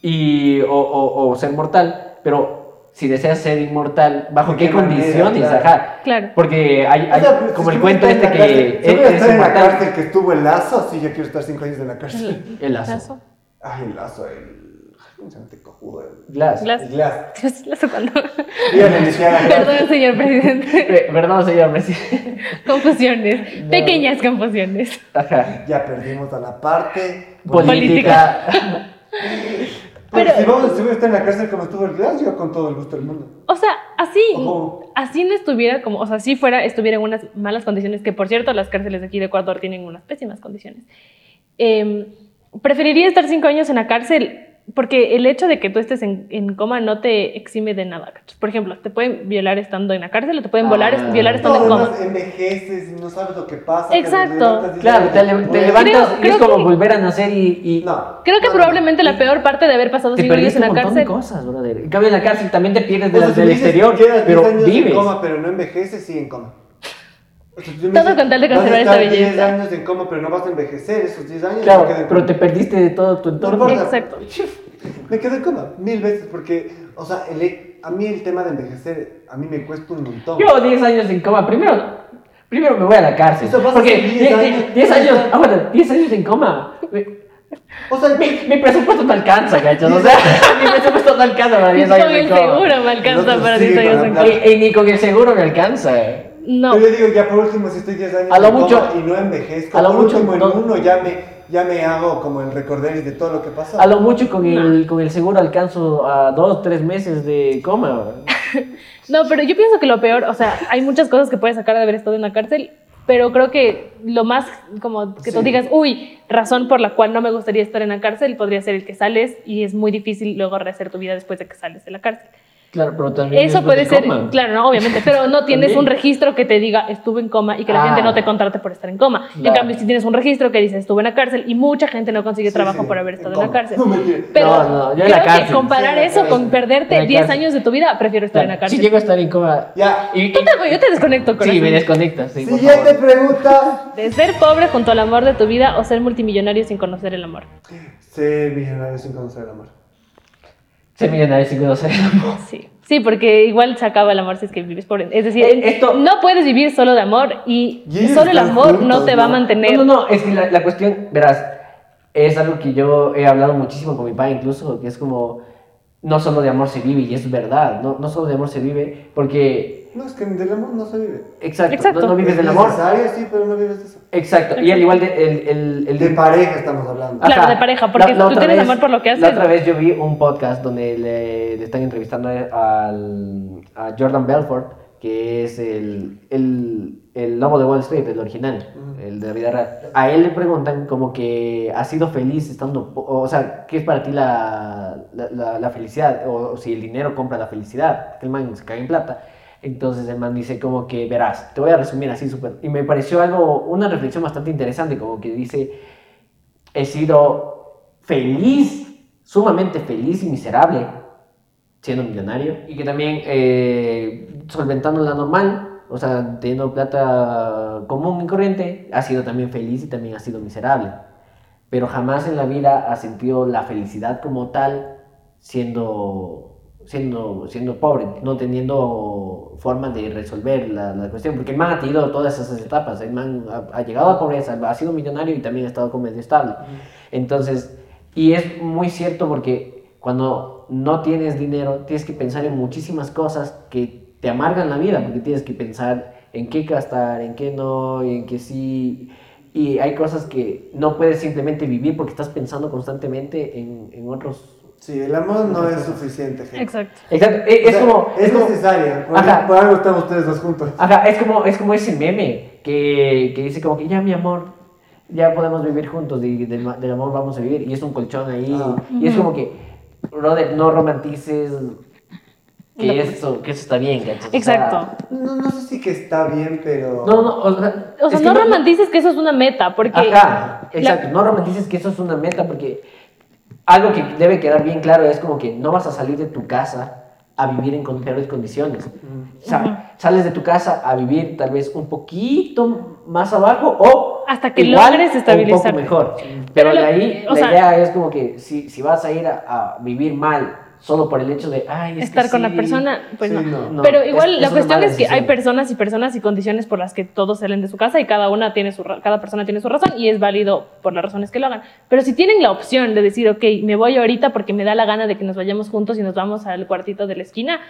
Speaker 3: y, o, o- o ser mortal, pero si deseas ser inmortal, ¿bajo
Speaker 2: ¿De
Speaker 3: qué,
Speaker 2: qué manera?
Speaker 3: condiciones?
Speaker 2: Claro.
Speaker 3: Ajá.
Speaker 1: Claro.
Speaker 3: Porque hay, hay
Speaker 2: o sea, pues,
Speaker 3: como
Speaker 2: si
Speaker 3: el
Speaker 2: yo
Speaker 3: cuento
Speaker 2: voy a
Speaker 3: este
Speaker 2: estar en la
Speaker 3: que
Speaker 2: cárcel- si voy a
Speaker 3: eres
Speaker 2: estar en la
Speaker 3: inmortal.
Speaker 2: cárcel que estuvo el lazo, sí, yo quiero estar cinco años en la cárcel.
Speaker 3: El lazo.
Speaker 2: Ay, el lazo, el. ¿Cómo se llama este cojudo? El-
Speaker 3: Glass.
Speaker 1: Glass.
Speaker 2: El glass.
Speaker 1: Dios, lazo cuando.
Speaker 2: Díganle, le decía,
Speaker 1: Perdón, señor presidente.
Speaker 3: Eh, Perdón, señor presidente.
Speaker 1: Confusiones.
Speaker 3: No.
Speaker 1: Pequeñas confusiones.
Speaker 3: Ajá.
Speaker 2: Ya perdimos a la parte.
Speaker 1: Política.
Speaker 3: Política.
Speaker 2: Pero,
Speaker 1: Pero-
Speaker 2: si vamos si voy a estar en la cárcel como estuvo el glass, yo con todo el gusto del mundo.
Speaker 1: O sea, así,
Speaker 2: Ojo.
Speaker 1: así no estuviera como, o sea, si fuera, estuviera en unas malas condiciones, que por cierto, las cárceles de aquí de Ecuador tienen unas pésimas condiciones. Em, preferiría estar cinco años en la cárcel porque el hecho de que tú estés en, en coma no te exime de nada. ¿cachas? Por ejemplo, te pueden violar estando en la cárcel o te pueden volar-
Speaker 3: Ah.
Speaker 1: violar estando
Speaker 2: Todo
Speaker 1: en coma.
Speaker 2: más envejeces y no sabes lo que pasa. te
Speaker 1: Exacto.
Speaker 2: levantas y
Speaker 3: Claro, te, le- te
Speaker 2: dices, "Bueno".
Speaker 3: levantas
Speaker 1: Creo-
Speaker 3: y es
Speaker 1: creo
Speaker 3: como pues,
Speaker 1: que-
Speaker 3: volver a nacer y, y-
Speaker 2: No.
Speaker 1: Creo que
Speaker 2: no, no.
Speaker 1: probablemente la peor parte de haber pasado
Speaker 3: te
Speaker 1: cinco años
Speaker 3: perdiste
Speaker 1: en
Speaker 3: un
Speaker 1: la
Speaker 3: montón de
Speaker 1: cárcel.
Speaker 3: cosas, brother. En cambio, en la cárcel también te pierdes
Speaker 2: O
Speaker 3: de
Speaker 2: sea,
Speaker 3: la-
Speaker 2: si
Speaker 3: del
Speaker 2: me dices,
Speaker 3: exterior,
Speaker 2: quedas 10
Speaker 3: pero
Speaker 2: años en
Speaker 3: vives.
Speaker 2: coma, pero no envejeces, sí en coma. O sea, yo me
Speaker 1: Todo
Speaker 2: dices,
Speaker 1: con tal de
Speaker 2: vas a
Speaker 1: conservar
Speaker 2: estar
Speaker 1: esta
Speaker 2: 10
Speaker 1: belleza.
Speaker 2: años en coma, pero no vas a envejecer esos 10 años.
Speaker 3: Claro,
Speaker 2: me quedo en
Speaker 3: pero
Speaker 2: coma.
Speaker 3: te perdiste de todo tu
Speaker 2: No
Speaker 3: entorno.
Speaker 2: importa.
Speaker 1: Exacto.
Speaker 2: Me quedo en coma mil veces porque, o sea, el- e- a mí el tema de envejecer, a mí me cuesta un montón.
Speaker 3: Yo 10 años en coma, primero, primero me voy a la cárcel.
Speaker 2: Eso pasa
Speaker 3: Porque
Speaker 2: hace 10
Speaker 3: 10
Speaker 2: años.
Speaker 3: años, 10 años, aguanta, 10 años en coma. Mi,
Speaker 2: O sea,
Speaker 3: mi- mi presupuesto no alcanza, cachos. O sea, mi presupuesto no alcanza para
Speaker 1: Con
Speaker 3: 10 años en
Speaker 1: el
Speaker 3: coma.
Speaker 1: seguro me alcanza
Speaker 2: otro
Speaker 1: para
Speaker 2: sigue
Speaker 1: 10
Speaker 2: con
Speaker 1: años
Speaker 2: la
Speaker 1: en
Speaker 2: plata.
Speaker 1: coma.
Speaker 3: Y, y ni con el seguro me alcanza.
Speaker 1: No.
Speaker 2: Pero yo digo, ya por último, si estoy 10 años
Speaker 3: A lo
Speaker 2: en coma
Speaker 3: mucho-
Speaker 2: y no envejezco,
Speaker 3: a lo
Speaker 2: por
Speaker 3: mucho
Speaker 2: último en
Speaker 3: no-
Speaker 2: uno ya me, ya me hago como el recorderis de todo lo que pasó.
Speaker 3: A lo mucho con el, con el seguro alcanzo a 2, 3 meses de coma.
Speaker 1: No, pero yo pienso que lo peor, o sea, hay muchas cosas que puedes sacar de haber estado en la cárcel, pero creo que lo más como que tú
Speaker 2: Sí.
Speaker 1: digas, uy, razón por la cual no me gustaría estar en la cárcel podría ser el que sales y es muy difícil luego rehacer tu vida después de que sales de la cárcel.
Speaker 3: Claro, pero también
Speaker 1: Eso
Speaker 3: es lo
Speaker 1: puede
Speaker 3: del
Speaker 1: ser,
Speaker 3: coma.
Speaker 1: claro, no, obviamente, pero no tienes
Speaker 3: También.
Speaker 1: un registro que te diga estuve en coma y que la
Speaker 3: Ah.
Speaker 1: gente no te contrate por estar en coma. En
Speaker 3: Claro.
Speaker 1: cambio, si tienes un registro que dice estuve en la cárcel y mucha gente no consigue
Speaker 2: Sí,
Speaker 1: trabajo
Speaker 2: sí,
Speaker 1: por haber
Speaker 2: en
Speaker 1: estado en la
Speaker 2: coma.
Speaker 1: cárcel.
Speaker 2: No, mentira.
Speaker 1: Pero
Speaker 3: No, no, yo
Speaker 1: creo
Speaker 3: en la
Speaker 1: que
Speaker 3: cárcel.
Speaker 1: comparar
Speaker 2: Sí, en la
Speaker 1: eso con
Speaker 2: cárcel.
Speaker 3: En
Speaker 1: perderte
Speaker 3: la
Speaker 1: 10
Speaker 3: cárcel.
Speaker 1: años de tu vida, prefiero estar en la
Speaker 3: Claro,
Speaker 1: cárcel.
Speaker 3: Si llego a estar en coma.
Speaker 2: Ya.
Speaker 3: Y, y-
Speaker 1: Tú te- yo te desconecto con
Speaker 3: sí, me desconectas. Sí, por
Speaker 2: Siguiente
Speaker 3: favor.
Speaker 2: pregunta.
Speaker 1: De ser pobre junto al amor de tu vida o ser multimillonario sin conocer el amor.
Speaker 2: Ser millonario sin conocer el amor.
Speaker 3: Ser millonario sin conocer el amor.
Speaker 1: Sí. Sí, porque igual se acaba el amor si es que vives pobre. Es decir,
Speaker 3: Eh, esto-
Speaker 1: no puedes vivir solo de amor y,
Speaker 2: Y ellos
Speaker 1: solo el
Speaker 2: están
Speaker 1: amor no
Speaker 2: juntos,
Speaker 1: te va a
Speaker 2: ¿no?
Speaker 1: mantener.
Speaker 3: No, no, no. Es que la, la cuestión, verás, es algo que yo he hablado muchísimo con mi padre, incluso, que es como. no solo de amor se vive, y es verdad, no, no solo de amor se vive, porque,
Speaker 2: No, es que del amor no se vive.
Speaker 3: exacto,
Speaker 1: Exacto.
Speaker 3: No, no vives
Speaker 2: Es
Speaker 3: del amor.
Speaker 2: necesario, sí, pero no vives de eso.
Speaker 3: Exacto, y al igual de, el, el, el-
Speaker 2: De pareja estamos hablando.
Speaker 1: Claro, de pareja, porque tú
Speaker 3: otra
Speaker 1: tienes amor por lo que
Speaker 3: La
Speaker 1: haces.
Speaker 3: otra vez yo vi un podcast donde le, le están entrevistando al, a Jordan Belfort, que es el, el, el lobo de Wall Street, el original, el de la vida real. A él le preguntan como que ha sido feliz estando, po- o sea, ¿qué es para ti la, la, la- la felicidad? O, si el dinero compra la felicidad, que el man se cae en plata. Entonces el man dice como que, verás, te voy a resumir así súper. Y me pareció algo, una reflexión bastante interesante, como que dice, he sido feliz, sumamente feliz y miserable siendo millonario y que también eh, solventando la normal, o sea, teniendo plata común y corriente, ha sido también feliz y también ha sido miserable. Pero jamás en la vida ha sentido la felicidad como tal siendo, siendo, siendo pobre, no teniendo forma de resolver la, la cuestión, porque el man ha tenido todas esas etapas, el man ha, ha llegado a pobreza, ha sido millonario y también ha estado como medio estable. Entonces, y es muy cierto porque cuando no tienes dinero, tienes que pensar en muchísimas cosas que te amargan la vida, porque tienes que pensar en qué gastar, en qué no, en qué sí. Y hay cosas que no puedes simplemente vivir porque estás pensando constantemente en, en otros.
Speaker 2: Sí, el amor no es suficiente, gente.
Speaker 1: Exacto.
Speaker 3: Exacto, e-
Speaker 2: O
Speaker 3: es,
Speaker 2: sea,
Speaker 3: como.
Speaker 2: Es
Speaker 3: como-
Speaker 2: necesario. porque
Speaker 3: Ajá.
Speaker 2: Por algo están ustedes dos juntos.
Speaker 3: Ajá, es como, es como ese meme que, que dice como que ya mi amor, ya podemos vivir juntos y del, ma- del amor vamos a vivir. Y es un colchón ahí.
Speaker 2: Ah.
Speaker 3: Y es como que, brother, no romantices que eso, que eso está bien, ¿cachai? O sea,
Speaker 1: Exacto.
Speaker 2: No, no sé si que está bien, pero.
Speaker 3: no, no, o sea,
Speaker 1: O sea,
Speaker 3: es que
Speaker 1: no romantices que eso es una meta, porque...
Speaker 3: Ajá,
Speaker 1: la-
Speaker 3: exacto. No romantices que eso es una meta porque algo que debe quedar bien claro es como que no vas a salir de tu casa a vivir en con- peores condiciones.
Speaker 1: Mm.
Speaker 3: O sea, sales de tu casa a vivir tal vez un poquito más abajo o
Speaker 1: Hasta que
Speaker 3: igual
Speaker 1: logres
Speaker 3: o
Speaker 1: estabilizarte.
Speaker 3: un poco mejor. Pero,
Speaker 1: Pero
Speaker 3: de
Speaker 1: lo-
Speaker 3: ahí
Speaker 1: o
Speaker 3: la
Speaker 1: sea-
Speaker 3: idea es como que si, si vas a ir a, a vivir mal solo por el hecho de ay, es que
Speaker 1: estar con la
Speaker 3: sí,
Speaker 1: persona, pues
Speaker 2: Sí,
Speaker 1: no.
Speaker 2: no.
Speaker 3: No,
Speaker 1: Pero
Speaker 3: es-
Speaker 1: igual
Speaker 3: es
Speaker 1: la
Speaker 3: una
Speaker 1: cuestión
Speaker 3: mala
Speaker 1: es que hay
Speaker 3: decisión.
Speaker 1: personas y personas y condiciones por las que todos salen de su casa y cada una tiene su ra- cada persona tiene su razón y es válido por las razones que lo hagan. Pero si tienen la opción de decir, ok, me voy ahorita porque me da la gana de que nos vayamos juntos y nos vamos al cuartito de la esquina.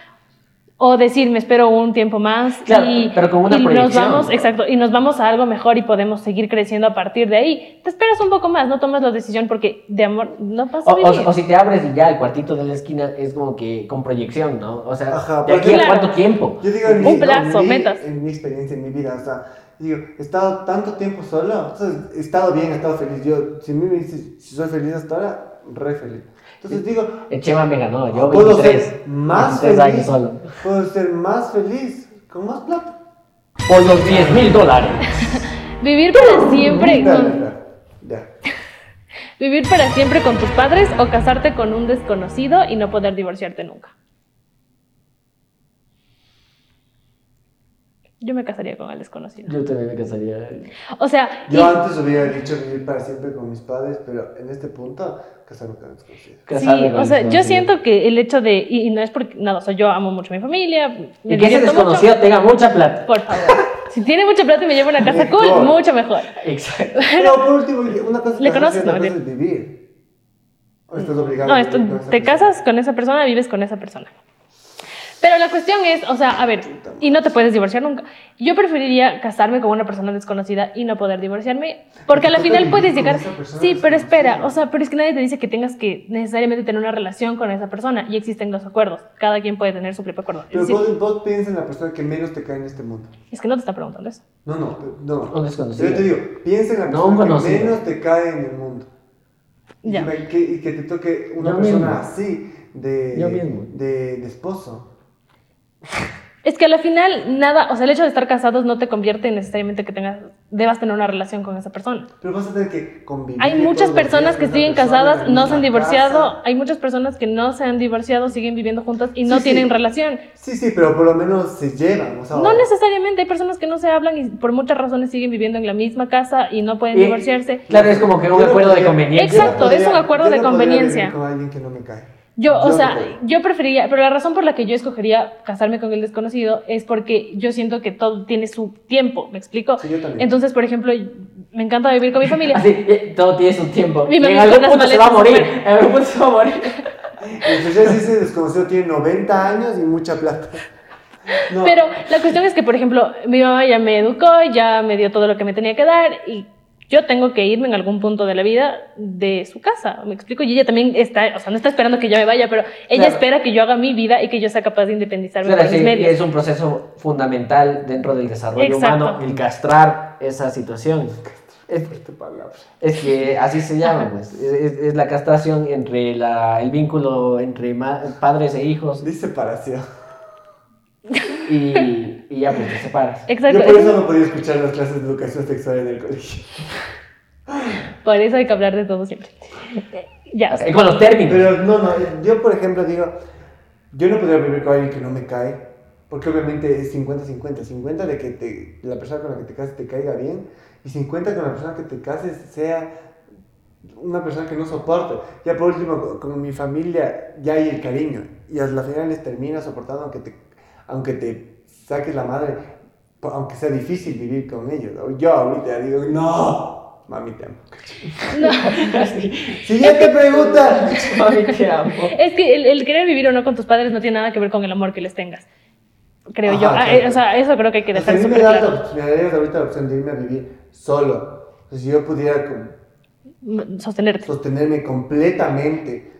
Speaker 1: O decir, me espero un tiempo más
Speaker 3: Claro,
Speaker 1: y,
Speaker 3: pero con una
Speaker 1: y nos
Speaker 3: proyección.
Speaker 1: vamos, exacto, y nos vamos a algo mejor y podemos seguir creciendo a partir de ahí. Te esperas un poco más, no tomas la decisión porque de amor no pasa
Speaker 3: O, o-
Speaker 1: vivir.
Speaker 3: o si te abres y ya el cuartito de la esquina es como que con proyección, ¿no? O sea,
Speaker 2: Ajá,
Speaker 3: ¿de aquí
Speaker 1: porque-
Speaker 3: a cuánto tiempo?
Speaker 2: Yo digo en mi,
Speaker 1: Un plazo,
Speaker 2: en mi-
Speaker 1: metas.
Speaker 2: En mi experiencia, en mi vida, o sea, digo, he estado tanto tiempo solo, entonces, he estado bien, he estado feliz. Yo, si a mí me dices, si soy feliz hasta ahora, re feliz. Entonces digo,
Speaker 3: El Chema me ganó, yo
Speaker 2: puedo
Speaker 3: 23.
Speaker 2: ser más
Speaker 3: 23
Speaker 2: feliz,
Speaker 3: años solo.
Speaker 2: puedo ser más feliz, con más plata.
Speaker 3: Por los 10 mil dólares.
Speaker 1: Vivir para siempre
Speaker 2: Ya,
Speaker 1: con-
Speaker 2: ya, ya.
Speaker 1: Vivir para siempre con tus padres o casarte con un desconocido y no poder divorciarte nunca. Yo me casaría con el desconocido.
Speaker 3: Yo también me casaría.
Speaker 1: O sea,
Speaker 2: Yo
Speaker 1: y-
Speaker 2: antes hubiera dicho vivir para siempre con mis padres, pero en este punto, casarme con desconocidos.
Speaker 1: sí,
Speaker 3: casarme con
Speaker 1: o sea,
Speaker 3: el
Speaker 1: yo
Speaker 3: desconocido.
Speaker 1: siento que el hecho de, y, y no es porque nada, o sea, yo amo mucho a mi familia, me
Speaker 3: Y que ese
Speaker 1: divierto mucho.
Speaker 3: desconocido tenga mucha plata.
Speaker 1: por favor. si tiene mucha plata y me lleva a una casa cool,
Speaker 2: Mejor.
Speaker 1: mucho mejor.
Speaker 3: Exacto.
Speaker 2: Pero por último, una cosa es
Speaker 1: Le
Speaker 2: casarse
Speaker 1: conoces,
Speaker 2: y otra
Speaker 1: no,
Speaker 2: cosa
Speaker 1: mentira.
Speaker 2: es vivir. O estás obligado
Speaker 1: No,
Speaker 2: a
Speaker 1: esto,
Speaker 2: vivir con esa
Speaker 1: te
Speaker 2: persona.
Speaker 1: casas con esa persona, vives con esa persona. Pero la cuestión es, o sea, a ver, y no te puedes divorciar nunca. Yo preferiría casarme con una persona desconocida y no poder divorciarme, porque a la
Speaker 2: Porque
Speaker 1: final
Speaker 2: tú
Speaker 1: puedes
Speaker 2: vivís
Speaker 1: llegar.
Speaker 2: con esa persona
Speaker 1: Sí, pero espera,
Speaker 2: desconocida.
Speaker 1: o sea, pero es que nadie te dice que tengas que necesariamente tener una relación con esa persona y existen los acuerdos. Cada quien puede tener su propio acuerdo. Es,
Speaker 2: Pero
Speaker 1: decir,
Speaker 2: vos, vos piensa en la persona que menos te cae en este mundo.
Speaker 1: es que no te está preguntando eso.
Speaker 2: No, no, no.
Speaker 3: Un desconocido.
Speaker 2: Yo te digo, piensa en la
Speaker 3: No,
Speaker 2: persona
Speaker 3: un
Speaker 2: que
Speaker 3: conocido.
Speaker 2: menos te cae en el mundo. Y
Speaker 1: Ya.
Speaker 2: me- que- Y que te toque una
Speaker 3: Yo
Speaker 2: persona
Speaker 3: mismo.
Speaker 2: así de,
Speaker 3: Yo mismo.
Speaker 2: de, de esposo.
Speaker 1: Es que a la final, nada, o sea, el hecho de estar casados no te convierte en necesariamente que tengas, debas tener una relación con esa persona.
Speaker 2: Pero vas a tener que convivir.
Speaker 1: Hay muchas
Speaker 2: todos los días
Speaker 1: personas que
Speaker 2: con esa
Speaker 1: siguen
Speaker 2: persona en la
Speaker 1: casadas, no se
Speaker 2: misma
Speaker 1: han divorciado.
Speaker 2: casa.
Speaker 1: Hay muchas personas que no se han divorciado, siguen viviendo juntas y no
Speaker 2: Sí, sí.
Speaker 1: tienen relación.
Speaker 2: Sí, sí, pero por lo menos se llevan. O sea,
Speaker 1: No necesariamente, hay personas que no se hablan y por muchas razones siguen viviendo en la misma casa y no pueden
Speaker 3: Y-
Speaker 1: divorciarse.
Speaker 3: Claro, es como que un
Speaker 2: Yo no
Speaker 3: acuerdo de
Speaker 2: podría-
Speaker 3: conveniencia.
Speaker 1: Exacto,
Speaker 2: yo no
Speaker 1: es un
Speaker 2: podría-
Speaker 1: acuerdo
Speaker 2: yo
Speaker 1: de
Speaker 2: no podría vivir
Speaker 1: conveniencia.
Speaker 2: Con alguien que no me cae.
Speaker 1: Yo, o
Speaker 2: Yo
Speaker 1: sea,
Speaker 2: no puedo.
Speaker 1: yo preferiría, pero la razón por la que yo escogería casarme con el desconocido es porque yo siento que todo tiene su tiempo, ¿me explico?
Speaker 2: Sí, yo también.
Speaker 1: Entonces, por ejemplo, me encanta vivir con mi familia.
Speaker 3: Así, eh, todo tiene su tiempo.
Speaker 1: Mi
Speaker 3: Y en
Speaker 1: mamá
Speaker 3: algún
Speaker 1: con las
Speaker 3: punto se va a
Speaker 1: maletas
Speaker 3: morir.
Speaker 1: súper-
Speaker 3: En algún punto se va a morir.
Speaker 2: Entonces ese desconocido tiene 90 años y mucha plata. No,
Speaker 1: Pero la cuestión es que, por ejemplo, mi mamá ya me educó, ya me dio todo lo que me tenía que dar y yo tengo que irme en algún punto de la vida de su casa. ¿Me explico? Y ella también está, o sea, no está esperando que yo me vaya, pero ella
Speaker 5: Claro.
Speaker 1: espera que yo haga mi vida y que yo sea capaz de independizarme
Speaker 5: Claro,
Speaker 1: por
Speaker 5: sí,
Speaker 1: mis
Speaker 5: y
Speaker 1: medios.
Speaker 5: es un proceso fundamental dentro del desarrollo
Speaker 1: Exacto.
Speaker 5: humano el castrar esa situación. Es,
Speaker 2: esta palabra.
Speaker 5: es que así se llama, pues. Es, es- es la castración entre la- el vínculo entre ma- padres e hijos
Speaker 2: Dice paración.
Speaker 5: y, y ya pues te separas.
Speaker 1: Exacto.
Speaker 2: Yo por
Speaker 1: es-
Speaker 2: eso no podía escuchar las clases de educación sexual en el colegio.
Speaker 1: por eso hay que hablar de todo siempre. Ya. o sea,
Speaker 5: Así, Eh, con los términos.
Speaker 2: Pero no, no, yo por ejemplo digo, yo no podría vivir con alguien que no me cae, porque obviamente es 50-50, 50 de que te- la persona con la que te cases te caiga bien y 50 con la persona que te cases sea una persona que no soporte. Ya por último, co- con mi familia ya hay el cariño y a la final les termina soportando aunque te, aunque te saques la madre, po- aunque sea difícil vivir con ellos. Yo ahorita digo, no, mami te amo. Siguiente pregunta.
Speaker 5: Mami, te amo.
Speaker 1: Es que el, el querer vivir o no con tus padres no tiene nada que ver con el amor que les tengas. Creo
Speaker 2: Ajá,
Speaker 1: yo. Ah, eh,
Speaker 2: claro.
Speaker 1: o sea, eso creo que hay que
Speaker 2: O sea, a
Speaker 1: dejar
Speaker 2: mí me
Speaker 1: súper
Speaker 2: da la
Speaker 1: claro.
Speaker 2: op- me darías ahorita la opción de irme a vivir solo. O sea, si yo pudiera como
Speaker 1: Mm, Sostenerte.
Speaker 2: sostenerme completamente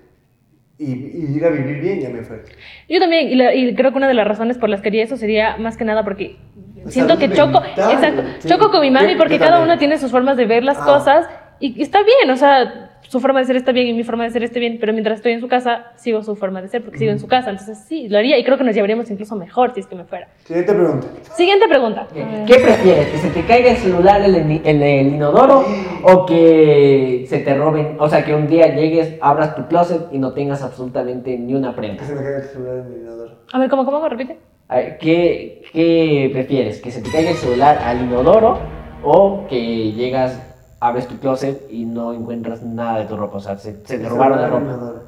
Speaker 2: y, y ir a vivir bien, ya me fue.
Speaker 1: Yo también, y, la- y creo que una de las razones por las que haría eso sería más que nada porque
Speaker 2: O
Speaker 1: siento
Speaker 2: sea,
Speaker 1: que
Speaker 2: es
Speaker 1: choco,
Speaker 2: mental,
Speaker 1: exacto,
Speaker 2: sí.
Speaker 1: choco con mi mami
Speaker 2: Yo-
Speaker 1: porque
Speaker 2: yo
Speaker 1: cada
Speaker 2: también.
Speaker 1: una tiene sus formas de ver las
Speaker 2: Ah.
Speaker 1: cosas y, y está bien, o sea, su forma de ser está bien y mi forma de ser está bien, pero mientras estoy en su casa sigo su forma de ser porque sigo en su casa, entonces sí, lo haría y creo que nos llevaríamos incluso mejor si es que me fuera.
Speaker 2: Siguiente pregunta.
Speaker 1: Siguiente pregunta.
Speaker 5: ¿Qué prefieres? ¿Que se te caiga el celular en el, en el inodoro o que se te roben? O sea, que un día llegues, abras tu closet y no tengas absolutamente ni una
Speaker 2: Que
Speaker 5: prenda.
Speaker 2: se me caiga el celular en el inodoro.
Speaker 1: A ver, ¿cómo, cómo, repite?
Speaker 5: A ver, ¿Qué, qué prefieres? ¿Que se te caiga el celular al inodoro o que llegas, abres tu closet y no encuentras nada de tu ropa? O sea, se, se te robaron la
Speaker 2: Celular en el
Speaker 5: ropa.
Speaker 2: inodoro.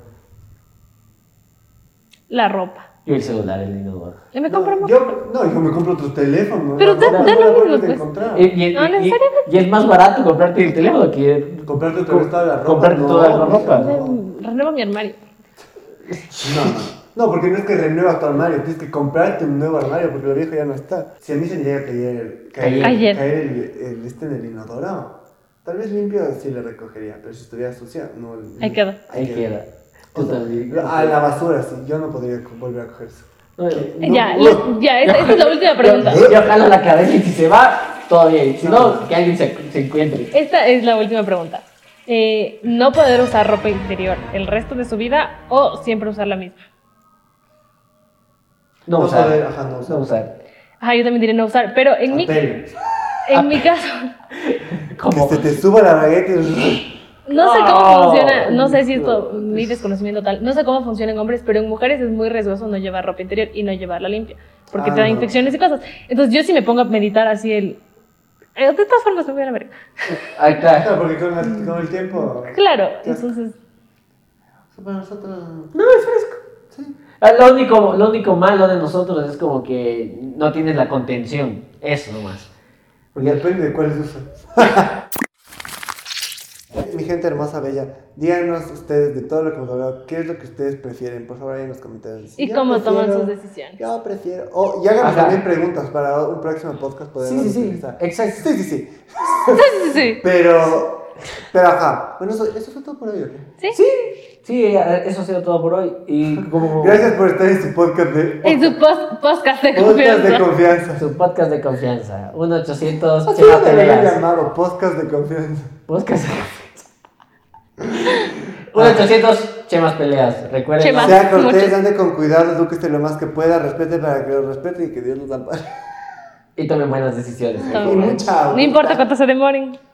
Speaker 1: La ropa.
Speaker 5: Yo el celular, el inodoro.
Speaker 1: Y me
Speaker 2: No,
Speaker 1: compro más.
Speaker 2: yo, no, yo me compro tu teléfono.
Speaker 1: Pero
Speaker 2: la
Speaker 1: da-
Speaker 2: ropa
Speaker 1: da
Speaker 2: no
Speaker 1: lo
Speaker 2: la
Speaker 1: mismo,
Speaker 2: vuelves a
Speaker 1: pues.
Speaker 2: encontrar.
Speaker 5: Y, y-
Speaker 1: No
Speaker 5: y-
Speaker 1: necesariamente.
Speaker 5: y es más barato comprarte el teléfono que
Speaker 2: Comprarte otra vez toda la ropa.
Speaker 5: comprarte
Speaker 2: no,
Speaker 5: toda la ropa.
Speaker 2: no.
Speaker 1: Mm, Renuevo mi armario.
Speaker 2: No, no. No, porque no es que renuevas tu armario, tienes que comprarte un nuevo armario porque lo viejo ya no está. Si a mí se me llega a caer, el- caer,
Speaker 1: Ayer.
Speaker 2: caer el, el este en el inodoro, tal vez limpio sí le recogería, pero si estuviera sucia, no.
Speaker 1: Ahí quedó.
Speaker 5: Ahí queda.
Speaker 2: O
Speaker 5: Tú
Speaker 2: sea,
Speaker 5: también.
Speaker 2: a la basura, sí, yo no podría co- volver a coger eso.
Speaker 5: No, no,
Speaker 1: ya,
Speaker 5: no.
Speaker 1: la- ya, esta, esta es la última pregunta.
Speaker 5: Yo, yo jalo la cadena y si se va, todo bien. Si no, que alguien se, se encuentre.
Speaker 1: Esta es la última pregunta. Eh, no poder usar ropa interior el resto de su vida o siempre usar la misma.
Speaker 5: No,
Speaker 2: No
Speaker 5: usar.
Speaker 2: poder, ajá, no usar.
Speaker 5: No usar.
Speaker 1: Ajá, yo también diré no usar, pero en mi,
Speaker 2: Papel.
Speaker 1: en
Speaker 2: ah.
Speaker 1: mi caso,
Speaker 5: Como
Speaker 2: Que se te suba la bragueta y...
Speaker 1: no sé cómo
Speaker 5: No.
Speaker 1: funciona, no sé si esto, mi desconocimiento tal, no sé cómo funciona en hombres, pero en mujeres es muy riesgoso no llevar ropa interior y no llevarla limpia, porque
Speaker 2: Ah,
Speaker 1: te da
Speaker 2: no.
Speaker 1: infecciones y cosas. Entonces yo si me pongo a meditar así el... eh, De todas formas me voy a la verga.
Speaker 5: Ahí está.
Speaker 2: Claro, porque con, la- con el tiempo...
Speaker 1: Claro, entonces...
Speaker 2: Para nosotros...
Speaker 5: No, es fresco. Ah, Lo único, lo único malo de nosotros es como que no tienes la contención. Eso nomás.
Speaker 2: Porque depende de cuáles usan. Mi gente hermosa, bella, díganos ustedes de todo lo que hemos hablado, qué es lo que ustedes prefieren. Por favor, ahí en los comentarios.
Speaker 1: ¿Y
Speaker 2: Yo
Speaker 1: cómo toman
Speaker 2: prefiero-
Speaker 1: sus decisiones?
Speaker 2: Yo prefiero. O- y háganos
Speaker 5: Ajá.
Speaker 2: también preguntas para un próximo podcast. poderlas utilizar.
Speaker 5: Exacto.
Speaker 2: Sí, sí, sí.
Speaker 1: Sí, sí, sí.
Speaker 2: Pero. Pero ajá. Bueno, eso, eso fue todo por hoy. ¿ok?
Speaker 1: ¿Sí?
Speaker 5: Sí, eh, eso ha sido todo por hoy. Y como
Speaker 2: Gracias por estar en su podcast de.
Speaker 1: En su post- podcast de
Speaker 2: podcast de
Speaker 1: confianza.
Speaker 2: confianza.
Speaker 5: su podcast de confianza. 1-800
Speaker 2: Así lo
Speaker 5: Chema
Speaker 2: deberían
Speaker 5: Peleas.
Speaker 2: llamado, podcast de confianza.
Speaker 5: Podcast de confianza. 1-800 Chemas Peleas. Recuerden.
Speaker 1: Chemas.
Speaker 5: ¿no?
Speaker 2: Sea cortés,
Speaker 1: Mucho.
Speaker 2: ande con cuidado, edúquese lo más que pueda, respete para que lo respete y que Dios los ampare.
Speaker 5: Y tomen buenas decisiones. por
Speaker 1: Tomen
Speaker 2: Y
Speaker 5: favor.
Speaker 1: buenas.
Speaker 2: mucha
Speaker 1: No importa cuánto se demoren.